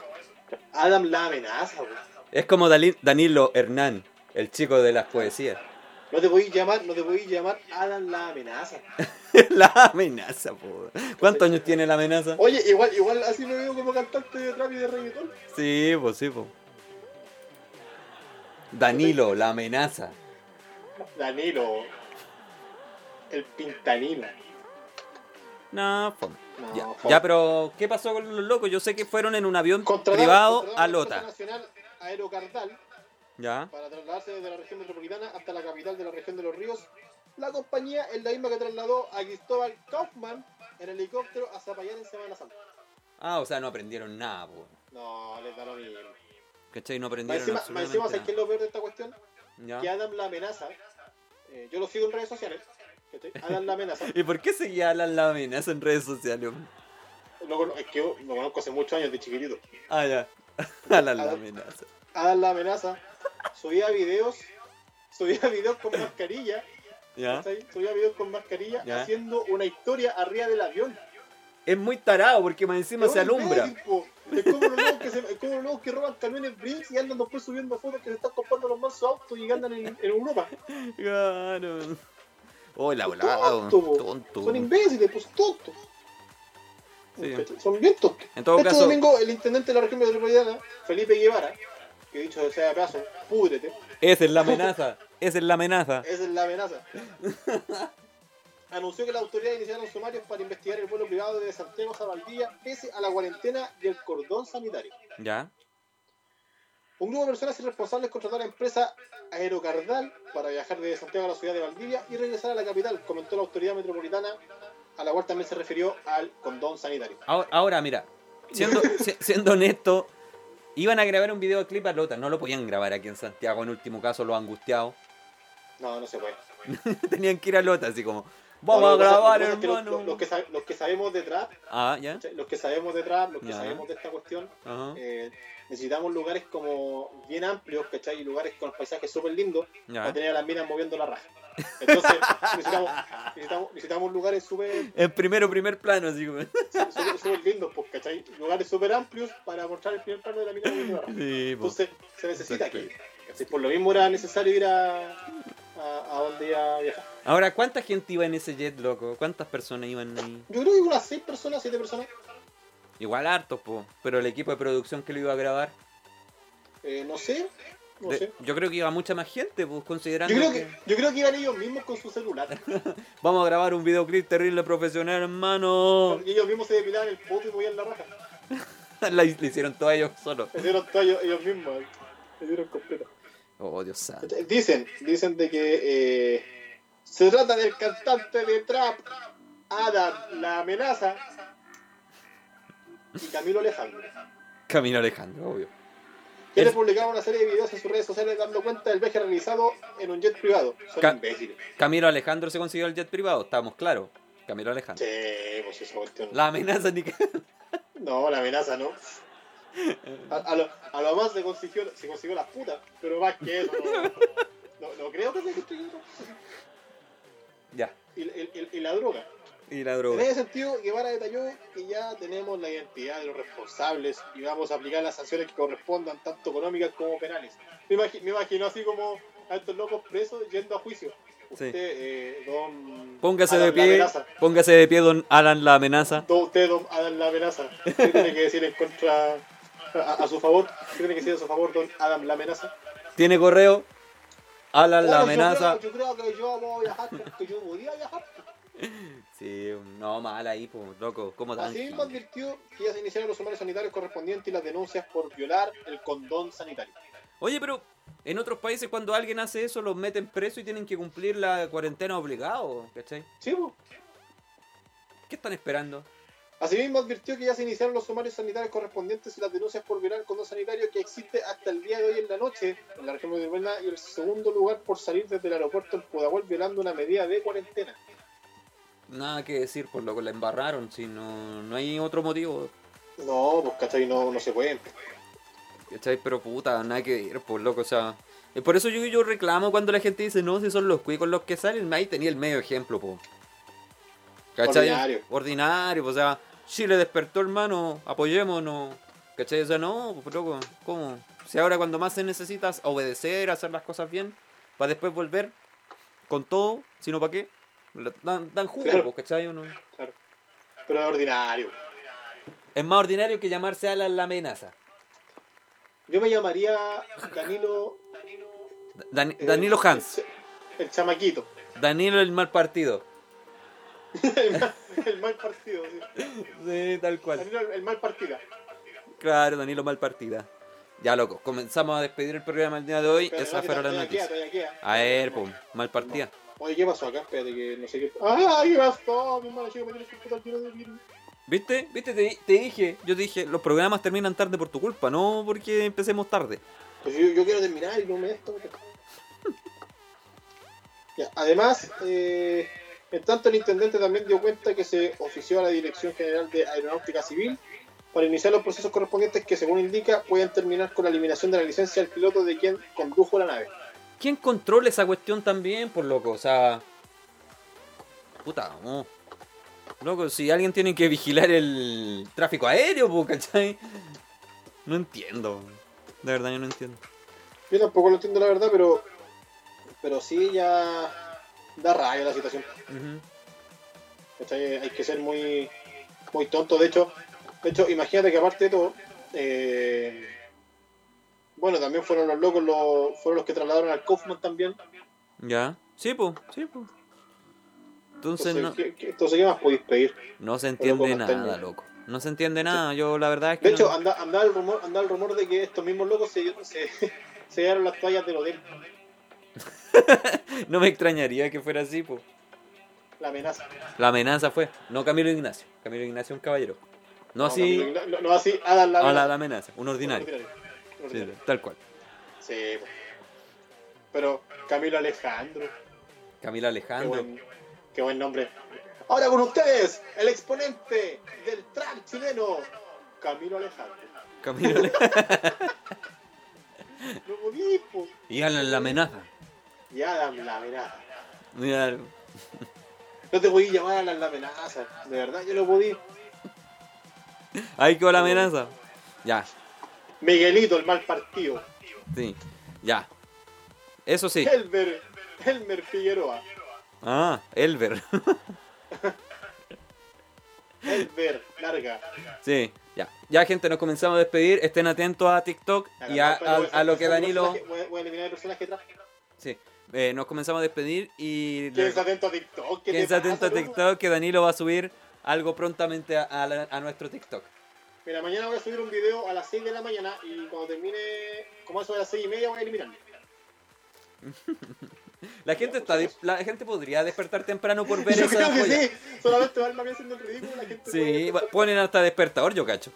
Adam la amenaza, güey. Es como Dali- Danilo Hernán, el chico de las poesías. No te voy a llamar, no te voy a llamar Adam la amenaza. la amenaza, po. ¿Cuántos años tiene la amenaza? Oye, igual, igual así me veo como cantante de trap y de reggaetón. Sí, pues sí, po. Danilo, la amenaza. Danilo, el pintanilo. No, fome. No, ya, fome. ya, pero ¿qué pasó con los locos? Yo sé que fueron en un avión Contrataron- privado contrataron a la Fuerza Lota. Nacional Aerocardal ¿Ya? para trasladarse desde la región metropolitana hasta la capital de la región de los ríos. La compañía es la misma que trasladó a Cristóbal Kaufman en helicóptero a Zapallar en Semana Santa. Ah, o sea, no aprendieron nada, po. No, les da lo mismo. ¿Cachai? No Más aprendieron encima, más absolutamente encima, ¿sabes qué es lo peor de esta cuestión? nada. Que ¿Ya? Adam la amenaza. eh, yo lo sigo en redes sociales. ¿cachai? Adam la amenaza. ¿Y por qué seguía Alan la amenaza en redes sociales? Lo cono- es que yo lo conozco hace muchos años de chiquitito. Ah, ya. Alan la Alan- amenaza. Adam la amenaza. Subía videos. Subía videos con mascarilla. ¿Ya? ¿cachai? Subía videos con mascarilla Ya. haciendo una historia arriba del avión. Es muy tarado porque más encima se Es un alumbra. imbécil, po. Es como los locos que, se- es como los locos que roban camiones Brinks y andan después subiendo fotos que se están comprando los más autos y andan en, en Europa. Claro. Oh, la volada. Tonto, po. Tonto. Son imbéciles, pues tontos. Pues, Sí. Son bien tontos. En todo este caso- domingo el intendente de la región metropolitana, Felipe Guevara, que dicho sea de paso, púdrete, Esa es la amenaza. Esa es la amenaza. esa es la amenaza. Anunció que las autoridades iniciaron sumarios para investigar el vuelo privado de Santiago a Valdivia pese a la cuarentena y el cordón sanitario. ¿Ya? Un grupo de personas irresponsables contrató a la empresa Aerocardal para viajar desde Santiago a la ciudad de Valdivia y regresar a la capital, comentó la autoridad metropolitana, a la cual también se refirió al condón sanitario. Ahora, ahora, mira, siendo, si- siendo honesto, iban a grabar un videoclip a Lota, no lo podían grabar aquí en Santiago, en último caso, los angustiados. No, no se puede. Tenían que ir a Lota, así como, vamos No, a lo que pasa- grabar, lo que pasa es que los- hermano. los- los que sa- Los que sabemos detrás, Ah, ya. los que sabemos detrás, los que Ya. sabemos de esta cuestión, Ajá, eh, necesitamos lugares como bien amplios, ¿cachai? Y lugares con paisajes súper lindos para ya. tener a las minas moviendo la raja. Entonces, necesitamos, necesitamos, necesitamos lugares súper En primero, primer plano, así como. súper súper lindos, pues, ¿cachai? Lugares súper amplios para mostrar el primer plano de la mina de Ibarra. Sí, pues. po. Entonces, se necesita aquí. ¿cachai? Por lo mismo era necesario ir a, a, a donde iba a viajar. Ahora, ¿cuánta gente iba en ese jet, loco? ¿Cuántas personas iban ahí? Yo creo que unas 6 personas, 7 personas, Igual hartos, po. Pero el equipo de producción que lo iba a grabar, eh, no sé, no de- sé. yo creo que iba mucha más gente, pues, Yo considerando creo, que, yo creo que iban ellos mismos con su celular. Vamos a grabar un videoclip terrible profesional, hermano. Y ellos mismos se depilaban el poto y movían la raja. La hi- la hicieron todos ellos solos. Se dieron todo ellos, ellos mismos. eh. Se dieron completo. Oh, Dios santo. ¿Cachai? Dicen, dicen de que eh, se trata del cantante de trap, Adam la amenaza y Camilo Alejandro, Camino Alejandro, obvio. quienes Es- publicaron una serie de videos en sus redes sociales dando cuenta del viaje realizado en un jet privado. Son Ca- imbéciles. Camilo Alejandro se consiguió el jet privado, estábamos claros. Camilo Alejandro. Sí, pues esa cuestión. La amenaza ni que- No, la amenaza no. A, a lo, a lo más se consiguió, se consiguió las putas, pero más que eso. No, no- no creo que se consiguió. Ya. Y- y- y- y la droga. Y la En droga. ese sentido, Guevara detalló que ya tenemos la identidad de los responsables y vamos a aplicar las sanciones que correspondan, tanto económicas como penales. Me, imagi- me imagino así como a estos locos presos yendo a juicio. Usted, eh, don. Póngase de Adam La pie. Amenaza. Póngase de pie, don Alan la amenaza. Do- usted, don Adam La Amenaza. ¿Qué tiene que decir en contra. A, a su favor? ¿Qué tiene que decir a su favor, don Adam La Amenaza? ¿Tiene correo? Alan la Bueno, yo amenaza. creo- Yo creo, que yo voy a viajar porque yo podía viajar. Sí, no, mal ahí, po, loco. ¿Cómo tan? Así mismo advirtió que ya se iniciaron los sumarios sanitarios correspondientes y las denuncias por violar el condón sanitario. Oye, pero en otros países cuando alguien hace eso los meten preso y tienen que cumplir la cuarentena obligado, ¿cachai? Sí, po. ¿Qué están esperando? Asimismo advirtió que ya se iniciaron los sumarios sanitarios correspondientes y las denuncias por violar el condón sanitario que existe hasta el día de hoy en la noche en la región metropolitana y el segundo lugar por salir desde el aeropuerto en Pudahuel violando una medida de cuarentena. nada que decir, por lo que la embarraron, si no, no hay otro motivo. No, pues cachai, no, no se pueden. ¿Cachai? Pero puta, nada que ir, por loco, o sea. eh, Por eso yo, yo reclamo cuando la gente dice, no, si son los cuicos los que salen, ahí tenía el medio ejemplo, po. ¿Cachai? Ordinario. Ordinario, po, o sea, Chile despertó, hermano, apoyémonos. ¿Cachai? O sea, no, pues loco, ¿cómo? Si ahora cuando más se necesitas obedecer, hacer las cosas bien, para después volver con todo, sino para qué, La- dan, dan jugo, Claro. po, ¿cachai? ¿O no? Claro. Pero es ordinario. Es más ordinario que llamarse a la, la amenaza. Yo me llamaría Danilo. Dan- eh, Danilo Hans, El, el chamaquito. Danilo el mal partido. El mal, el mal partido, sí. Sí, tal cual. Danilo, el, el mal partida. Claro, Danilo mal partida. Ya, loco, comenzamos a despedir el programa el día de hoy. Espérate, Esa no, fueron que las todavía queda, noticias. todavía queda. A ver, pum, mal partida. Oye, ¿qué pasó acá? Espérate que no sé qué. ¡Ah, qué pasó! Mi hermano chico me tiene que computador lleno de virus. ¿Viste? ¿Viste? Te, te dije, yo te dije, los programas terminan tarde por tu culpa, no porque empecemos tarde. Pues yo, yo quiero terminar y no me esto. Ya, además, eh, en tanto el intendente también dio cuenta que se ofició a la Dirección General de Aeronáutica Civil para iniciar los procesos correspondientes que, según indica, pueden terminar con la eliminación de la licencia del piloto de quien condujo la nave. ¿Quién controla esa cuestión también, por loco? O sea. Puta, no. Loco, si alguien tiene que vigilar el tráfico aéreo, po, ¿cachai? No entiendo. De verdad, yo no entiendo. Yo tampoco lo entiendo, la verdad, pero, pero sí ya da rabia la situación. Ujú. ¿cachai? Hay que ser muy, muy tonto. De hecho, de hecho, imagínate que aparte de todo, eh, bueno, también fueron los locos, los, fueron los que trasladaron al Kaufman también. ¿Ya? Sí, po, sí, po. Entonces, Entonces, no, ¿qué, qué- entonces, ¿qué más podéis pedir? no se loco, entiende no está en nada, nada. loco. No se entiende nada, yo la verdad es que. De hecho, no- anda, anda el rumor, anda el rumor de que estos mismos locos se, se, se llevaron las toallas del hotel. ah. no me extrañaría que fuera así, po. La amenaza. La amenaza fue. No Camilo Ignacio. Camilo Ignacio es un caballero. No, así. Camilo, No, no así, Adam la, a la, la amenaza, un ordinario. Un Sí, ordinario. tal cual. Sí, po. pero Camilo Alejandro. Camila Qué Alejandro. buen, qué buen nombre. Ahora con ustedes, el exponente del trap chileno, Camilo Alejandro. Camilo Ale- No podí, po. y Alan la amenaza. Y Adam la amenaza. Mira, No te podí llamar Adam la amenaza. De verdad, yo lo podí. ahí quedó la amenaza. Ya, Miguelito, el mal partido. sí, ya. Eso sí. Helmer, Helmer Figueroa. Ah, Elber. Helmer, larga. Sí, ya. Ya, gente, nos comenzamos a despedir. Estén atentos a TikTok y a, a- a lo que Danilo. Voy a- voy a eliminar el personaje trap. Sí, eh, nos comenzamos a despedir y. ¿Quién está atento a TikTok? ¿Qué te Quédense pasa, atentos a loco? TikTok que Danilo va a subir algo prontamente a, a la- a nuestro TikTok. Mira, mañana voy a subir un video a las 6 de la mañana y cuando termine, como eso de las 6 y media, voy a eliminarlo. La gente está dis- la gente podría despertar temprano por ver pues, Yo esa creo que joya. sí, solamente va el mami haciendo el ridículo, la gente Sí, puede- va- ponen hasta despertador, yo cacho.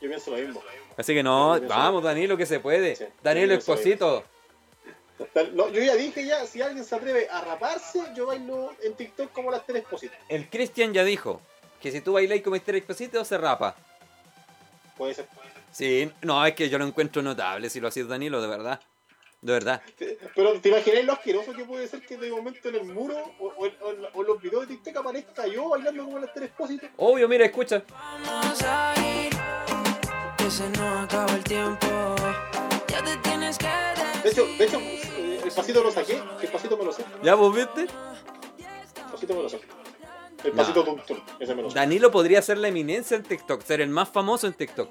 Yo pienso lo mismo. Así que no, Sí, yo vamos Danilo, que se puede. Sí, Danilo yo soy- Esposito. Lo- Yo ya dije ya, si alguien se atreve a raparse, yo bailo en TikTok como las tres positas. El Cristian ya dijo que si tú bailas como Mr. Esposito se rapa. Puede ser. Sí, no, es que yo lo encuentro notable si lo hacías Danilo, de verdad. De verdad. Te- Pero ¿te imagináis lo asqueroso que puede ser que de momento en el muro o, o en- o en la- o en los videos de TikTok aparezca yo bailando como las tres positas? Obvio, mira, escucha. Vamos a ir, que se nos acaba el tiempo. Ya te tienes que De hecho, de hecho eh, el pasito lo saqué, que el pasito me lo sé. ¿Ya vos viste? El pasito me lo sé. El pasito tum tum, ese me lo sé. Danilo podría ser la eminencia en TikTok, ser el más famoso en TikTok.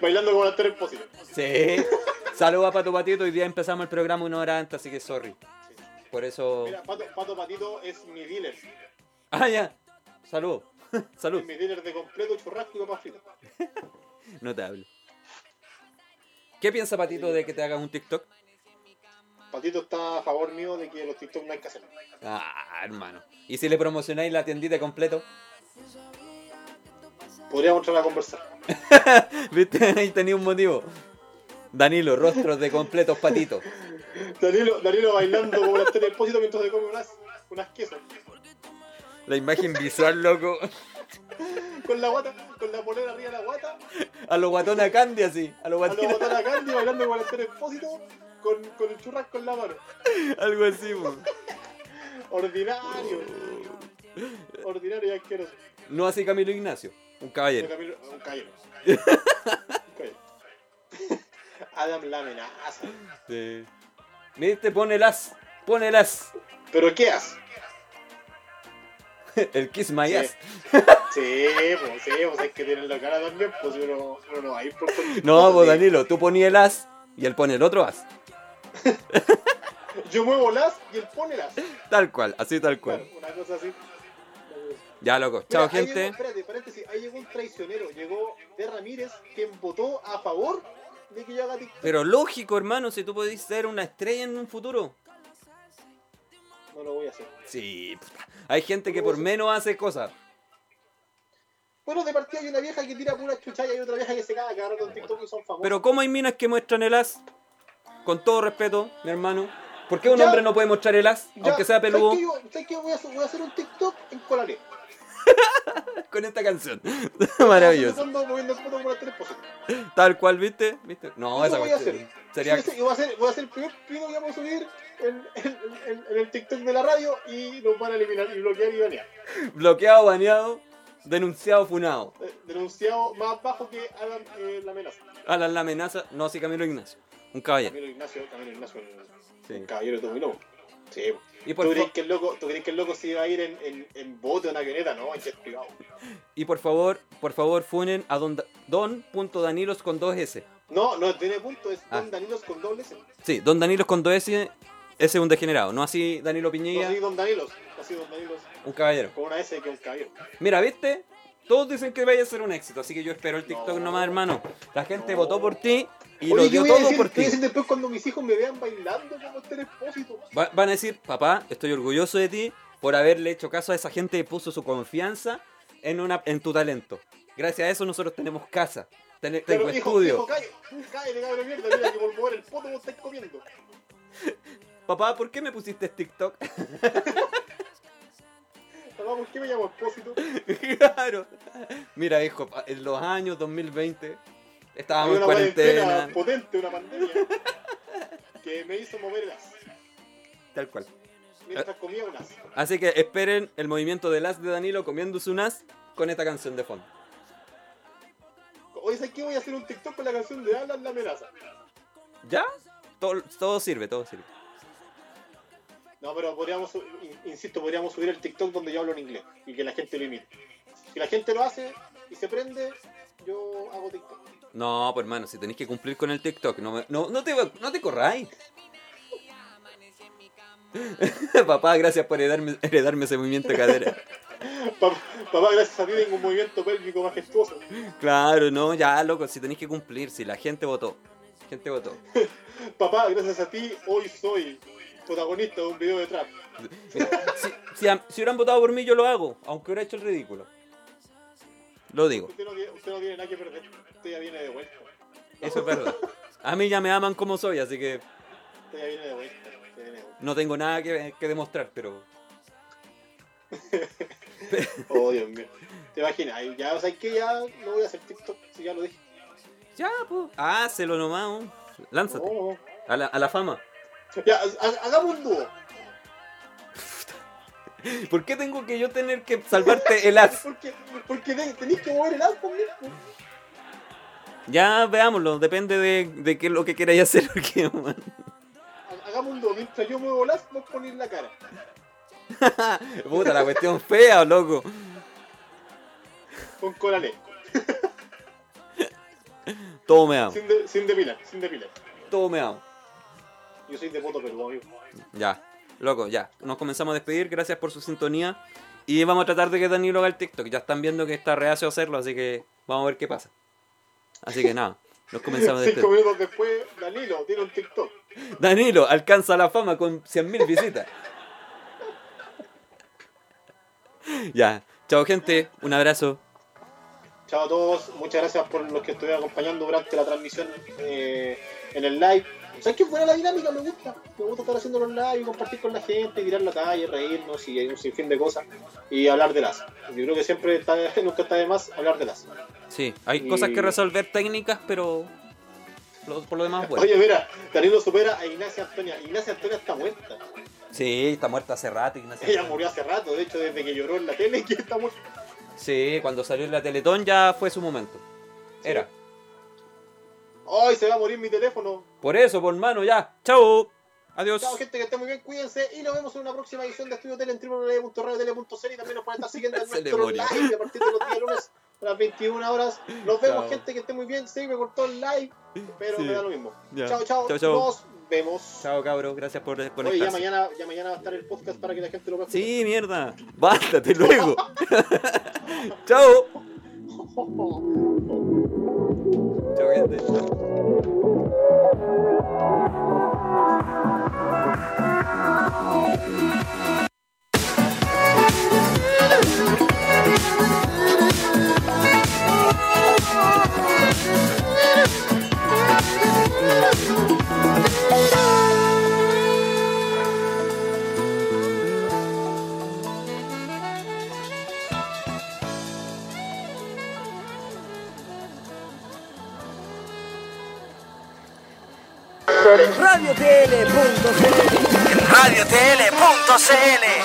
Bailando como las tres positas. Sí. Saludos a Pato Patito, hoy día empezamos el programa una hora antes, así que sorry. Por eso... Mira, Pato, Pato Patito es mi dealer. Ah, ya. Salud. Salud. Es mi dealer de completo churrasco y papas fritas. Notable. ¿Qué piensa Patito de que te hagas un TikTok? Patito está a favor mío de que los TikTok no hay que hacerlo. Ah, hermano. ¿Y si le promocionáis la tiendita completo? Podríamos entrar a conversar. ¿Viste? Ahí tenía un motivo. Danilo, rostros de completos patitos. Danilo, Danilo bailando como las tres expósitos mientras se come unas, unas quesos. La imagen visual, loco. Con la guata, con la polera arriba de la guata, A los guatones a Candy así. A los a los guatones. botar a Candy bailando con el expósito, con, con el churrasco en la mano. Algo así, po. Ordinario. Ordinario y asqueroso. No así Camilo Ignacio. Un Pero caballero. Camilo- Un caballero. Un caballero. Adam la amenaza. Sí. Viste, pone las. Pone las. ¿Pero qué haces? El kiss my Sí. ass. Sí, pues sí, pues es que tienen la cara también, pues uno, uno no va a ir por cualquier No, pues, cosa, vos sí. Danilo, tú ponías el as y él pone el otro as. Yo muevo las y él pone las. Tal cual, así tal Claro, cual. una cosa así. Ya, loco. Chao, Mira, ahí gente. Llegó, espérate, paréntesis, ahí llegó un traicionero, llegó de Ramírez, quien votó a favor de que yo haga TikTok. Pero lógico, hermano, si tú podés ser una estrella en un futuro. No lo voy a hacer. Sí, puta. hay gente que por menos hace cosas. Bueno, de partida hay una vieja que tira pura chuchalla y hay otra vieja que se caga cada rato en TikTok y son famosas. Pero ¿cómo hay minas que muestran el as? Con todo respeto, mi hermano. ¿Por qué un Ya. hombre no puede mostrar el as, Ya, aunque sea peludo, ¿Sabes qué? Yo- ¿sabes qué? Voy a hacer- voy a hacer un TikTok en Colalé. con esta canción? Maravilloso. Ando moviendo el poto por las tres poses. Tal cual, ¿viste? ¿Viste? No, Eso esa voy a cuestión. hacer. Sería... Sí, sí, yo voy a hacer, voy a hacer el primer video que vamos a subir en, en- en- en el TikTok de la radio y nos van a eliminar y bloquear y banear. Bloqueado, baneado, denunciado, funado. Eh, Denunciado más bajo que Adam eh, la amenaza. Alan la amenaza, no, sí, Camilo Ignacio. Un caballero. Camilo Ignacio, Camilo Ignacio, el- Sí. el caballero dominó. Sí. Y por, ¿Tú fa- crees, que el loco, ¿Tú crees que el loco se iba a ir en, en, en bote o en avioneta? No, en jet privado. y por favor, por favor, funen a don, Da- don.danilos con dos S. No, no tiene punto, es Ah. Don Danilo con doble S. Sí, don Danilos con dos S, ese es un degenerado. No así Danilo No Piñilla, soy Don Danilo, no soy Don Danilo un caballero. con una S que un caballero. Mira, ¿viste? Todos dicen que vaya a ser un éxito, así que yo espero el TikTok No. nomás, hermano. La gente No. votó por ti y Oye, lo ¿qué dio voy a todo decir? por ¿Qué ti. voy a decir después cuando mis hijos me vean bailando como este expósito? Va- van a decir, papá, estoy orgulloso de ti por haberle hecho caso a esa gente que puso su confianza en, una, en tu talento. Gracias a eso nosotros tenemos casa, ten- tengo hijo, estudio. Hijo, cae, cae, cae de mierda, mira que por mover el poto vos estáis comiendo. Papá, ¿por qué me pusiste TikTok? Papá, ¿por qué me llamo expósito? claro. Mira, hijo, pa- en los años 2020 Hay estábamos en una cuarentena. cuarentena potente, una pandemia, que me hizo mover el as, pues. Tal cual. mientras comía un as. Así que esperen el movimiento del as de Danilo comiéndose un as con esta canción de fondo. Hoy sé que voy a hacer un TikTok con la canción de Alan la amenaza. ¿Ya? Todo, todo sirve, todo sirve. No, pero podríamos, su- in- insisto, podríamos subir el TikTok donde yo hablo en inglés y que la gente lo imite. Si la gente lo hace y se prende, yo hago TikTok. No, pues hermano, si tenéis que cumplir con el TikTok, no, me- no, no, te, no te corráis. Papá, gracias por heredarme, heredarme ese movimiento de cadera. Papá, papá, gracias a ti tengo un movimiento pélvico majestuoso. Claro, no, ya, loco, si tenéis que cumplir, si la gente votó. la Gente votó. Papá, gracias a ti hoy soy protagonista de un video de trap. Mira, si, si, han- si hubieran votado por mí, yo lo hago, aunque hubiera hecho el ridículo. Lo digo, Usted no, tiene, usted no tiene nada que perder. Usted ya viene de vuelta. eso es verdad. A mí ya me aman como soy, así que Usted ya viene de vuelta. usted viene de vuelta. no tengo nada que, que demostrar, pero Oh, Dios mío. Te imaginas, Ay, ya, o sea, que ya no voy a hacer TikTok, si ya lo dije. ya, pues, hácelo nomás. un. Lánzate No. a la, a la fama. Ya, ha- ha- hagamos un dúo. ¿Por qué tengo que yo tener que salvarte el as? Porque, porque te- tenés que mover el álbum mismo. Ya veámoslo, depende de, de qué es lo que queráis hacer. porque, man. Ha- Hagamos un dúo. Mientras yo muevo el as, vos ponés la cara. Puta, la cuestión fea, loco. Con colale. Todo me amo, Sin, de, sin depilar, sin depilar. todo me amo. Yo soy de voto peludo, amigo. Ya, loco, ya. Nos comenzamos a despedir, gracias por su sintonía. Y vamos a tratar de que Danilo haga el TikTok. Ya están viendo que está reacio a hacerlo, así que vamos a ver qué pasa. Así que nada, nos comenzamos a Cinco despedir. minutos después, Danilo tiene un TikTok. Danilo alcanza la fama con 100.000 visitas. ya, chao gente, un abrazo. Chao a todos, muchas gracias por los que estuvieron acompañando durante la transmisión eh, en el live. ¿Sabes qué buena la dinámica? Me gusta. Me gusta estar haciendo los live, compartir con la gente, tirar la calle, reírnos y hay un sinfín de cosas. Y hablar de las. Yo creo que siempre está, nunca está de más hablar de las. Sí, hay Y- cosas que resolver técnicas, pero lo- por lo demás, bueno. Oye, mira, Danilo supera a Ignacia Antonia. Ignacia Antonia está muerta. Sí, está muerta hace rato, Ignacio. Ella murió hace rato, de hecho, desde que lloró en la tele, que está muerta. Sí, cuando salió en la Teletón ya fue su momento. Era. ¡Ay, se va a morir mi teléfono! Por eso, por mano, ya. Chao. Adiós. Chao, gente, que estén muy bien, cuídense. Y nos vemos en una próxima edición de Estudio Tele en www.radiotele.cl y también nos pueden estar siguiendo en Se le nuestro murió. live a partir de los días lunes a las 21 horas. Nos vemos, Chao. gente, que estén muy bien. Sí, me cortó el live, pero Sí. me da lo mismo. Ya. Chao, chao. Chao, chao. Nos vemos. Chao, cabros. Gracias por Oye, ya conectarse. mañana, ya mañana va a estar el podcast para que la gente lo vea. Sí, mierda. Bástate luego. Chao. Chao, gente. Radiotele.cl Radiotele.cl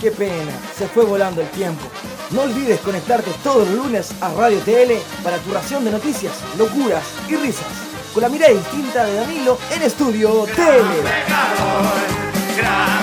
Qué pena, se fue volando el tiempo. No olvides conectarte todos los lunes a Radio TL para tu ración de noticias, locuras y risas. Con la mirada distinta de Danilo en Estudio TL. pecador, gran